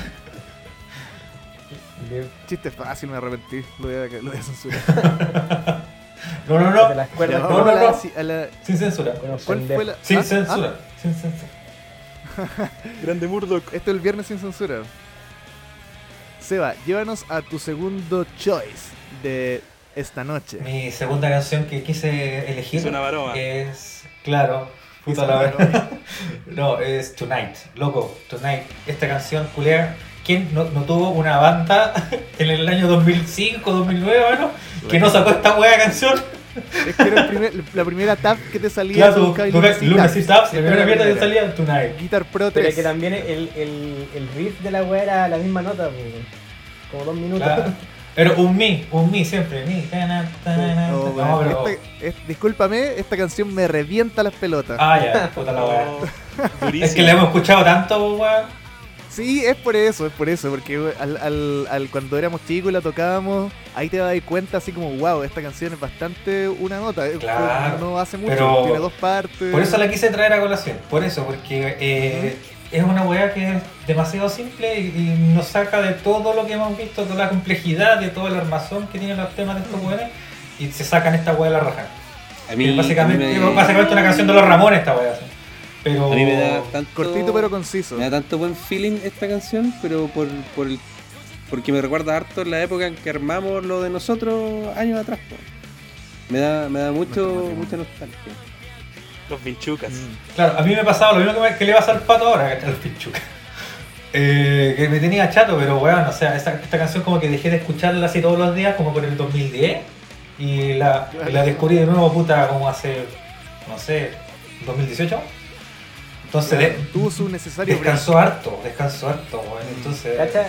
Speaker 5: De,
Speaker 1: Chiste fácil, me arrepentí. Lo voy a, lo voy a censurar.
Speaker 4: No, no, no.
Speaker 5: de las
Speaker 1: Ya,
Speaker 5: cuerdas.
Speaker 1: vamos
Speaker 4: no,
Speaker 1: a la-
Speaker 4: no.
Speaker 1: si- a la-
Speaker 4: Sin censura.
Speaker 5: con los
Speaker 1: ¿Cuál fue
Speaker 5: pendejos.
Speaker 1: la.?
Speaker 4: Sin
Speaker 1: ah, ah,
Speaker 4: censura. Sin censura.
Speaker 10: Grande Murdoch.
Speaker 1: Esto es el viernes sin censura. Seba, llévanos a tu segundo choice de esta noche.
Speaker 4: Mi segunda canción que quise elegir
Speaker 10: Es una varoma.
Speaker 4: es, claro, puta
Speaker 1: Es
Speaker 4: la
Speaker 1: una
Speaker 4: verdad. no, es Tonight, loco, Tonight. Esta canción, culea, ¿quién no, no tuvo una banda en el año 2005, 2009, bueno, que no sacó esta hueá canción?
Speaker 1: Es que era el primer- la primera tab que te salía.
Speaker 4: Claro,
Speaker 1: buscabas y
Speaker 4: Lucas,
Speaker 1: Lunacy
Speaker 4: Lucas y Taps,
Speaker 1: Esta
Speaker 4: la primera
Speaker 1: era
Speaker 4: mierda que
Speaker 1: primera.
Speaker 4: salía, Tonight.
Speaker 1: Guitar Pro
Speaker 5: Pero
Speaker 1: 3.
Speaker 5: que también el, el, el riff de la weá era la misma nota, po, weón. como dos minutos.
Speaker 4: Claro. Pero un mi, un mi siempre, mi. tana, tana,
Speaker 1: No,
Speaker 4: tana. No,
Speaker 1: Oh, bueno,
Speaker 4: pero...
Speaker 1: esta- es- discúlpame, esta canción me revienta las pelotas.
Speaker 4: Ah, ya, puta la hueá.
Speaker 3: Oh,
Speaker 10: Durísimo.
Speaker 4: Es que la hemos escuchado tanto, hueá.
Speaker 1: Sí, es por eso, es por eso, porque al, al- al- cuando éramos chicos y la tocábamos, ahí te das cuenta así como, wow, esta canción es bastante una nota, eh,
Speaker 4: Claro,
Speaker 1: no hace mucho,
Speaker 4: pero-
Speaker 1: tiene dos partes.
Speaker 4: Por eso la quise traer a colación, por eso, porque eh, es una weá que es demasiado simple y, y nos saca de todo lo que hemos visto, toda la complejidad, de todo el armazón que tienen los temas de estos weones, y se sacan esta weá de la raja.
Speaker 3: A
Speaker 4: Que
Speaker 3: mí,
Speaker 4: básicamente,
Speaker 3: a mí
Speaker 4: es
Speaker 3: me, a
Speaker 4: básicamente una canción de los Ramones esta weá. así. Pero
Speaker 3: mí me da tanto,
Speaker 5: Oh.
Speaker 1: Cortito pero conciso. Mm.
Speaker 3: me da tanto buen feeling esta canción, pero por, por el, porque me recuerda harto la época en que armamos lo de nosotros años atrás. po. Me da, me da
Speaker 1: Nuestro
Speaker 3: mucho,
Speaker 1: matrimonio.
Speaker 3: mucha nostalgia.
Speaker 10: Los vinchucas.
Speaker 1: Mm.
Speaker 4: Claro, a mí me pasaba lo mismo que, me- que le pasa al pato ahora, que está el pinchuca. Eh, que me tenía chato, pero weón, o sea, esta, esta canción como que dejé de escucharla así todos los días, como por el 2010, y la,
Speaker 1: Claro.
Speaker 4: la descubrí de nuevo, puta, como hace, no sé, 2018. Entonces, de-
Speaker 1: Tuvo su necesario break.
Speaker 4: descansó harto, descansó harto, weón.
Speaker 1: Mm.
Speaker 4: Entonces,
Speaker 5: ¿Cacha?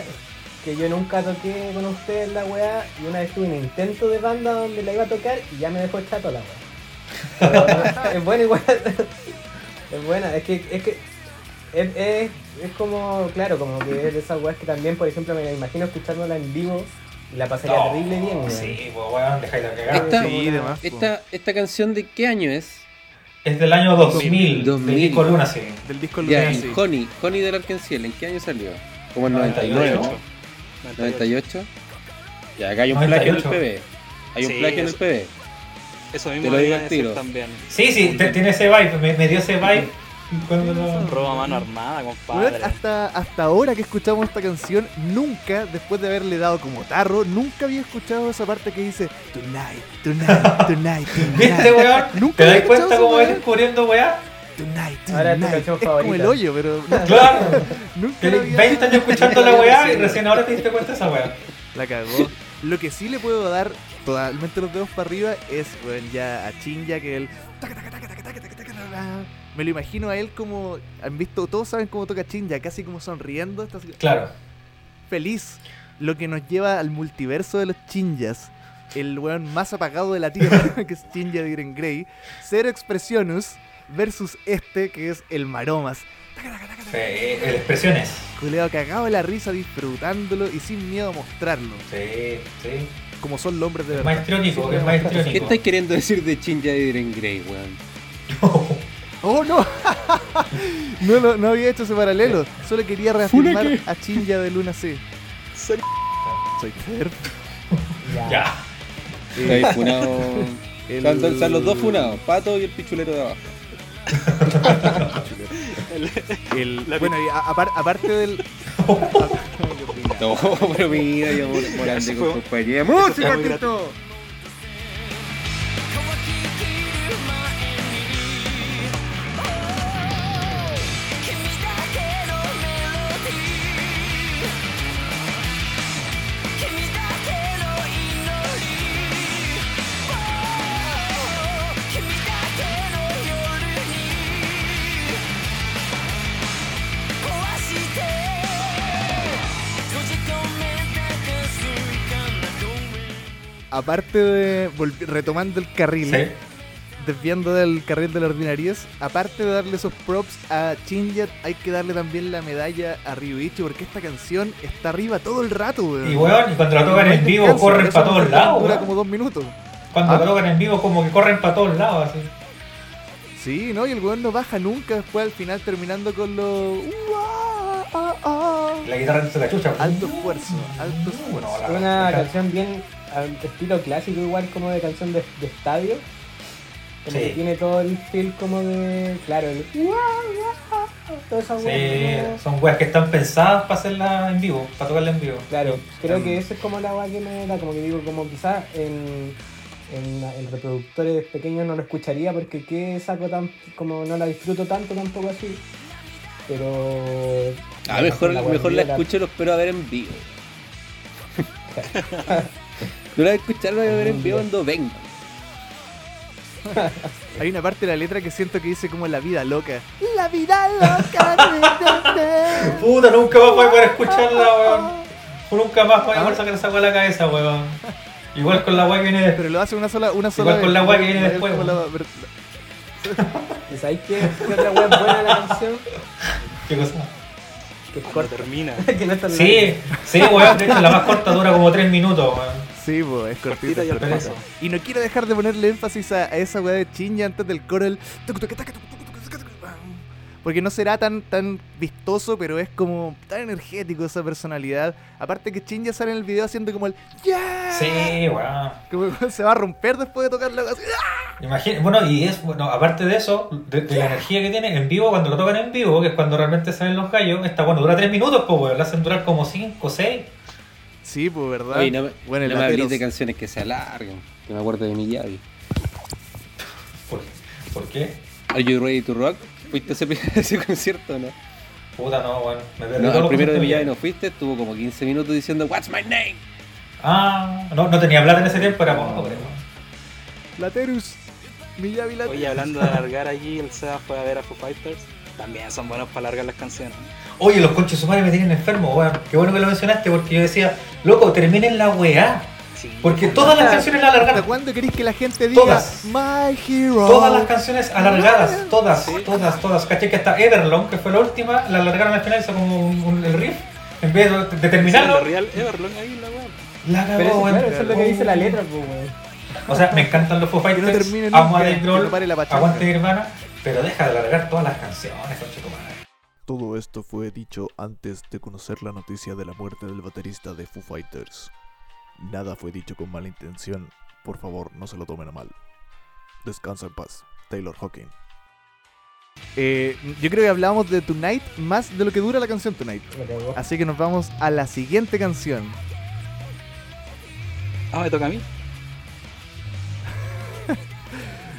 Speaker 5: Que yo nunca toqué con ustedes la weá y una vez tuve un intento de banda donde la iba a tocar y ya me dejó chato la weá. Pero es buena igual. Es buena, es que es que es, es- es como, claro, como que es de esas weas que también, por ejemplo, me la imagino escuchándola en vivo y la pasaría
Speaker 4: no,
Speaker 5: terrible bien, weón.
Speaker 4: Sí, pues, weón, dejáis la cagada.
Speaker 3: Esta-
Speaker 1: Sí, de más, Ah, po.
Speaker 3: Esta, esta canción de qué año es?
Speaker 4: Es del año 2000,
Speaker 3: 2000.
Speaker 4: de Nico Luna, sí.
Speaker 1: Del disco
Speaker 3: Ya,
Speaker 1: Luna,
Speaker 3: y
Speaker 1: sí.
Speaker 3: Connie, Connie del Arkenciel, ¿en qué año salió? Como en 99,
Speaker 4: 98.
Speaker 3: 98. 98. Ya, acá hay un
Speaker 4: 98.
Speaker 3: plagio en el PB. Hay un
Speaker 10: Sí,
Speaker 3: plagio en el
Speaker 10: eso-
Speaker 3: PB.
Speaker 10: Eso
Speaker 3: Te
Speaker 10: mismo
Speaker 3: lo
Speaker 10: lo
Speaker 3: digo
Speaker 10: iba a
Speaker 3: al
Speaker 10: decir
Speaker 3: tiro.
Speaker 10: también.
Speaker 4: Sí, sí, te- tiene ese vibe, me, me dio ese vibe cuando lo...
Speaker 10: Roba a mano armada,
Speaker 1: Weón,
Speaker 10: compadre.
Speaker 1: hasta, hasta ahora que escuchamos esta canción, nunca, después de haberle dado como tarro, nunca había escuchado esa parte que dice Tonight, tonight, tonight,
Speaker 4: ¿Viste,
Speaker 1: tonight,
Speaker 4: weón?
Speaker 1: Nunca
Speaker 4: ¿Te das
Speaker 1: había
Speaker 4: cuenta
Speaker 1: escuchado
Speaker 4: cómo
Speaker 1: esa
Speaker 4: vas descubriendo, weá?
Speaker 1: tonight, tonight.
Speaker 5: Ahora es tu canción
Speaker 1: es como el
Speaker 5: favorita.
Speaker 1: hoyo, pero nunca-
Speaker 4: Claro.
Speaker 1: nunca la
Speaker 4: Tenés
Speaker 1: había-
Speaker 4: 20 años escuchando la weá y
Speaker 1: Sí,
Speaker 4: recién ahora te diste cuenta de esa weá.
Speaker 1: La cagó. Lo que sí le puedo dar totalmente los dedos para arriba es, weón, ya a Chinja que él. taca, taca, taca, taca, taca, taca, taca, taca. Me lo imagino a él como. Han visto, todos saben cómo toca Chinja, casi como sonriendo, está así,
Speaker 4: Claro.
Speaker 1: feliz. Lo que nos lleva al multiverso de los Chinjas. El weón más apagado de la tierra, que es Chinja de Green Grey. Cero Expresionus versus este, que es el Maromas. Taca, taca, taca,
Speaker 4: Sí,
Speaker 1: taca.
Speaker 4: el expresiones.
Speaker 1: Culeado cagado de la risa disfrutándolo y sin miedo a mostrarlo,
Speaker 4: Sí, sí.
Speaker 1: como son los hombres de
Speaker 4: Es
Speaker 1: verdad.
Speaker 4: maestriónico, es maestriónico.
Speaker 3: ¿Qué estáis queriendo decir de Chinja y Dren Grey, weón?
Speaker 1: ¡Oh, no! no, lo- no había hecho ese paralelo. Solo quería reafirmar a Chinja de Luna C.
Speaker 10: Soy-
Speaker 1: Soy Fer. Eh,
Speaker 4: Ya.
Speaker 3: Estáis funado.
Speaker 1: El-
Speaker 3: Están, están los dos funados, Pato y el pichulero de abajo.
Speaker 1: el- bueno, y a- apar- aparte del...
Speaker 3: No, pero mira, yo mor- morante con compañía. ¡Música, Tito!
Speaker 9: 乾ききる前に」「Oh 君だけのメロディー」「君だけの祈り」Oh 君だけの夜に」「壊して」「閉じ込めなくすかな声」
Speaker 1: Aparte de... volvi- retomando el carril,
Speaker 4: Sí.
Speaker 1: desviando del carril de la ordinariez, aparte de darle esos props a Chinja, hay que darle también la medalla a Ryuichi, porque esta canción está arriba todo el rato, weón.
Speaker 4: Y weón, y cuando la tocan
Speaker 1: No hay
Speaker 4: en vivo
Speaker 1: descanso,
Speaker 4: corren
Speaker 1: esa
Speaker 4: para todos
Speaker 1: canción
Speaker 4: lados.
Speaker 1: Dura
Speaker 4: weón.
Speaker 1: como dos minutos.
Speaker 4: Cuando
Speaker 1: Ah.
Speaker 4: la tocan en vivo como que corren para todos lados, así.
Speaker 1: Sí, ¿no? Y el weón no baja nunca después al final terminando con los... ¡Uah! ¡Ah! ¡Ah!
Speaker 4: La guitarra se la chucha.
Speaker 1: Alto esfuerzo, alto
Speaker 4: Uh, no, la-
Speaker 5: Una
Speaker 4: la-
Speaker 5: canción bien al estilo clásico, igual como de canción de, de estadio. Como
Speaker 4: Sí.
Speaker 5: que tiene todo el feel como de. Claro, el. ¡Wow! Todo esa
Speaker 4: Sí,
Speaker 5: hueá.
Speaker 4: son weas que están pensadas para hacerla en vivo, para tocarla en vivo.
Speaker 5: Claro, creo
Speaker 4: Mm.
Speaker 3: Em.
Speaker 5: que eso es como la agua que me da, como que digo, como quizás en, en, en reproductores pequeños no lo escucharía porque qué saco tan, como no la disfruto tanto tampoco así. Pero...
Speaker 3: Ah, mejor,
Speaker 5: La
Speaker 3: la,
Speaker 5: wea
Speaker 3: mejor la
Speaker 5: viola.
Speaker 3: escucho, lo espero a ver en vivo. No la voy a escuchar, la voy a ver en vivo cuando venga.
Speaker 1: Hay una parte de la letra que siento que dice como la vida loca. La vida loca. de- de- de.
Speaker 4: Puta, nunca más voy a poder escucharla, weón. Nunca más voy a
Speaker 3: Ah.
Speaker 4: poder sacar esa wea a la cabeza, weón. Igual con la wea que viene después.
Speaker 1: Pero lo hace una sola, una sola
Speaker 4: Igual con la weá que viene
Speaker 1: Es
Speaker 4: después,
Speaker 1: como
Speaker 4: ¿no?
Speaker 1: la- ver-
Speaker 5: ¿Y sabéis qué? ¿Qué otra wea es buena de la canción?
Speaker 4: ¿Qué cosa?
Speaker 5: Que es
Speaker 10: Cuando
Speaker 5: corta.
Speaker 10: termina.
Speaker 5: que no es tan
Speaker 4: Sí, sí, weón. De hecho, la más corta dura como 3 minutos, weón.
Speaker 1: Sí, po, es cortita.
Speaker 10: Cortita y
Speaker 1: es
Speaker 10: al
Speaker 1: cortita.
Speaker 10: paso.
Speaker 1: Y no quiero dejar de ponerle énfasis a, a esa weá de chinja antes del coro. el tuc, tuc, taca, tuc, tuc, tuc, tuc, tuc, Porque no será tan, tan vistoso, pero es como tan energético esa personalidad. Aparte que chinja sale en el video haciendo como el ¡Yeah!
Speaker 4: Sí, weón.
Speaker 1: Como que se va a romper después de tocarlo. así.
Speaker 4: Imagina, bueno, y es, bueno, aparte de eso, de, de la energía que tiene en vivo, cuando lo tocan en vivo, que es cuando realmente salen los gallos, esta bueno, dura 3 minutos, pues, weón, la hacen durar como 5, 6.
Speaker 1: Sí, pues, ¿verdad?
Speaker 3: Oye, no, me-
Speaker 1: bueno, el
Speaker 3: no me hables de
Speaker 1: Laperos.
Speaker 3: canciones que se alargan. Que me acuerdo de mi llave.
Speaker 4: ¿Por, ¿Por qué?
Speaker 3: ¿Are you ready to rock? ¿Fuiste a ese, ese concierto o no?
Speaker 4: Puta, no, weón. Me perdí
Speaker 3: No,
Speaker 4: todos
Speaker 3: al
Speaker 4: los
Speaker 3: primero de mi llave
Speaker 4: conceptos.
Speaker 3: no fuiste, estuvo como 15 minutos diciendo What's my name?
Speaker 4: Ah, no, no tenía plata en ese tiempo, era pobre, weón.
Speaker 1: Laterus. Miyavi Laterus.
Speaker 10: Oye, hablando de alargar allí, el Seba fue a ver a Foo Fighters. También son buenos para alargar las canciones.
Speaker 4: Oye, los conchos su madre me tienen enfermo, weón. Qué bueno que lo mencionaste, porque yo decía, loco, terminen la weá.
Speaker 10: Sí.
Speaker 4: Porque todas las canciones la
Speaker 1: ¿Hasta
Speaker 4: alargaron.
Speaker 1: cuándo queréis que la gente diga
Speaker 4: Todas.
Speaker 1: My Hero?
Speaker 4: Todas las canciones alargadas, todas, todas, todas. Caché que hasta Everlong, que fue la última, la alargaron al final, hizo como un, un- el riff. En vez de, de
Speaker 10: Hicieron
Speaker 4: terminarlo,
Speaker 10: lo real Everlong ahí en la web.
Speaker 4: La cagó,
Speaker 5: Pero eso,
Speaker 4: weón.
Speaker 5: claro, eso es lo que dice la letra, pues, weón.
Speaker 4: O sea, me encantan los Foo Fighters.
Speaker 1: Que no termine
Speaker 4: amo a
Speaker 1: nunca,
Speaker 4: Dave
Speaker 1: que
Speaker 4: Grohl,
Speaker 1: no pare la pachanga.
Speaker 4: aguante Nirvana, pero deja de largar todas las canciones, concha tu madre.
Speaker 1: Todo esto fue dicho antes de conocer la noticia de la muerte del baterista de Foo Fighters. Nada fue dicho con mala intención, por favor no se lo tomen a mal. Descansa en paz, Taylor Hawking. Eh, yo creo que hablábamos de Tonight más de lo que dura la canción Tonight.
Speaker 6: Me cagó.
Speaker 1: Así que nos vamos a la siguiente canción.
Speaker 2: Ah, me toca a mí.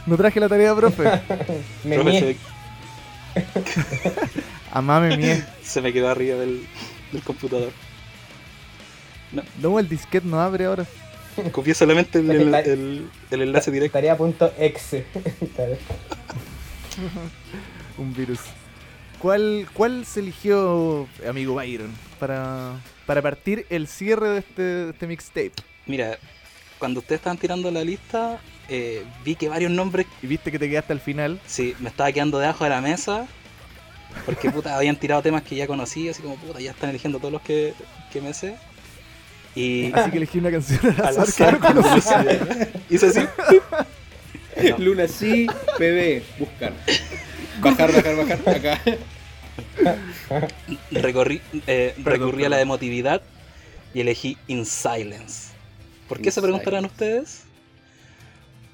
Speaker 1: No traje la tarea, profe.
Speaker 5: Me
Speaker 2: Profe,
Speaker 5: nié.
Speaker 2: se,
Speaker 1: Amame mía.
Speaker 2: se me quedó arriba del, del computador.
Speaker 1: No, el disquete no abre ahora.
Speaker 2: Copié solamente el, el- el- el enlace directo.
Speaker 5: Tarea.exe.
Speaker 1: Un virus. ¿Cuál, cuál se eligió, amigo Byron, para, para partir el cierre de este, de este mixtape?
Speaker 2: Mira, cuando ustedes estaban tirando la lista, eh, vi que varios nombres
Speaker 1: Y viste que te quedaste al final.
Speaker 2: Sí, me estaba quedando debajo de la mesa. Porque puta, habían tirado temas que ya conocí, así como puta, ya están eligiendo todos los que, que me sé. Y
Speaker 1: Así que elegí una canción al
Speaker 2: al
Speaker 1: azar.
Speaker 2: azar,
Speaker 1: que no conocí.
Speaker 2: hice así. No.
Speaker 3: Luna sí, PB, buscar. Bajar, bajar, bajar. Acá.
Speaker 2: recorrí, eh, recurrí a
Speaker 1: perdón.
Speaker 2: la emotividad y elegí In Silence. ¿Por qué
Speaker 3: In
Speaker 2: se preguntarán ustedes?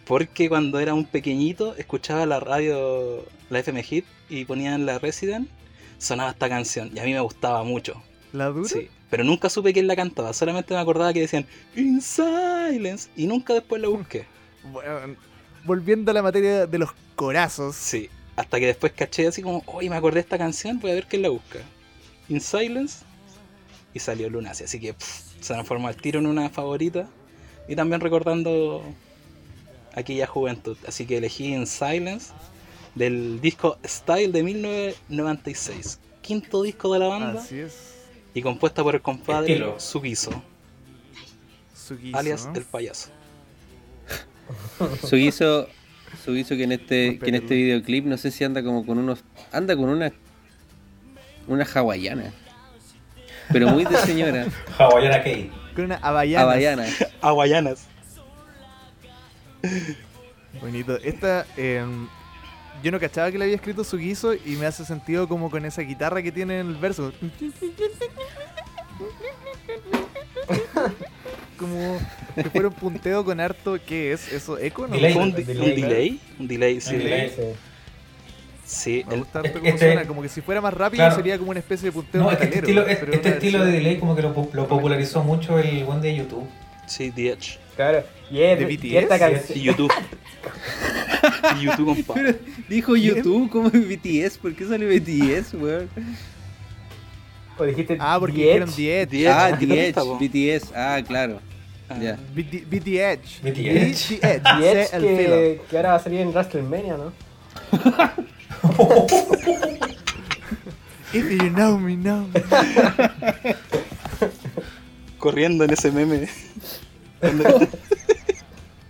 Speaker 2: Porque cuando era un pequeñito escuchaba la radio, la FM Hit, y ponían la Resident, sonaba esta canción y a mí me gustaba mucho.
Speaker 1: ¿La dura?
Speaker 2: Sí, pero nunca supe quién la cantaba, solamente me acordaba que decían In Silence y nunca después la busqué.
Speaker 1: Bueno, volviendo a la materia de los corazos.
Speaker 2: Sí, hasta que después caché así como, hoy me acordé de esta canción, voy a ver quién la busca. In Silence y salió Lunacy, así que pff, se transformó al tiro en una favorita y también recordando aquella juventud, así que elegí In Silence del disco Style de 1996, quinto disco de la banda
Speaker 1: Así es.
Speaker 2: y compuesta por el compadre
Speaker 4: Estilo.
Speaker 2: Sugiso,
Speaker 1: Sugizo,
Speaker 2: alias
Speaker 1: ¿no?
Speaker 2: el payaso.
Speaker 3: Suizo, Suizo que en este, que en
Speaker 1: Respeto.
Speaker 3: este videoclip no sé si anda como con unos. Anda con una. Una hawaiana. Pero muy de señora.
Speaker 4: Hawaiiana Kate.
Speaker 1: Con una Havaiana.
Speaker 3: hawaiana.
Speaker 2: Hawaianas.
Speaker 1: Bonito. Esta, eh, yo no cachaba que le había escrito Sugizo y me hace sentido como con esa guitarra que tiene en el verso. como que fuera un punteo con harto. ¿Qué es eso? ¿Eco? No,
Speaker 4: Delay.
Speaker 2: ¿Fue un,
Speaker 4: Un
Speaker 2: di- un
Speaker 4: delay.
Speaker 2: delay? ¿Un delay? Sí,
Speaker 4: Un delay.
Speaker 5: Sí.
Speaker 2: sí,
Speaker 1: Me
Speaker 2: el-
Speaker 1: gusta harto
Speaker 4: Es-
Speaker 1: cómo
Speaker 4: este-
Speaker 1: suena, Como que si fuera más rápido
Speaker 4: Claro.
Speaker 1: sería como una especie de punteo
Speaker 4: No, es que este
Speaker 1: metalero.
Speaker 4: estilo, es-
Speaker 1: pero
Speaker 4: este
Speaker 1: una
Speaker 4: estilo de
Speaker 1: versión-
Speaker 4: delay como que lo, po- lo popularizó mucho el buen de YouTube.
Speaker 2: sí, The Edge.
Speaker 5: Claro. Y, es-
Speaker 1: ¿De
Speaker 5: y
Speaker 1: BTS?
Speaker 5: esta canción.
Speaker 2: Y YouTube. y YouTube, compadre.
Speaker 3: Pero dijo YouTube como BTS. ¿Por qué sale BTS, weón?
Speaker 5: O dijiste.
Speaker 1: Ah, porque
Speaker 5: The
Speaker 1: dijeron
Speaker 5: Edge.
Speaker 1: The Edge.
Speaker 2: The Edge,
Speaker 3: Ah, The
Speaker 2: guitarrista,
Speaker 3: Edge.
Speaker 2: po.
Speaker 3: BTS. Ah, claro.
Speaker 2: Ah.
Speaker 3: Ya.
Speaker 1: Beat the- Beat the Edge.
Speaker 4: Beat the
Speaker 1: Beat
Speaker 4: Edge.
Speaker 1: the Edge.
Speaker 5: The Edge
Speaker 1: Ah, Sé el filo.
Speaker 5: que, que ahora va a salir en WrestleMania, ¿no?
Speaker 1: If you know me, know me.
Speaker 2: Corriendo en ese meme.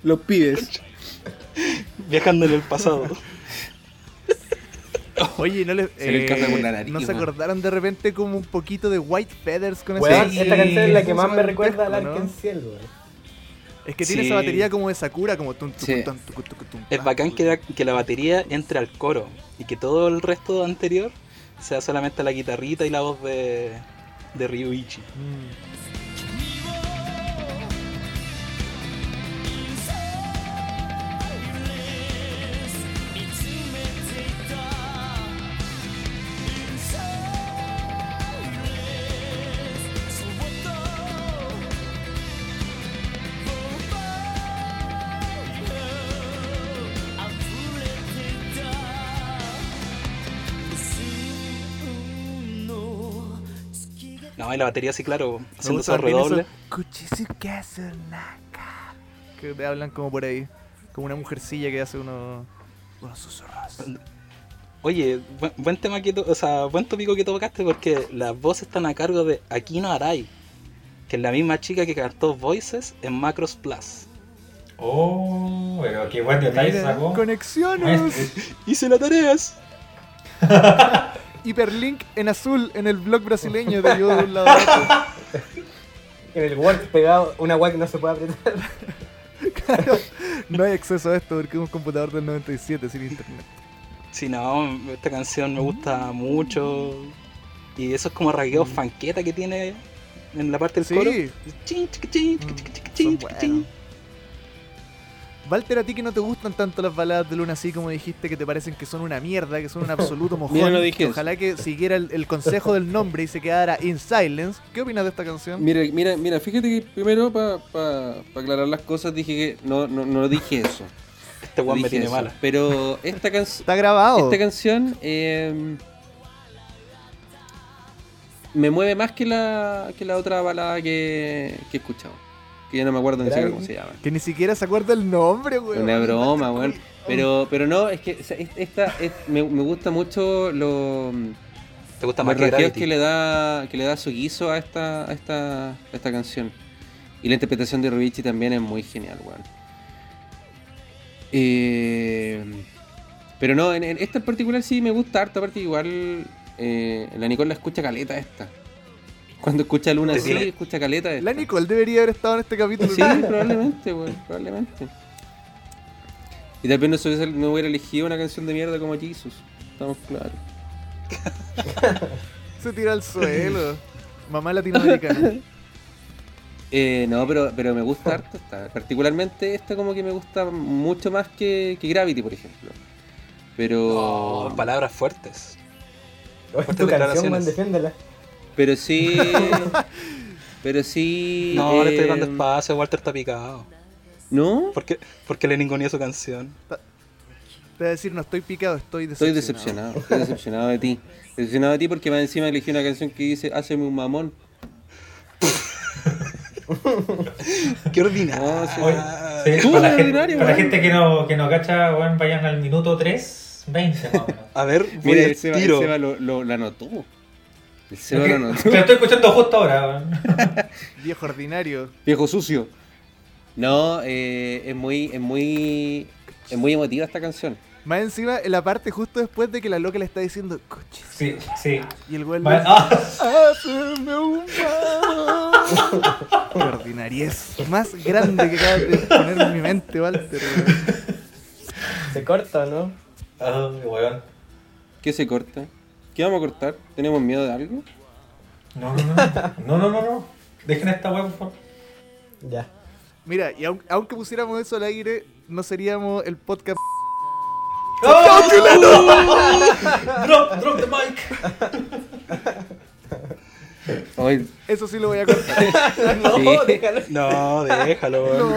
Speaker 3: Los pibes.
Speaker 2: Viajando en el pasado.
Speaker 1: Oye, no le,
Speaker 3: Se le encaja con la nariz,
Speaker 1: ¿no se
Speaker 3: man.
Speaker 1: acordaron de repente como un poquito de White Feathers con
Speaker 5: Weón,
Speaker 1: ese?
Speaker 5: esta canción es la que más me
Speaker 1: Sí.
Speaker 5: recuerda al
Speaker 1: ¿no?
Speaker 5: Ark en Ciel, weón.
Speaker 1: Es que tiene
Speaker 2: Sí.
Speaker 1: esa batería como de Sakura, como tum, tucu,
Speaker 3: Sí.
Speaker 1: tum, tucu, tucu, tum,
Speaker 2: Es
Speaker 1: pam,
Speaker 2: bacán
Speaker 1: tucu.
Speaker 2: que la, que la batería entre al coro y que todo el resto anterior sea solamente la guitarrita y la voz de, de Ryuichi. No, y la batería sí, claro,
Speaker 1: Me
Speaker 2: haciendo
Speaker 1: gusta
Speaker 2: esos
Speaker 1: también
Speaker 2: redobles.
Speaker 1: eso. Kuchisukazu naka. Que te hablan como por ahí. Como una mujercilla que hace unos, unos susurros.
Speaker 2: Oye, buen, buen tema que to- o sea, buen tópico que tocaste porque las voces están a cargo de Akino Arai, que es la misma chica que cantó Voices en Macros Plus.
Speaker 4: Oh, pero qué buen detalle
Speaker 1: Mira,
Speaker 4: sacó.
Speaker 1: Conexiones.
Speaker 2: ¡Hice la tareas!
Speaker 1: Hiperlink en azul en el blog brasileño de yo de un lado a otro.
Speaker 5: En el Word pegado, una guay que no se puede apretar.
Speaker 1: Claro, no hay acceso a esto porque es un computador del 97 sin internet.
Speaker 2: Si no, esta canción me gusta mucho. Y eso es como ragueo fanqueta que tiene en la parte del
Speaker 1: Sí.
Speaker 2: coro. Chin, chiqui, chin, chiqui, chiqui, chiqui,
Speaker 1: Son
Speaker 2: chin, chiqui,
Speaker 1: buenos.
Speaker 2: chin.
Speaker 1: Walter, a ti que no te gustan tanto las baladas de Luna, así como dijiste que te parecen que son una mierda, que son un absoluto mojón.
Speaker 3: Mira, no dije
Speaker 1: que
Speaker 3: eso.
Speaker 1: ojalá que siguiera el, el consejo del nombre y se quedara In Silence. ¿Qué opinas de esta canción?
Speaker 3: Mira, mira, mira, fíjate que primero para aclarar las cosas dije que no, no, no dije eso.
Speaker 2: Este
Speaker 3: No
Speaker 2: weón me
Speaker 3: dije
Speaker 2: tiene
Speaker 3: eso.
Speaker 2: mala.
Speaker 3: Pero esta canción
Speaker 1: Está grabado.
Speaker 3: Esta canción eh, me mueve más que la, que la otra balada que, que he escuchado. Que ya no me acuerdo ni siquiera cómo se llama.
Speaker 1: Que ni siquiera se acuerda el nombre, weón.
Speaker 3: Una broma, weón. Pero, pero no, es que o sea, es- esta es- me, me gusta mucho lo,
Speaker 2: ¿Te gusta
Speaker 3: los
Speaker 2: más que
Speaker 3: rasgueos
Speaker 2: Gravity?
Speaker 3: que le da que le da su guiso a esta, a esta, a esta canción. Y la interpretación de Rubichi también es muy genial, weón. Eh, pero no, en, en esta en particular sí me gusta harto, aparte igual eh, la Nicole la escucha caleta esta. Cuando escucha Luna
Speaker 2: ¿Te
Speaker 3: sí,
Speaker 2: tiene?
Speaker 3: escucha caleta esta.
Speaker 1: La Nicole debería haber estado en este capítulo.
Speaker 3: Sí, probablemente, weón, probablemente. Y tal vez no, se hubiese- no hubiera elegido una canción de mierda como Jesus. Estamos claros.
Speaker 1: Se tira al suelo. Mamá latinoamericana.
Speaker 3: Eh, no, pero, pero me gusta harto esta. Particularmente esta como que me gusta mucho más que, que Gravity, por ejemplo. Pero.
Speaker 2: Oh, palabras fuertes.
Speaker 5: Oye, tu
Speaker 2: Fuertes
Speaker 5: canción,
Speaker 2: declaraciones.
Speaker 5: man, defiéndela.
Speaker 3: Pero sí. pero sí.
Speaker 2: No, le estoy
Speaker 3: eh,
Speaker 2: dando espacio, Walter está picado.
Speaker 3: ¿No?
Speaker 2: ¿Por qué, por qué le ninguneé su canción?
Speaker 1: Te voy a decir, no estoy picado, estoy
Speaker 3: Estoy
Speaker 1: decepcionado.
Speaker 3: decepcionado, estoy decepcionado de ti. Decepcionado de ti porque más encima elegí una canción que dice Háceme un mamón.
Speaker 2: Qué ordinario.
Speaker 3: No, sí.
Speaker 4: Oye, sí,
Speaker 3: Ah, Tú,
Speaker 4: para
Speaker 3: eres
Speaker 4: la gente,
Speaker 3: ordinario,
Speaker 4: para la
Speaker 3: weón.
Speaker 4: gente que no, que no cacha, weón, vayan al minuto 3, 20 más o menos.
Speaker 2: A ver, voy
Speaker 3: Mira,
Speaker 2: al
Speaker 3: el Seba, el
Speaker 2: tiro.
Speaker 3: Seba lo, lo- la anotó. El Seba
Speaker 4: Te
Speaker 3: lo
Speaker 4: lo
Speaker 3: anotó.
Speaker 4: estoy escuchando justo ahora, weón.
Speaker 1: Viejo ordinario.
Speaker 3: Viejo sucio. No, eh, es muy, es muy. Es muy emotiva esta canción.
Speaker 1: Más encima, en la parte justo después de que la loca le está diciendo, coches.
Speaker 4: Sí, sí.
Speaker 1: Y el güey le
Speaker 4: Va-
Speaker 1: dice,
Speaker 4: ah,
Speaker 1: ¡Hazme un favor". Qué ordinariez más grande que acabas de poner en mi mente, Walter. weón.
Speaker 5: Se corta, ¿no?
Speaker 4: ah, weón.
Speaker 3: ¿Qué se corta? ¿Qué vamos a cortar? ¿Tenemos miedo de algo?
Speaker 4: No, no, no. No, no, no, no. Dejen esta weón, por favor.
Speaker 5: Ya.
Speaker 1: Mira, y aun- aunque pusiéramos eso al aire, no seríamos el podcast.
Speaker 4: Drop, drop the mic.
Speaker 3: Ay,
Speaker 1: Eso sí lo voy a cortar.
Speaker 5: No,
Speaker 3: Sí.
Speaker 5: Oh, déjalo.
Speaker 2: No, déjalo. weón.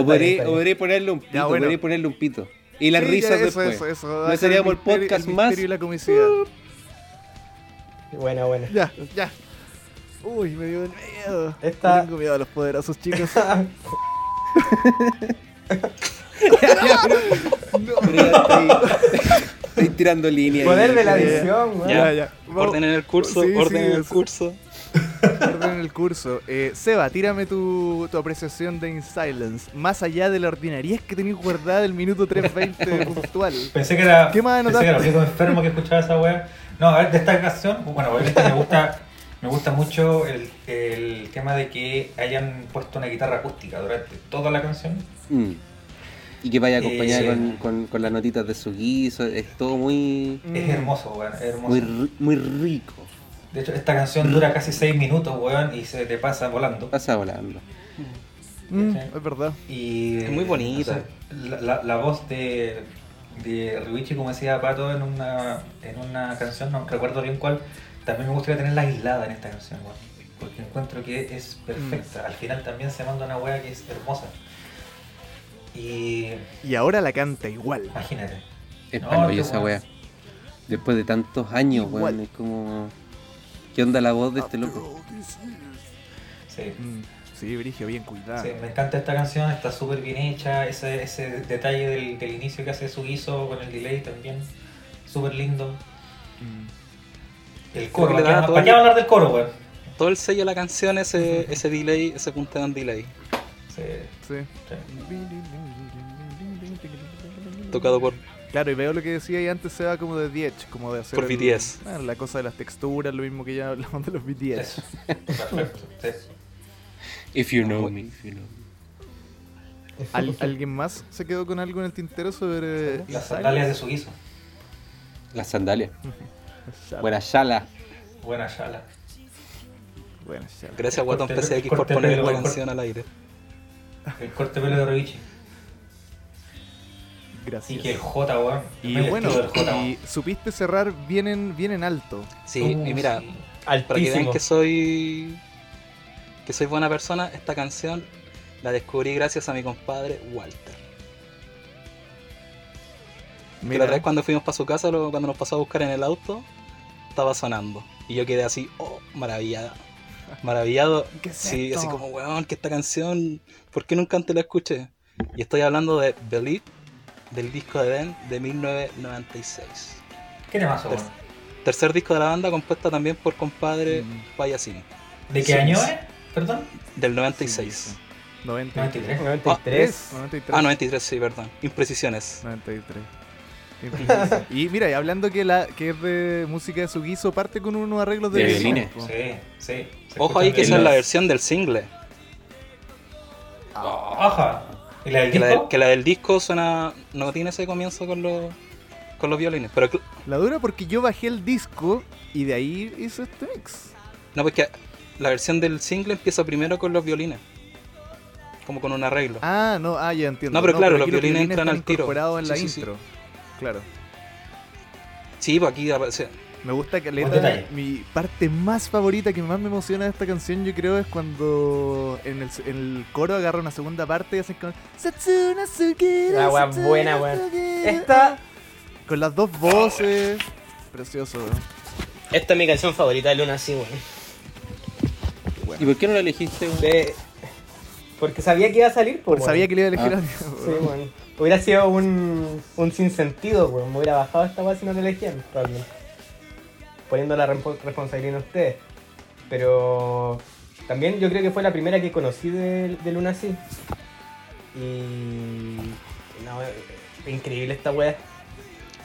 Speaker 3: o
Speaker 5: está bien,
Speaker 3: podré,
Speaker 5: está
Speaker 3: o podré
Speaker 5: bien.
Speaker 3: ponerle un pito,
Speaker 1: Ya, bueno.
Speaker 3: podré ponerle un pito. Y las
Speaker 1: Sí,
Speaker 3: risas
Speaker 1: ya, eso,
Speaker 3: después.
Speaker 1: Eso, eso, Va a
Speaker 3: No
Speaker 1: ser
Speaker 3: seríamos el
Speaker 1: misterio-
Speaker 3: podcast
Speaker 1: el
Speaker 3: más. Uh.
Speaker 1: misterio y la comicidad.
Speaker 5: Buena, buena.
Speaker 1: Ya, ya. Uy, me dio miedo.
Speaker 5: Esta-
Speaker 1: Tengo miedo a los poderosos, chicos.
Speaker 3: Pero ya estoy, estoy tirando línea.
Speaker 5: Poder
Speaker 3: ahí.
Speaker 5: de la edición, weón.
Speaker 2: Ya,
Speaker 1: Ya, ya. Vamos.
Speaker 2: Ordenen el curso,
Speaker 1: Sí, sí,
Speaker 2: ordenen el
Speaker 1: eso.
Speaker 2: curso.
Speaker 1: Perdón el curso. Eh, Seba, tírame tu, tu apreciación de In Silence. Más allá de la ordinariedad que tenéis guardada del minuto 3.20 puntual.
Speaker 4: Pensé que era,
Speaker 1: ¿Qué más
Speaker 4: pensé que era el
Speaker 1: anotaste?
Speaker 4: único enfermo que escuchaba esa weá. No, a ver, de esta canción, bueno, obviamente me gusta, me gusta mucho el, el tema de que hayan puesto una guitarra acústica durante toda la canción.
Speaker 3: Mm. Y que vaya acompañada
Speaker 4: Eh,
Speaker 3: con, con- con las notitas de su guiso. Es todo muy,
Speaker 1: Mm.
Speaker 4: Es hermoso, weón, es hermoso.
Speaker 3: muy, ri- muy rico.
Speaker 4: De hecho, esta canción dura casi 6 minutos, weón, y se te pasa volando.
Speaker 3: Pasa volando.
Speaker 1: Mm, es verdad.
Speaker 4: Y,
Speaker 2: Es muy bonita.
Speaker 4: no sé, la, la- la voz de, de Ryuichi, como decía Pato, en una, en una canción, no recuerdo bien cuál, también me gustaría tenerla aislada en esta canción, weón, porque encuentro que es perfecta.
Speaker 2: Mm.
Speaker 4: Al final también se manda una wea que es hermosa. Y
Speaker 1: Y ahora la canta igual.
Speaker 4: imagínate.
Speaker 3: Es
Speaker 4: No,
Speaker 3: palo y
Speaker 4: qué
Speaker 3: esa
Speaker 4: bueno.
Speaker 3: wea. Después de tantos años, weón.
Speaker 1: Igual.
Speaker 3: Es como. ¿Qué onda la voz de este loco?
Speaker 4: Sí.
Speaker 1: Mm, sí, Brigio, bien
Speaker 2: Ah.
Speaker 1: cuidado.
Speaker 4: Sí, me encanta esta canción, está súper bien hecha, ese, ese detalle del, del inicio que hace su guiso con el delay también, súper lindo.
Speaker 1: Mm.
Speaker 4: El coro,
Speaker 2: Creo que le
Speaker 4: ¿para qué
Speaker 2: da
Speaker 4: vamos-
Speaker 2: todo
Speaker 4: ¿para qué
Speaker 2: el-
Speaker 4: hablar del coro, weón?
Speaker 2: Todo el sello de la canción, ese, ese delay, ese punteo en delay.
Speaker 4: Sí,
Speaker 1: Sí.
Speaker 4: sí.
Speaker 2: Tocado por.
Speaker 1: Claro, y veo lo que decía ahí antes, Seba, como de 10, como de hacer...
Speaker 2: Por
Speaker 1: el-
Speaker 2: BTS.
Speaker 1: ah, la cosa de las texturas, lo mismo que ya hablamos de los BTS.
Speaker 4: Eso. Perfecto. Sí.
Speaker 3: If you know me, if you know me.
Speaker 1: ¿Al- ¿Alguien más se quedó con algo en el tintero sobre
Speaker 4: Las
Speaker 1: Isaiah?
Speaker 4: sandalias de su guiso.
Speaker 3: Las sandalias.
Speaker 1: Shala.
Speaker 3: Buena Shala.
Speaker 4: Buena Shala.
Speaker 1: Buena, Shala.
Speaker 2: Gracias, Guatón
Speaker 4: Corte-
Speaker 2: PCX, por
Speaker 4: corte
Speaker 2: poner
Speaker 4: pelo,
Speaker 2: la
Speaker 4: corte.
Speaker 2: canción al aire.
Speaker 4: El corte de pelo de Robichi. Y que el
Speaker 1: Gracias.
Speaker 4: J, weón.
Speaker 1: Y
Speaker 4: El
Speaker 1: bueno,
Speaker 4: estilo del J, weón.
Speaker 1: y supiste cerrar bien en, bien en alto.
Speaker 2: Sí,
Speaker 4: Uh,
Speaker 2: y mira,
Speaker 4: sí.
Speaker 2: para que vean
Speaker 4: Altísimo.
Speaker 2: que soy. que soy buena persona, esta canción la descubrí gracias a mi compadre Walter. Que la
Speaker 1: Mira,
Speaker 2: otra vez cuando fuimos para su casa, lo- cuando nos pasó a buscar en el auto, estaba sonando. Y yo quedé así, oh, maravillado. Maravillado.
Speaker 1: ¿Qué es
Speaker 2: sí,
Speaker 1: esto?
Speaker 2: así como, weón, que esta canción, ¿por qué nunca antes la escuché? Y estoy hablando de Believe, del disco de Ben de 1996.
Speaker 4: ¿Qué temazo, weón?
Speaker 2: Tercer disco de la banda compuesta también por compadre
Speaker 1: Mm.
Speaker 2: Payasini,
Speaker 4: ¿De qué
Speaker 2: Sí,
Speaker 4: año
Speaker 2: sí.
Speaker 4: es? Perdón.
Speaker 2: del
Speaker 1: Sí,
Speaker 2: 96.
Speaker 1: sí. 93.
Speaker 4: 93.
Speaker 5: 93.
Speaker 1: 93.
Speaker 2: Ah, 93, sí, perdón. Imprecisiones.
Speaker 1: 93. Y mira, y hablando que la que es de música de su guiso, parte con unos arreglos de,
Speaker 3: De
Speaker 1: violines, po.
Speaker 3: violines.
Speaker 4: Sí, sí. Se
Speaker 2: Ojo ahí
Speaker 4: escuchan
Speaker 2: que
Speaker 4: bien
Speaker 2: esa es la
Speaker 4: las-
Speaker 2: versión del single.
Speaker 4: Ajá. ¿Y la del
Speaker 2: Que la, del,
Speaker 4: disco?
Speaker 2: que la del disco suena. No tiene ese comienzo con los, con los violines. Pero cl-
Speaker 1: La dura porque yo bajé el disco y de ahí hice este mix.
Speaker 2: no, porque la versión del single empieza primero con los violines. Como con un arreglo.
Speaker 1: Ah, no, ah, ya entiendo.
Speaker 2: No, pero claro,
Speaker 1: aquí
Speaker 2: los violines entran
Speaker 1: están
Speaker 2: al tiro.
Speaker 1: incorporados en la
Speaker 2: Sí, sí, sí.
Speaker 1: intro. Claro.
Speaker 2: Sí, pues aquí aparece.
Speaker 1: Me gusta que
Speaker 4: Buen detalle.
Speaker 1: Mi parte más favorita, que más me emociona de esta canción, yo creo, es cuando en el, en el coro agarra una segunda parte y hacen con. Satsuna Sugera,
Speaker 5: La wea
Speaker 1: Satsuna
Speaker 5: buena, weón.
Speaker 1: Sugera".
Speaker 5: Esta,
Speaker 1: Con las dos voces. Precioso, weón.
Speaker 6: Esta es mi canción favorita de Luna, sí, weón.
Speaker 3: ¿Y por qué no la elegiste? güey?
Speaker 5: de- porque sabía que iba a salir, pues.
Speaker 1: Porque sabía que le iba a elegir
Speaker 3: Ah.
Speaker 1: a mí,
Speaker 5: Sí,
Speaker 1: weón.
Speaker 5: weón. Hubiera sido un, un sinsentido, weón. Me hubiera bajado esta weá si no te elegían, probablemente. Poniendo la rempo- responsabilidad en ustedes. Pero también yo creo que fue la primera que conocí de, de Luna así. Y. No, eh, increíble esta weá.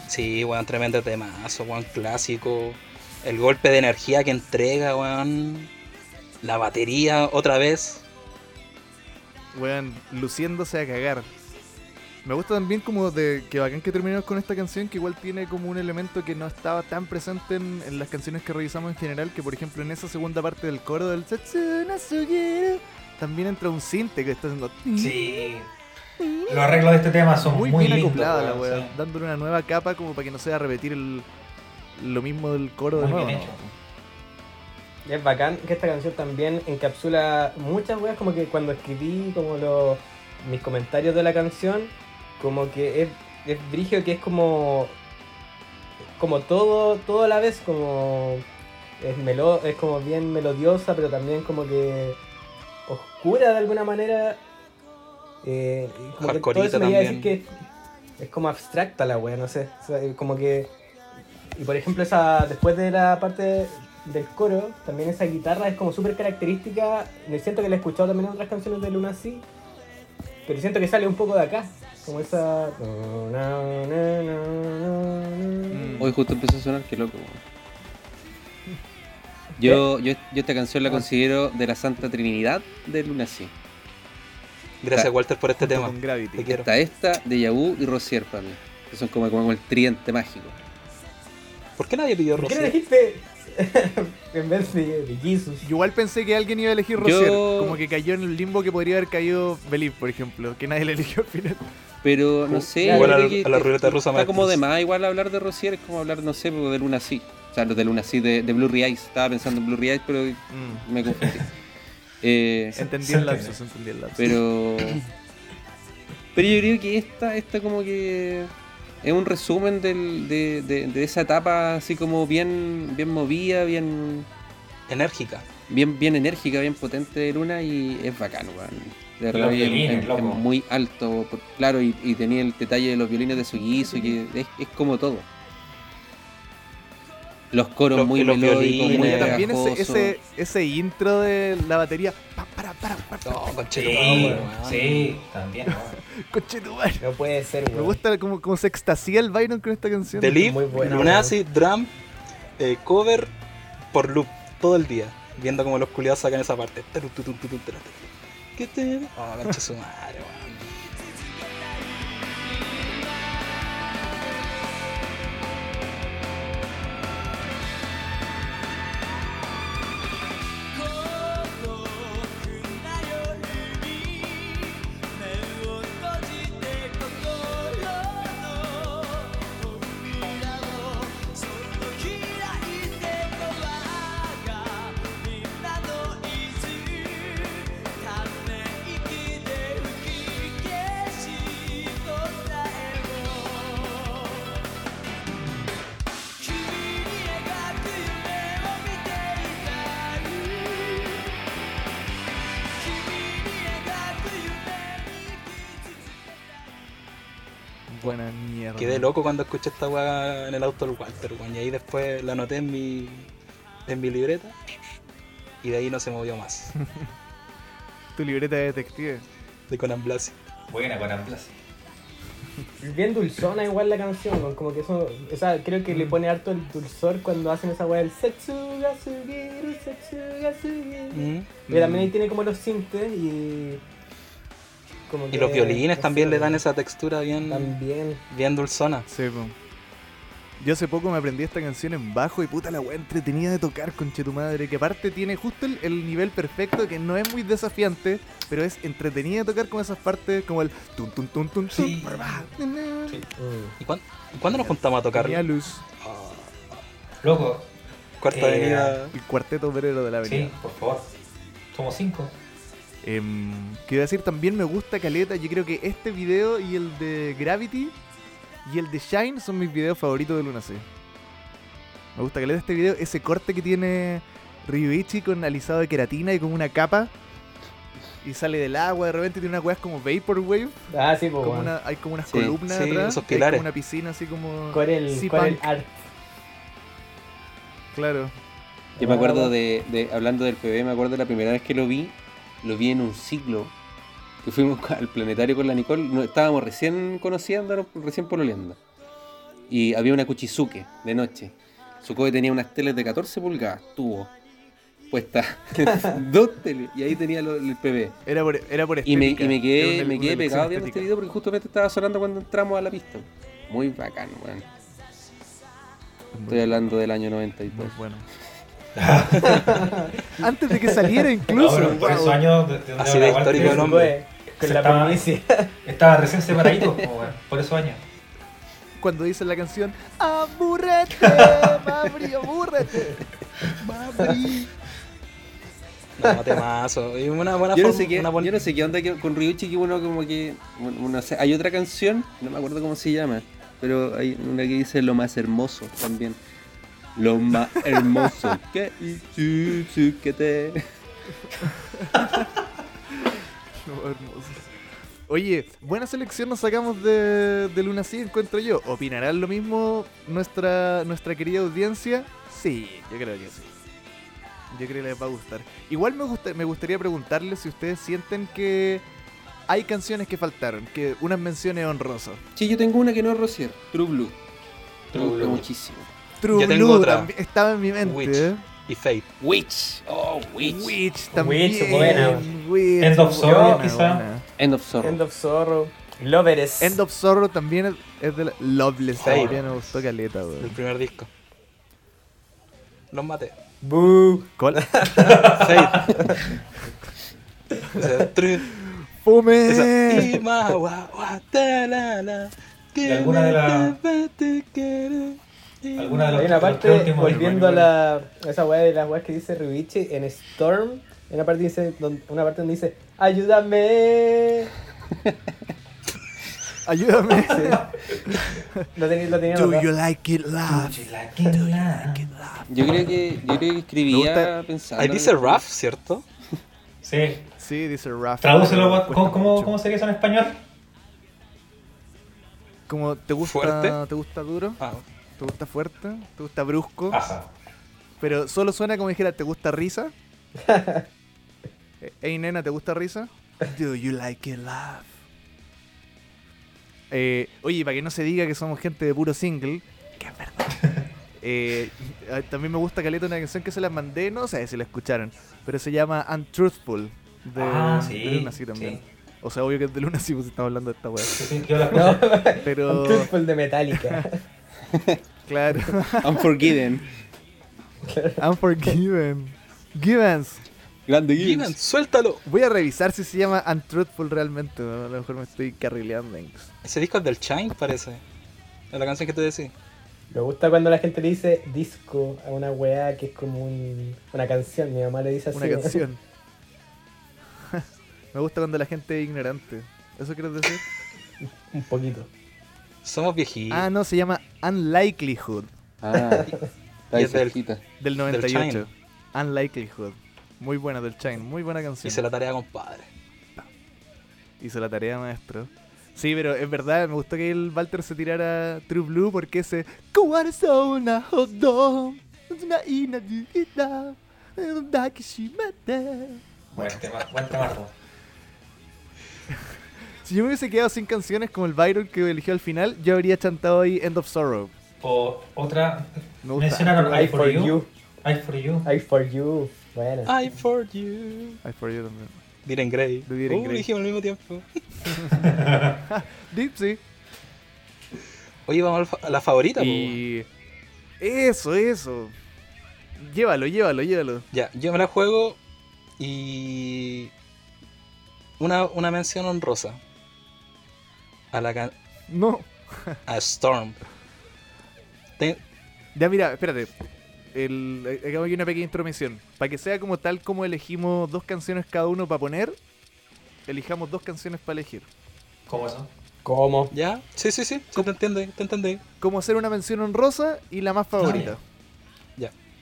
Speaker 2: Sí, weón, tremendo temazo, weón, clásico. El golpe de energía que entrega, weón. La batería otra vez.
Speaker 1: Weón, luciéndose a cagar. Me gusta también como de que bacán que terminamos con esta canción que igual tiene como un elemento que no estaba tan presente en, en las canciones que revisamos en general, que por ejemplo en esa segunda parte del coro del Satsuna Sugera también entra un cinte que está haciendo
Speaker 4: Sí. Los arreglos de este tema son
Speaker 1: muy,
Speaker 4: muy,
Speaker 1: bien
Speaker 4: lindos.
Speaker 1: acoplada la
Speaker 4: weón,
Speaker 1: weá,
Speaker 4: sí.
Speaker 1: dándole una nueva capa como para que no sea repetir el- lo mismo del coro de
Speaker 4: Muy
Speaker 1: nuevo.
Speaker 4: bien
Speaker 1: ¿no?
Speaker 4: hecho.
Speaker 5: Y es bacán que esta canción también encapsula muchas weas, como que cuando escribí como los mis comentarios de la canción, como que es, es brigio que es como como todo, todo a la vez, como es melo, es como bien melodiosa, pero también como que oscura de alguna manera. Eh, y como que todo
Speaker 2: Hardcoreita
Speaker 5: eso me lleva a decir
Speaker 2: también.
Speaker 5: que es como abstracta la wea, no sé, o sea, como que y por ejemplo, esa después de la parte del coro, también esa guitarra es como súper característica. Me siento que la he escuchado también en otras canciones de Luna sí, pero siento que sale un poco de acá. Como esa.
Speaker 1: Mm.
Speaker 3: Hoy justo empezó a sonar, qué loco. güey. Yo, yo, yo esta canción la considero de la Santa Trinidad de Lunacy.
Speaker 2: Gracias,
Speaker 3: Ta-
Speaker 2: Walter, por este tema.
Speaker 1: Con
Speaker 2: Te
Speaker 1: Gravity.
Speaker 2: quiero.
Speaker 3: Está esta, Deja Vu y Rosier para mí. Que son como, como el tridente mágico.
Speaker 2: ¿Por qué nadie pidió
Speaker 5: ¿Por qué no
Speaker 2: Rosé?
Speaker 5: elegiste? en vez de, de Jesus.
Speaker 1: Yo igual pensé que alguien iba a elegir
Speaker 3: Yo-
Speaker 1: Rosier, como que cayó en el limbo que podría haber caído Believe, por ejemplo, que nadie le eligió al final.
Speaker 3: Pero no sé.
Speaker 2: Igual
Speaker 3: yo
Speaker 2: a la-
Speaker 3: creo que
Speaker 2: a la
Speaker 3: te-
Speaker 2: ruleta rusa
Speaker 3: Está
Speaker 2: maestra.
Speaker 3: como de más igual hablar de Rosier, es como hablar, no sé, pues, de Lunacy. O sea, los de Lunacy, de, de Blurry Eyes. Estaba pensando en Blurry Eyes, pero
Speaker 1: Mm.
Speaker 3: me confundí. Eh,
Speaker 1: Entendí
Speaker 4: se
Speaker 1: el
Speaker 4: entiende.
Speaker 1: lapsus, entendí el lapsus.
Speaker 3: Pero. Pero yo creo que esta, esta como que. Es un resumen del- de, de- de esa etapa así como bien, bien movida, bien,
Speaker 2: Enérgica.
Speaker 3: bien, bien enérgica, bien potente de Luna y es bacán, weón. De verdad
Speaker 4: Los
Speaker 3: es-
Speaker 4: violines,
Speaker 3: es, es
Speaker 4: loco.
Speaker 3: muy alto, por- claro, y, y tenía el detalle de los violines de su guiso, y que es, es como todo. Los coros
Speaker 2: Los-
Speaker 3: muy
Speaker 2: y los
Speaker 3: melódicos,
Speaker 2: violines.
Speaker 3: muy
Speaker 1: Oye, también ese,
Speaker 3: pegajosos.
Speaker 1: ese, ese intro de la batería. Pa, para, para, para,
Speaker 2: No,
Speaker 4: Sí,
Speaker 2: conchetumare, weón.
Speaker 4: weón, sí, también. weón.
Speaker 1: conchetumare.
Speaker 5: No puede ser,
Speaker 1: Me
Speaker 5: weón.
Speaker 1: gusta cómo, cómo se extasía el Byron con esta canción.
Speaker 2: Believe,
Speaker 5: muy buena,
Speaker 2: Lunacy, Drum, eh, cover por loop todo el día. Viendo cómo los culiados sacan esa parte. Taru, tu, tu, tu, tu, taru, tu. que te. Oh, concha su madre, weón.
Speaker 9: 「孤独な夜に目を閉じて心の扉をそっと開いてドがみんなのいずため息で吹き消し答えを」「君に描く夢を見ていたい」「君に描く夢に気づく」
Speaker 1: Buena mierda.
Speaker 2: Quedé loco cuando escuché esta weá en el auto del Walter, weón. Y ahí después la anoté en mi, en mi libreta. Y de ahí no se movió más.
Speaker 1: Tu libreta de detective.
Speaker 2: De Conan Blasi.
Speaker 4: Buena, Conan Blasi.
Speaker 5: Bien dulzona igual la canción, weón, como que eso, o sea, creo que le pone harto el dulzor cuando hacen esa weá del Setsuga Sugiru, Setsuga Sugiru.
Speaker 2: Mm.
Speaker 5: Pero también ahí tiene como los sintes y... como
Speaker 2: Y
Speaker 5: que-
Speaker 2: los violines
Speaker 5: no
Speaker 2: también
Speaker 5: sé,
Speaker 2: le dan esa textura bien,
Speaker 5: También.
Speaker 2: bien dulzona.
Speaker 1: Sí, po. Yo hace poco me aprendí esta canción en bajo y puta la weá entretenida de tocar, conche tu madre. Que aparte tiene justo el, el nivel perfecto que no es muy desafiante, pero es entretenida de tocar con esas partes como el tun tun tun tun
Speaker 4: Sí.
Speaker 1: tun, barba,
Speaker 4: Sí.
Speaker 5: Mm.
Speaker 2: ¿Y cuándo, y cuándo nos juntamos a tocar?
Speaker 1: Tenía luz.
Speaker 2: Ah,
Speaker 4: Loco,
Speaker 2: cuarta
Speaker 4: Eh,
Speaker 2: avenida.
Speaker 1: El cuarteto obrero de la avenida.
Speaker 4: sí, por favor. Somos cinco.
Speaker 1: Em, quiero decir, también me gusta Caleta. Yo creo que este video y el de Gravity y el de Shine son mis videos favoritos de Luna C. Me gusta Caleta este video, ese corte que tiene Ryuichi con alisado de queratina y con una capa. Y sale del agua, de repente tiene unas weas como Vaporwave.
Speaker 5: Ah, sí, pues,
Speaker 1: Como
Speaker 5: weón.
Speaker 1: una- hay como unas
Speaker 3: Oh, Sí,
Speaker 1: columnas
Speaker 2: sí,
Speaker 1: atrás. y
Speaker 2: esos
Speaker 1: hay
Speaker 2: pilares.
Speaker 1: como una piscina así como.
Speaker 5: Corel,
Speaker 1: Sí,
Speaker 5: Corel
Speaker 1: punk.
Speaker 5: Art.
Speaker 1: Claro.
Speaker 3: Yo me acuerdo de, de- hablando del PB, me acuerdo la primera vez que lo vi, lo vi en un ciclo que fuimos al planetario con la Nicole, no, estábamos recién conociendo, recién pololeando. Y había una Kuchisuke de noche. Su coche tenía unas teles de 14 pulgadas, tubo, puesta, dos teles, y ahí tenía lo- el PB.
Speaker 1: Era por, era por
Speaker 3: Y me,
Speaker 1: estética,
Speaker 3: y me quedé,
Speaker 1: era una-
Speaker 3: me
Speaker 1: una
Speaker 3: quedé
Speaker 1: elección
Speaker 3: pegado viendo este
Speaker 1: estética.
Speaker 3: video porque justamente estaba sonando cuando entramos a la pista. Muy bacán, weón. Estoy hablando del año 92.
Speaker 1: Muy bueno. Antes de que saliera incluso.
Speaker 4: Ahora, por esos
Speaker 1: wow.
Speaker 4: años de,
Speaker 2: Así
Speaker 4: de
Speaker 2: de
Speaker 4: donde la Walter
Speaker 2: histórico el hombre.
Speaker 5: Fue Con
Speaker 4: Se
Speaker 5: la
Speaker 4: estaba-
Speaker 5: primicia.
Speaker 4: Estaba recién separadito, po, weón, por esos años.
Speaker 1: Cuando dice la canción ¡Aburrete! ¡Mabri, aburrete! ¡Mabri!
Speaker 2: No, temazo. Y una buena
Speaker 3: Yo no,
Speaker 2: forma-
Speaker 3: sé qué,
Speaker 2: una buen-
Speaker 3: yo no sé qué onda que- con Ryuichi que uno como que... bueno, uno hace- hay otra canción, no me acuerdo cómo se llama, pero hay una que dice lo más hermoso también. Lo más hermoso que hiciste que te...
Speaker 1: No, hermoso. Oye, buena selección nos sacamos de, de Luna Sí, encuentro yo. ¿Opinarán lo mismo nuestra, nuestra querida audiencia? Sí, yo creo que sí. Yo creo que les va a gustar. Igual me, gusta, me gustaría preguntarles si ustedes sienten que hay canciones que faltaron, que unas menciones honrosas.
Speaker 3: Sí, yo tengo una que no es Rosier, True Blue. Me
Speaker 4: True
Speaker 3: gusta
Speaker 4: Blue.
Speaker 3: muchísimo.
Speaker 1: True
Speaker 2: Yo tengo
Speaker 1: Blue
Speaker 2: otra.
Speaker 1: también estaba en mi mente.
Speaker 2: Witch.
Speaker 1: ¿eh?
Speaker 2: Y Fate.
Speaker 3: Witch, oh, Witch.
Speaker 1: Witch también.
Speaker 5: Witch, buena.
Speaker 1: Witch,
Speaker 4: End of Sorrow,
Speaker 1: buena,
Speaker 4: quizá.
Speaker 1: buena.
Speaker 3: End of Sorrow.
Speaker 5: End of Zorro. Loveres.
Speaker 1: End of Sorrow también es- es de la... Loveless.
Speaker 2: Sí.
Speaker 1: también me gustó caleta,
Speaker 2: El
Speaker 1: weón.
Speaker 2: primer disco. Los maté.
Speaker 5: Boo.
Speaker 1: ¿Cuál?
Speaker 2: Fate. Ese, tru-
Speaker 1: ¡Fume!
Speaker 2: esa, y más, guau, guau, ta, la, la, que
Speaker 4: ¿Y alguna de la-
Speaker 2: me te quiero, y-
Speaker 4: Alguna de las
Speaker 5: Hay una
Speaker 4: los
Speaker 5: parte,
Speaker 4: tres últimos
Speaker 5: volviendo a
Speaker 4: del
Speaker 5: la, a esa weá de las weas que dice Rubiche en Storm, hay una parte, dice, don- una parte donde dice, ayúdame.
Speaker 1: Ayúdame.
Speaker 5: Lo tenía, lo tenía
Speaker 1: Do
Speaker 5: anotado.
Speaker 1: you like it loud?
Speaker 3: Yo creo que, yo creo que
Speaker 1: Me
Speaker 3: escribía
Speaker 1: gusta-
Speaker 3: pensando...
Speaker 2: Ahí dice Ruff, ¿cierto?
Speaker 4: Sí.
Speaker 1: Sí, dice Rafa.
Speaker 4: Tradúcelo, Wat-
Speaker 1: Cuesta
Speaker 4: ¿cómo, cómo,
Speaker 1: mucho.
Speaker 4: cómo sería eso en español?
Speaker 1: Como, te gusta,
Speaker 2: Fuerte.
Speaker 1: te gusta duro,
Speaker 2: Ah,
Speaker 1: te gusta fuerte, te gusta brusco,
Speaker 4: Ajá.
Speaker 1: pero solo suena como dijera, ¿te gusta risa? Eh, Ey nena, ¿te gusta risa? Do you like it love? Eh, oye, para que no se diga que somos gente de puro single, que es verdad. Eh, ah, también me gusta Caleta una canción que se las mandé, no sé si la escucharon, pero se llama Untruthful de,
Speaker 4: Ah,
Speaker 1: de
Speaker 4: sí,
Speaker 1: Luna sí también.
Speaker 4: sí.
Speaker 1: O sea, obvio que es de Luna sí, pues estamos hablando de esta weá.
Speaker 4: Sí, sí, yo la escuché.
Speaker 5: No,
Speaker 1: Pero,
Speaker 5: Unfaithful de Metallica.
Speaker 1: claro,
Speaker 3: Unforgiven.
Speaker 1: Unforgiven. Givens.
Speaker 3: Grande
Speaker 2: Given,
Speaker 3: Gibbons.
Speaker 2: suéltalo.
Speaker 1: Voy a revisar si se llama Untruthful realmente. ¿no? A lo mejor me estoy carrileando.
Speaker 2: Ese disco es del Chain, parece. Es la canción que te decís.
Speaker 5: Me gusta cuando la gente le dice disco a una weá que es como un- una canción. Mi mamá le dice así.
Speaker 1: Una canción. me gusta cuando la gente es ignorante. ¿Eso quieres decir?
Speaker 5: Un poquito.
Speaker 2: Somos viejitos.
Speaker 1: Ah, no, se llama Unlikelihood
Speaker 3: Ah, está
Speaker 2: Y
Speaker 3: ahí
Speaker 2: es del-
Speaker 3: cerquita.
Speaker 1: del
Speaker 2: Chain.
Speaker 1: 98. Unlikelihood. Muy buena del Chain, muy buena canción.
Speaker 2: Hice la tarea, compadre.
Speaker 1: Hizo la tarea, maestro. Sí, pero es verdad, me gustó que el Walter se tirara True Blue porque ese. "Corazón, hot dog, una inadita, una kishimete".
Speaker 4: Buen tema, buen tema. Arturo.
Speaker 1: Si yo me hubiese quedado sin canciones como el Byron que eligió al final, yo habría chantado ahí End of Sorrow.
Speaker 4: O otra.
Speaker 1: Me gusta.
Speaker 4: Mencionaron
Speaker 5: I for you.
Speaker 4: I for you.
Speaker 5: I for you. Bueno.
Speaker 2: I for you.
Speaker 1: I for you también.
Speaker 2: Diren Grey.
Speaker 1: De Diren
Speaker 2: Uh,
Speaker 1: Grey.
Speaker 2: dijimos al mismo tiempo.
Speaker 1: Dipsy.
Speaker 2: Oye, vamos al fa- a la favorita. po.
Speaker 1: Y. Eso, eso. Llévalo, llévalo, llévalo.
Speaker 2: Ya, yo me la juego y. Una, una mención honrosa. A la can-
Speaker 1: No.
Speaker 2: a Storm. Ten-
Speaker 1: Ya, mira, espérate. El, acabo aquí una pequeña intromisión. Para que sea como tal como elegimos dos canciones cada uno para poner, elijamos dos canciones para elegir.
Speaker 4: ¿Cómo eso?
Speaker 5: ¿Cómo?
Speaker 2: ¿Ya? Sí, sí, sí, sí, te entiendo, te entendí.
Speaker 1: Como hacer una mención honrosa y la más favorita.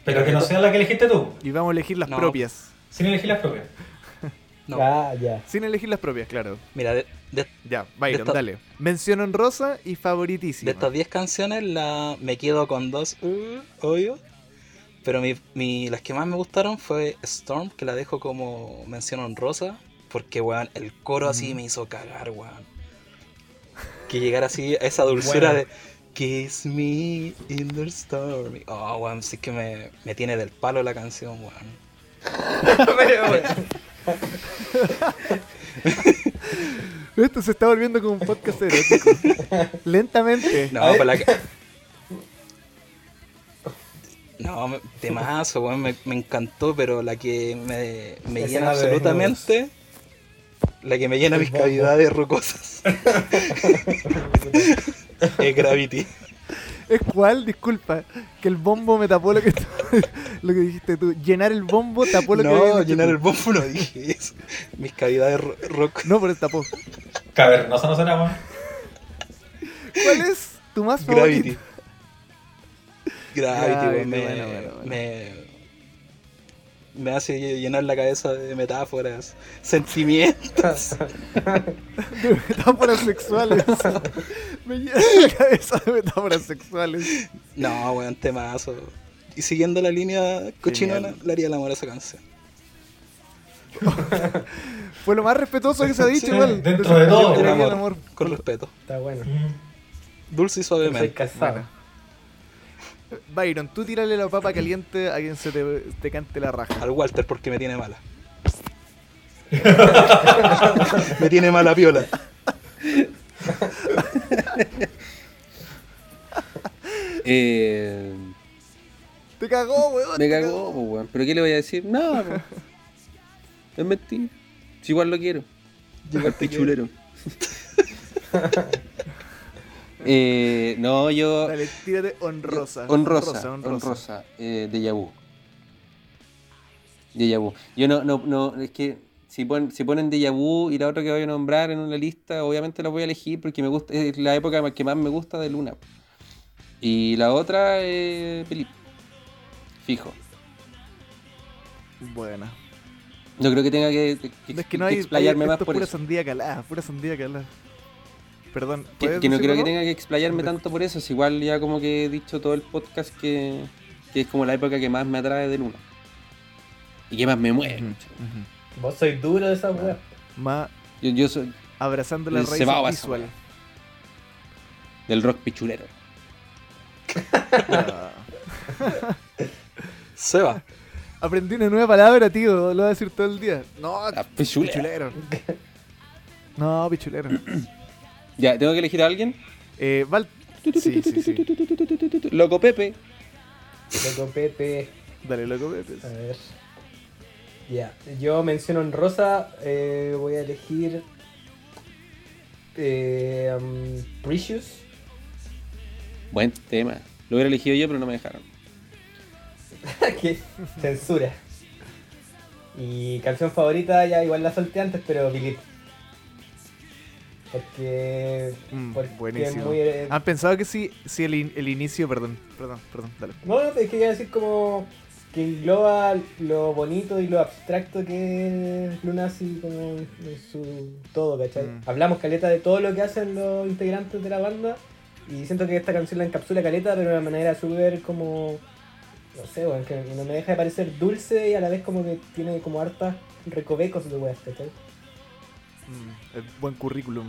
Speaker 4: Pero que no sea la que elegiste tú.
Speaker 1: Y vamos a elegir las
Speaker 2: No.
Speaker 1: propias.
Speaker 4: Sin elegir las propias.
Speaker 2: No,
Speaker 5: Ah, ya.
Speaker 1: Sin elegir las propias, claro.
Speaker 2: mira, de, de- de
Speaker 1: Ya, Byron,
Speaker 2: esta-
Speaker 1: dale. Mención honrosa y favoritísima.
Speaker 2: estas 10 canciones la, me quedo con dos, uh, obvio. Pero mi, mi- las que más me gustaron fue Storm, que la dejo como mención honrosa. Porque, weón, el coro así me hizo cagar, weón. Que llegara así a esa dulzura de Kiss me in the storm. Oh, weón, sí que me, me tiene del palo la canción, weón.
Speaker 1: Esto se está volviendo como un podcast erótico. Lentamente.
Speaker 2: No, para la ca- No, me- temazo, weón, me, me encantó, pero la que me, me
Speaker 5: Escena
Speaker 2: llena
Speaker 5: de
Speaker 2: absolutamente. La que me llena mis cavidades rocosas. es Gravity.
Speaker 1: ¿Es cuál? Disculpa. Que el bombo me tapó lo que, lo que dijiste tú. Llenar el bombo tapó lo que
Speaker 2: No,
Speaker 1: habías dicho
Speaker 2: llenar
Speaker 1: tú.
Speaker 2: el bombo no dije eso. Mis cavidades ro- rocosas.
Speaker 1: No, pero tapó.
Speaker 4: Cavernosa no será, weón.
Speaker 1: ¿Cuál es tu más favorito?
Speaker 2: Gravity. Gravity,
Speaker 1: Gravity,
Speaker 2: weón, me,
Speaker 1: bueno, bueno, bueno.
Speaker 2: me- me hace llenar la cabeza de metáforas, sentimientos.
Speaker 1: De metáforas sexuales. Me llena la cabeza de metáforas sexuales.
Speaker 2: No, weón, temazo. Y siguiendo la línea cochinona,
Speaker 1: Genial.
Speaker 2: le haría el amor a esa canción.
Speaker 1: Fue lo más respetuoso que se ha dicho
Speaker 4: Sí,
Speaker 1: igual.
Speaker 4: dentro de todo,
Speaker 1: Yo le haría
Speaker 2: amor.
Speaker 1: el amor.
Speaker 2: Con respeto.
Speaker 5: Está bueno.
Speaker 4: Mm.
Speaker 2: Dulce y
Speaker 5: Soy
Speaker 2: suavemente.
Speaker 5: casado.
Speaker 1: Byron, tú tírale la papa caliente a quien se te, te cante la raja.
Speaker 2: Al Walter porque me tiene mala. me tiene mala piola.
Speaker 3: Eh,
Speaker 1: Te cagó, weón.
Speaker 3: me
Speaker 1: te
Speaker 3: cagó, po, weón. ¿Pero qué le voy a decir? No, po. es mentira. Si igual lo quiero. Al pichulero. eh, no, yo.
Speaker 1: Dale, tírate honrosa.
Speaker 3: Honrosa, honrosa, eh, de Yabu. De Yabu. Yo no, no, no, es que si, pon- si ponen de Yabu y la otra que voy a nombrar en una lista, obviamente la voy a elegir porque me gusta, es la época que más me gusta de Luna. Y la otra, eh, Felipe. Fijo.
Speaker 1: Buena.
Speaker 3: No creo que tenga que, que-
Speaker 1: No, es que no hay.
Speaker 3: que explayarme
Speaker 1: esto
Speaker 3: más
Speaker 1: es
Speaker 3: por
Speaker 1: pura
Speaker 3: eso.
Speaker 1: sandía calada, pura sandía calada. Perdón.
Speaker 3: Que,
Speaker 1: ¿puedes
Speaker 3: que no creo
Speaker 1: decirlo,
Speaker 3: que tenga que explayarme
Speaker 1: Te-
Speaker 3: tanto por eso. Si igual ya como que he dicho todo el podcast que, que es como la época que más me atrae de Luna. Y que más me mueve.
Speaker 1: Ujú,
Speaker 3: ¿cachai?
Speaker 1: ujú.
Speaker 5: Vos sois duro de esa weá.
Speaker 1: Más
Speaker 3: Yo, yo soy
Speaker 1: abrazando la
Speaker 3: El
Speaker 1: raíz
Speaker 3: cebado esa
Speaker 1: visual.
Speaker 3: weá. del rock pichulero.
Speaker 1: Ah.
Speaker 2: Seba,
Speaker 1: Aprendí una nueva palabra, tío. Lo voy a decir todo el día. No,
Speaker 3: Ah, pichulea.
Speaker 1: pichulero. No, pichulero.
Speaker 3: Ya, tengo que elegir a alguien.
Speaker 1: Eh, Val... Sí, sí, sí.
Speaker 3: Loco Pepe.
Speaker 5: Loco Pepe.
Speaker 1: Dale, loco, pues. Pepe.
Speaker 5: A ver. Ya, yo menciono en rosa, eh, voy a elegir eh, um, Precious.
Speaker 3: Buen tema. Lo hubiera elegido yo, pero no me dejaron.
Speaker 5: que censura. Y canción favorita, ya igual la solté antes, pero Billy. Porque,
Speaker 1: Mm,
Speaker 5: porque es
Speaker 1: buenísimo.
Speaker 5: muy... eh,
Speaker 1: Han pensado que si, si el, in- el inicio, perdón, perdón, perdón, dale.
Speaker 5: No, no, es que iba a decir como que engloba lo bonito y lo abstracto que es Luna así como en su todo, ¿cachai?
Speaker 1: Mm.
Speaker 5: Hablamos caleta de todo lo que hacen los integrantes de la banda y siento que esta canción la encapsula caleta, pero de una manera súper como, no sé, weón, que no me deja de parecer dulce y a la vez como que tiene como hartas recovecos de weas, ¿cachai?
Speaker 1: Mm, eh, buen currículum.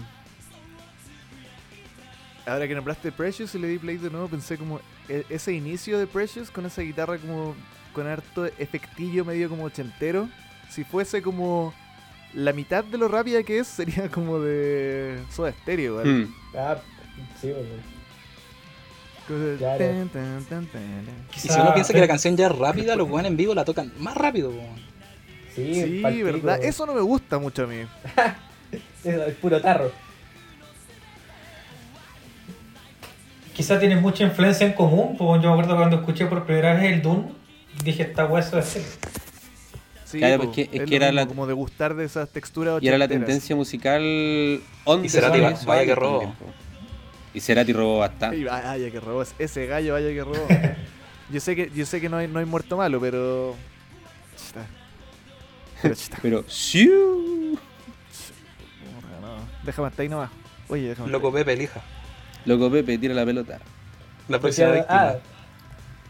Speaker 1: Ahora que nombraste Precious y le di play de nuevo, pensé como e- ese inicio de Precious con esa guitarra como con harto efectillo medio como ochentero. Si fuese como la mitad de lo rápida que es, sería como de Soda Stereo. ¿vale?
Speaker 3: Mm.
Speaker 5: Ah, sí, weón.
Speaker 1: Como de
Speaker 5: Claro.
Speaker 1: tan, tan, tan, tan.
Speaker 2: Y
Speaker 1: Ah.
Speaker 2: si uno piensa que la canción ya es rápida, los weones en vivo la tocan más rápido, weón.
Speaker 5: Sí,
Speaker 1: Sí,
Speaker 5: pa'l pico,
Speaker 1: verdad.
Speaker 5: weón.
Speaker 1: Eso no me gusta mucho a mí.
Speaker 5: Eso es puro tarro.
Speaker 4: Quizá tienen mucha influencia en común, porque yo me acuerdo cuando escuché por primera vez el Dune, dije, esta hueso de serie".
Speaker 1: Sí,
Speaker 3: Claro,
Speaker 1: po,
Speaker 3: es que- es
Speaker 1: lo
Speaker 3: que era
Speaker 1: mismo,
Speaker 3: la-
Speaker 1: como de gustar de esas texturas
Speaker 3: Y era la
Speaker 1: ochenteras.
Speaker 3: tendencia musical on
Speaker 2: Y Cerati,
Speaker 3: visuales,
Speaker 2: vaya que robó.
Speaker 3: también, po. Y Cerati robó
Speaker 1: Ay,
Speaker 3: bastante.
Speaker 1: vaya que robó, ese gallo, vaya que robó. yo sé que, yo sé que no hay, no hay muerto malo, pero. Chita. Pero chita.
Speaker 3: Pero. ¡siu!
Speaker 1: puta, no. Déjame hasta ahí nomás. Oye, déjame. hasta
Speaker 2: Loco
Speaker 1: ahí.
Speaker 2: Pepe, elija.
Speaker 3: Loco Pepe, tira la pelota.
Speaker 2: La
Speaker 5: Porque,
Speaker 2: próxima Pues víctima.
Speaker 5: ah,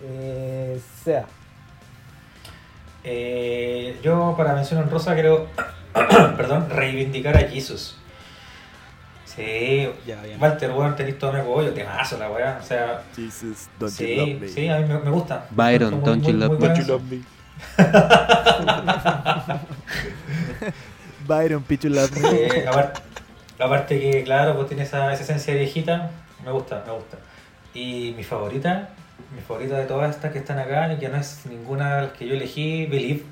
Speaker 5: eh, sea.
Speaker 4: Eh, yo para mencionar en rosa creo, perdón, reivindicar a Jesus. Sí,
Speaker 2: Ya, bien.
Speaker 4: Walter, weón, tenés todo mi apoyo, temazo la weá, o sea...
Speaker 1: Jesus, don't you
Speaker 4: Sí,
Speaker 1: love me.
Speaker 4: sí, a mí me, me gusta.
Speaker 3: Byron,
Speaker 4: Son muy-
Speaker 3: don't you
Speaker 4: muy-
Speaker 3: love
Speaker 4: muy
Speaker 3: me.
Speaker 4: buenas.
Speaker 1: Byron, pitch you love me.
Speaker 4: Eh, aparte, aparte que, claro, pues tiene esa, esa esencia viejita, me gusta, me gusta. Y mi favorita, mi favorita de todas estas que están acá, y que no es ninguna de las que yo elegí, Believe.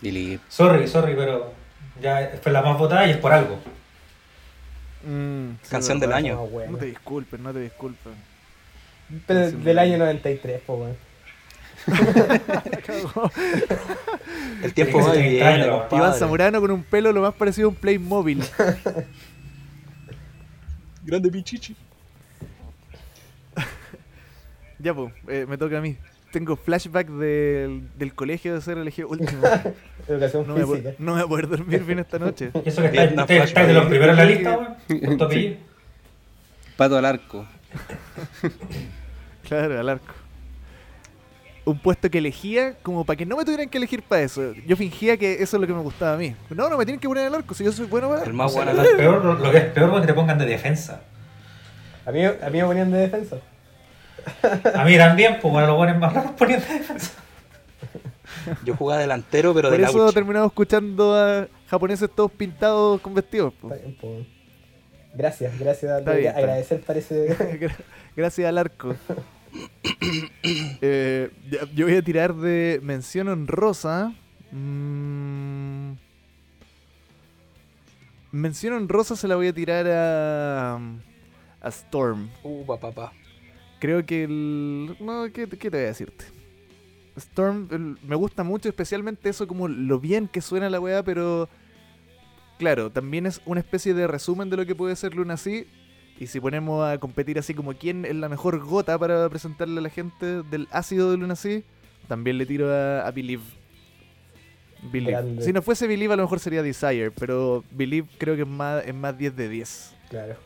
Speaker 3: Dili.
Speaker 4: Sorry, sorry, pero ya fue la más votada y es por algo.
Speaker 1: Mm, sí,
Speaker 2: Canción del
Speaker 1: verdad.
Speaker 2: año.
Speaker 5: No, Ah, weón.
Speaker 1: No te disculpen, no te disculpen.
Speaker 5: Pero
Speaker 1: Sí,
Speaker 5: del
Speaker 1: muy
Speaker 5: año
Speaker 1: bien.
Speaker 5: 93, po, weón.
Speaker 2: El tiempo va
Speaker 4: Tiene
Speaker 2: y
Speaker 4: que
Speaker 2: viene,
Speaker 4: ser treintañero,
Speaker 1: Iván
Speaker 2: compadre.
Speaker 1: Zamorano con un pelo lo más parecido a un Playmobil.
Speaker 2: Grande pichichi.
Speaker 1: ya, pues, me toca a mí. Tengo flashback del, del colegio de ser elegido último.
Speaker 5: Educación
Speaker 1: No me, voy-
Speaker 5: física.
Speaker 1: no me voy a poder dormir bien esta noche.
Speaker 4: Y eso que
Speaker 2: Bien,
Speaker 4: estáis
Speaker 2: una
Speaker 4: estáis- estáis de los primeros en la lista, weón. Por tu
Speaker 3: Sí.
Speaker 4: apellido.
Speaker 3: Pato al arco.
Speaker 1: Claro, al arco. Un puesto que elegía como para que no me tuvieran que elegir para eso. Yo fingía que eso es lo que me gustaba a mí. No, no me tienen que poner al arco, si yo soy bueno para
Speaker 2: El
Speaker 1: el
Speaker 2: más
Speaker 4: O sea,
Speaker 2: bueno.
Speaker 4: lo, es peor, lo- lo que es peor es que te pongan de defensa.
Speaker 5: A mí, a mí me ponían de defensa.
Speaker 4: A mí también, pues bueno, los buenos más raros ponían de defensa.
Speaker 2: Yo jugaba delantero, pero
Speaker 1: Por
Speaker 2: de
Speaker 1: eso
Speaker 2: laucho.
Speaker 1: terminamos escuchando a japoneses todos pintados con vestidos. po.
Speaker 5: Está bien, po, weón. Gracias, gracias.
Speaker 1: Está
Speaker 5: tengo
Speaker 1: bien,
Speaker 5: que
Speaker 1: está bien.
Speaker 5: agradecer parece.
Speaker 1: Gra- Gracias al arco. Eh, ya- yo voy a tirar de mención honrosa. Mm. mención honrosa se la voy a tirar a, a Storm.
Speaker 2: Uh, papá, papá.
Speaker 1: Creo que el... No, ¿qué, qué te voy a decirte? Storm el- me gusta mucho, especialmente eso como lo bien que suena la weá, pero... Claro, también es una especie de resumen de lo que puede ser Luna así. Y si ponemos a competir así como quién es la mejor gota para presentarle a la gente del ácido de Luna así, también le tiro a, a Believe. Believe.
Speaker 5: Grande.
Speaker 1: Si no fuese Believe a lo mejor sería Desire, pero Believe creo que es más, es más 10 de 10.
Speaker 5: Claro.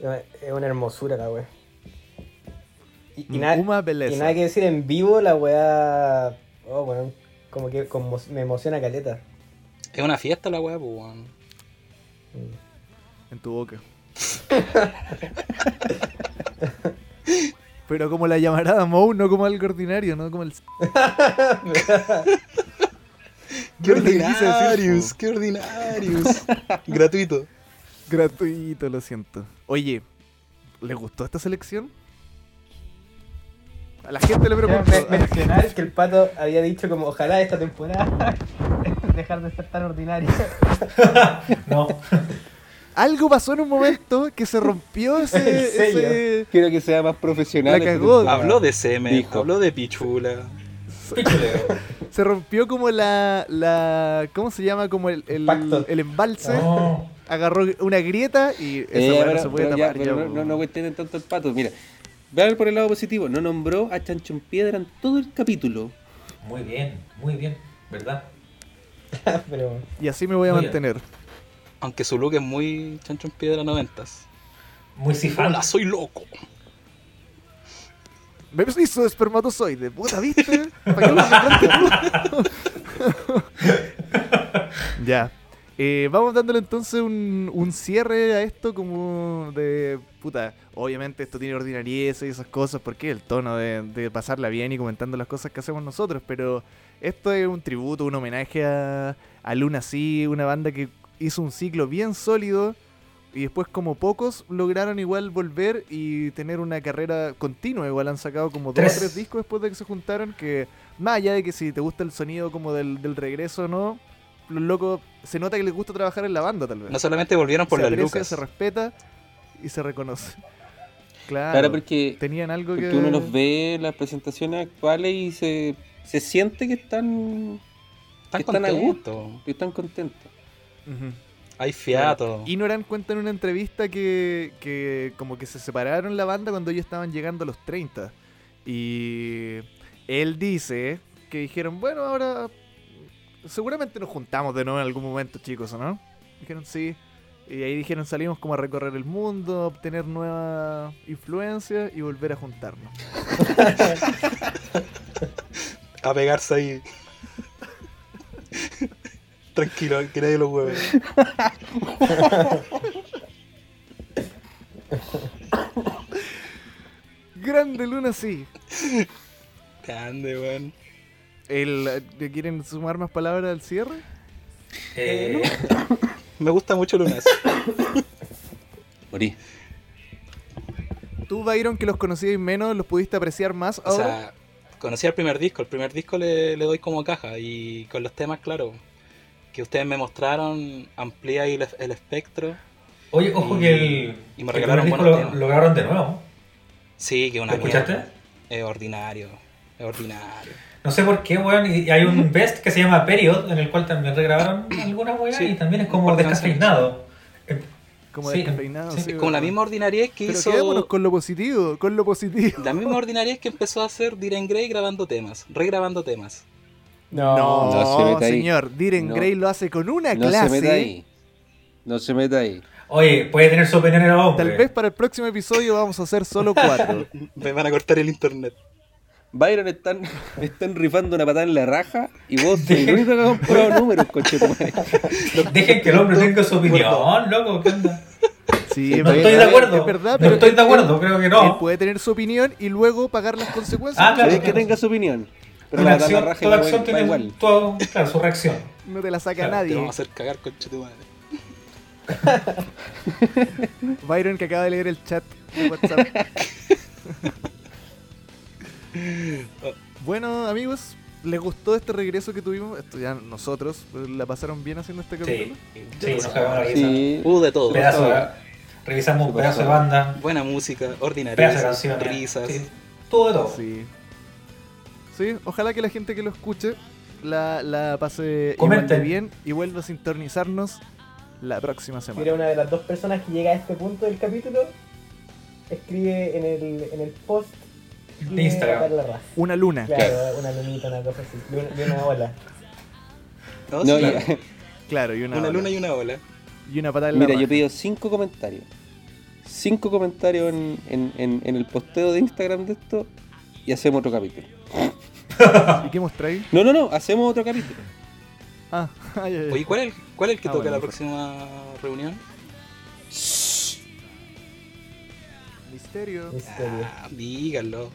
Speaker 5: No, Es una hermosura la weá. Y, y nada,
Speaker 1: Uma
Speaker 5: y
Speaker 1: Beleza.
Speaker 5: nada que decir en vivo, la weá. Oh, weón. Como que conmo- me emociona caleta.
Speaker 2: Es una fiesta la weá, pues, weón.
Speaker 5: Mm.
Speaker 1: En tu boca. Pero como la llamarada Mou, no como algo ordinario, no como el.
Speaker 2: ¡Qué
Speaker 1: No lo quise decir,
Speaker 2: ordinarios! ¡Qué ordinarios! Gratuito.
Speaker 1: po. Gratuito, lo siento. Oye, ¿les gustó esta selección? A la gente le
Speaker 5: Quiero
Speaker 1: pregunto.
Speaker 5: men- mencionar que el pato había dicho como ojalá esta temporada dejar de ser tan ordinario.
Speaker 4: No.
Speaker 1: Algo pasó en un momento que se rompió ese.
Speaker 5: El sello.
Speaker 1: ese-
Speaker 3: Quiero que sea más profesional.
Speaker 1: La
Speaker 3: esta
Speaker 1: cagó.
Speaker 3: temporada.
Speaker 2: Habló de semen,
Speaker 3: Dijo.
Speaker 2: habló de pichula.
Speaker 4: Pichuleo.
Speaker 1: Se rompió como la. la ¿Cómo se llama? Como el, el,
Speaker 5: Pacto. Oh.
Speaker 1: el embalse.
Speaker 4: No.
Speaker 1: Agarró una grieta y esa
Speaker 3: Eh,
Speaker 1: weá
Speaker 3: pero-
Speaker 1: no se puede
Speaker 3: pero ya,
Speaker 1: tapar.
Speaker 3: pero
Speaker 1: ya,
Speaker 3: no,
Speaker 1: po.
Speaker 3: no, no cuestionen tanto el pato. Mira, vean por el lado positivo. No nombró a Chancho en Piedra en todo el capítulo.
Speaker 4: Muy bien, muy bien, ¿verdad?
Speaker 5: Pero
Speaker 1: Y así me voy a
Speaker 4: Oye.
Speaker 1: mantener.
Speaker 2: Aunque su look es muy chancho en piedra noventas.
Speaker 4: Muy cifrado.
Speaker 2: ¡Hola, Ah, soy loco!
Speaker 1: Me hizo espermatozoide, puta, ¿viste? Pa' que lo suplantes tú. ya. Eh, vamos dándole entonces un, un cierre a esto como de... Puta, obviamente esto tiene ordinarieza y esas cosas, porque el tono de, de pasarla bien y comentando las cosas que hacemos nosotros, pero esto es un tributo, un homenaje a, a Luna Sí, una banda que hizo un ciclo bien sólido y después como pocos lograron igual volver y tener una carrera continua. Igual han sacado como dos o
Speaker 4: Tres.
Speaker 1: tres discos después de que se juntaron que más allá de que si te gusta el sonido como del, del regreso o no, los locos se nota que les gusta trabajar en la banda tal vez.
Speaker 2: No solamente volvieron por
Speaker 1: se
Speaker 2: las
Speaker 1: aprecia,
Speaker 2: lucas.
Speaker 1: se respeta y se reconoce. Claro,
Speaker 3: Claro, porque,
Speaker 1: tenían algo
Speaker 3: porque
Speaker 1: que...
Speaker 3: uno los ve en las presentaciones actuales y se, se siente que están,
Speaker 2: Están
Speaker 3: que están a
Speaker 2: contentos,
Speaker 3: que están contentos.
Speaker 1: Ujú.
Speaker 2: Hay fiato.
Speaker 1: Ignoran cuenta en una entrevista que, que como que se separaron la banda cuando ellos estaban llegando a los 30. Y él dice que dijeron, bueno, ahora seguramente nos juntamos de nuevo en algún momento, chicos, ¿o no? Dijeron, sí. Y ahí dijeron, salimos como a recorrer el mundo, a obtener nueva influencia y volver a juntarnos.
Speaker 2: A pegarse ahí. Tranquilo, que nadie los hueve.
Speaker 1: Grande Luna, sí.
Speaker 2: Grande, weón.
Speaker 1: El, ¿Quieren sumar más palabras al cierre?
Speaker 4: Eh,
Speaker 2: Me gusta mucho Lunas.
Speaker 3: Morí.
Speaker 1: Tú, Byron, que los conocíais menos, los pudiste apreciar más
Speaker 2: O
Speaker 1: ahora.
Speaker 2: sea,
Speaker 4: Oh.
Speaker 2: conocí el primer disco. El primer disco le, le doy como caja. Y con los temas, claro, que ustedes me mostraron, amplía ahí el, el espectro.
Speaker 4: oye, ojo que el.
Speaker 2: Y me
Speaker 4: el
Speaker 2: regalaron
Speaker 4: primer disco
Speaker 2: buenos
Speaker 4: lo,
Speaker 2: temas.
Speaker 4: lo grabaron de nuevo.
Speaker 2: Sí, que una
Speaker 4: ¿Lo escuchaste?
Speaker 2: mierda. Es ordinario. Es ordinario.
Speaker 4: No sé por qué, weón. Y y hay un best que se llama Period, en el cual también regrabaron algunas weas
Speaker 2: Sí,
Speaker 4: y también es
Speaker 2: un
Speaker 4: como
Speaker 2: par de canciones.
Speaker 4: descafeinado. Eh,
Speaker 1: Como
Speaker 4: Sí,
Speaker 1: descafeinado,
Speaker 4: sí,
Speaker 1: sí,
Speaker 2: Con la
Speaker 1: ¿verdad?
Speaker 2: misma ordinariedad que
Speaker 1: Pero
Speaker 2: hizo.
Speaker 1: quedémonos con lo positivo, con lo positivo.
Speaker 2: La misma ordinariedad que empezó a hacer Diren Grey grabando temas, regrabando temas.
Speaker 5: no.
Speaker 1: No,
Speaker 3: No se meta ahí.
Speaker 1: señor, Diren
Speaker 3: No.
Speaker 1: Gray lo hace con una
Speaker 3: No se
Speaker 1: clase.
Speaker 3: meta ahí. No se meta ahí.
Speaker 4: Oye, puede tener su opinión el hombre.
Speaker 1: Tal vez para el próximo episodio vamos a hacer solo cuatro.
Speaker 2: Me van a cortar el internet.
Speaker 3: Byron están, están rifando una patada en la raja y vos sois el único que ha comprado números, coche. tu madre.
Speaker 4: Dejen que el hombre tenga su opinión, loco. ¿qué onda?
Speaker 1: Sí, es
Speaker 4: No
Speaker 1: verdad,
Speaker 4: estoy de
Speaker 1: Es
Speaker 4: acuerdo.
Speaker 1: verdad,
Speaker 4: no
Speaker 1: pero
Speaker 4: estoy
Speaker 1: él-
Speaker 4: de acuerdo, creo que
Speaker 1: Él
Speaker 4: no.
Speaker 1: puede tener su opinión y luego pagar las consecuencias.
Speaker 4: Ah, claro.
Speaker 3: Sabéis que tenga su opinión. Pero
Speaker 4: Una
Speaker 3: la patada en la
Speaker 4: acción,
Speaker 3: raja
Speaker 4: toda
Speaker 3: igual-
Speaker 4: acción
Speaker 3: va
Speaker 4: tiene
Speaker 3: igual.
Speaker 4: todo- claro, su reacción.
Speaker 1: No te la saca
Speaker 4: Claro,
Speaker 2: Te
Speaker 1: nadie.
Speaker 2: vamos a hacer cagar, concha tu madre.
Speaker 1: Byron que acaba de leer el chat de WhatsApp. bueno, amigos, ¿les gustó este regreso que tuvimos? Esto ya nosotros, pues, ¿la pasaron bien haciendo este capítulo?
Speaker 4: Sí, sí, nos cagamos la risa.
Speaker 3: Sí.
Speaker 2: Hubo Uh, de todo.
Speaker 4: Pedazo de- Revisamos un pedazo de banda,
Speaker 2: Buena música,
Speaker 4: pedazo de
Speaker 2: ordinaria,
Speaker 4: canciones.
Speaker 2: risas.
Speaker 4: eh. sí, todo de todo.
Speaker 1: Sí. Sí, ojalá que la gente que lo escuche la, la pase igual de
Speaker 4: Comenten.
Speaker 1: bien y vuelva a sintonizarnos la próxima
Speaker 5: Mira,
Speaker 1: semana.
Speaker 5: una de las dos personas que llega a este punto del capítulo escribe en el, en el post
Speaker 4: De Instagram.
Speaker 5: La raza.
Speaker 1: Una luna.
Speaker 5: Claro, una lunita, una cosa así, de una, de una ola.
Speaker 2: No,
Speaker 3: No,
Speaker 2: sí,
Speaker 3: ya.
Speaker 1: Claro, y una,
Speaker 2: Una luna y
Speaker 1: y...
Speaker 2: una ola.
Speaker 1: una patada en la
Speaker 3: Mira, yo
Speaker 1: raja.
Speaker 3: pido cinco comentarios. Cinco comentarios en, en- en- en el posteo de Instagram de esto y hacemos otro capítulo.
Speaker 1: ¿Y qué mostráis?
Speaker 3: No, no, no, hacemos otro capítulo.
Speaker 1: Ah, ay, ay, ay.
Speaker 2: Oye, ¿cuál es el, cuál es el que
Speaker 1: Ah,
Speaker 2: toca
Speaker 1: bueno,
Speaker 2: la
Speaker 1: mejor.
Speaker 2: próxima reunión?
Speaker 1: Misterio.
Speaker 5: Misterio.
Speaker 2: Ah, díganlo.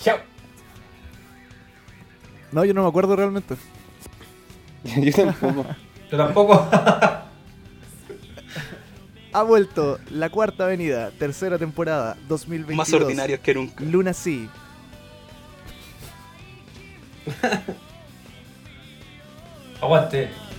Speaker 5: Chao.
Speaker 1: No, yo no me acuerdo realmente.
Speaker 3: Yo tampoco.
Speaker 4: Yo tampoco.
Speaker 1: Ha vuelto la cuarta avenida, tercera temporada, 2022.
Speaker 2: Más ordinarios que nunca.
Speaker 1: Luna sí.
Speaker 4: Aguante.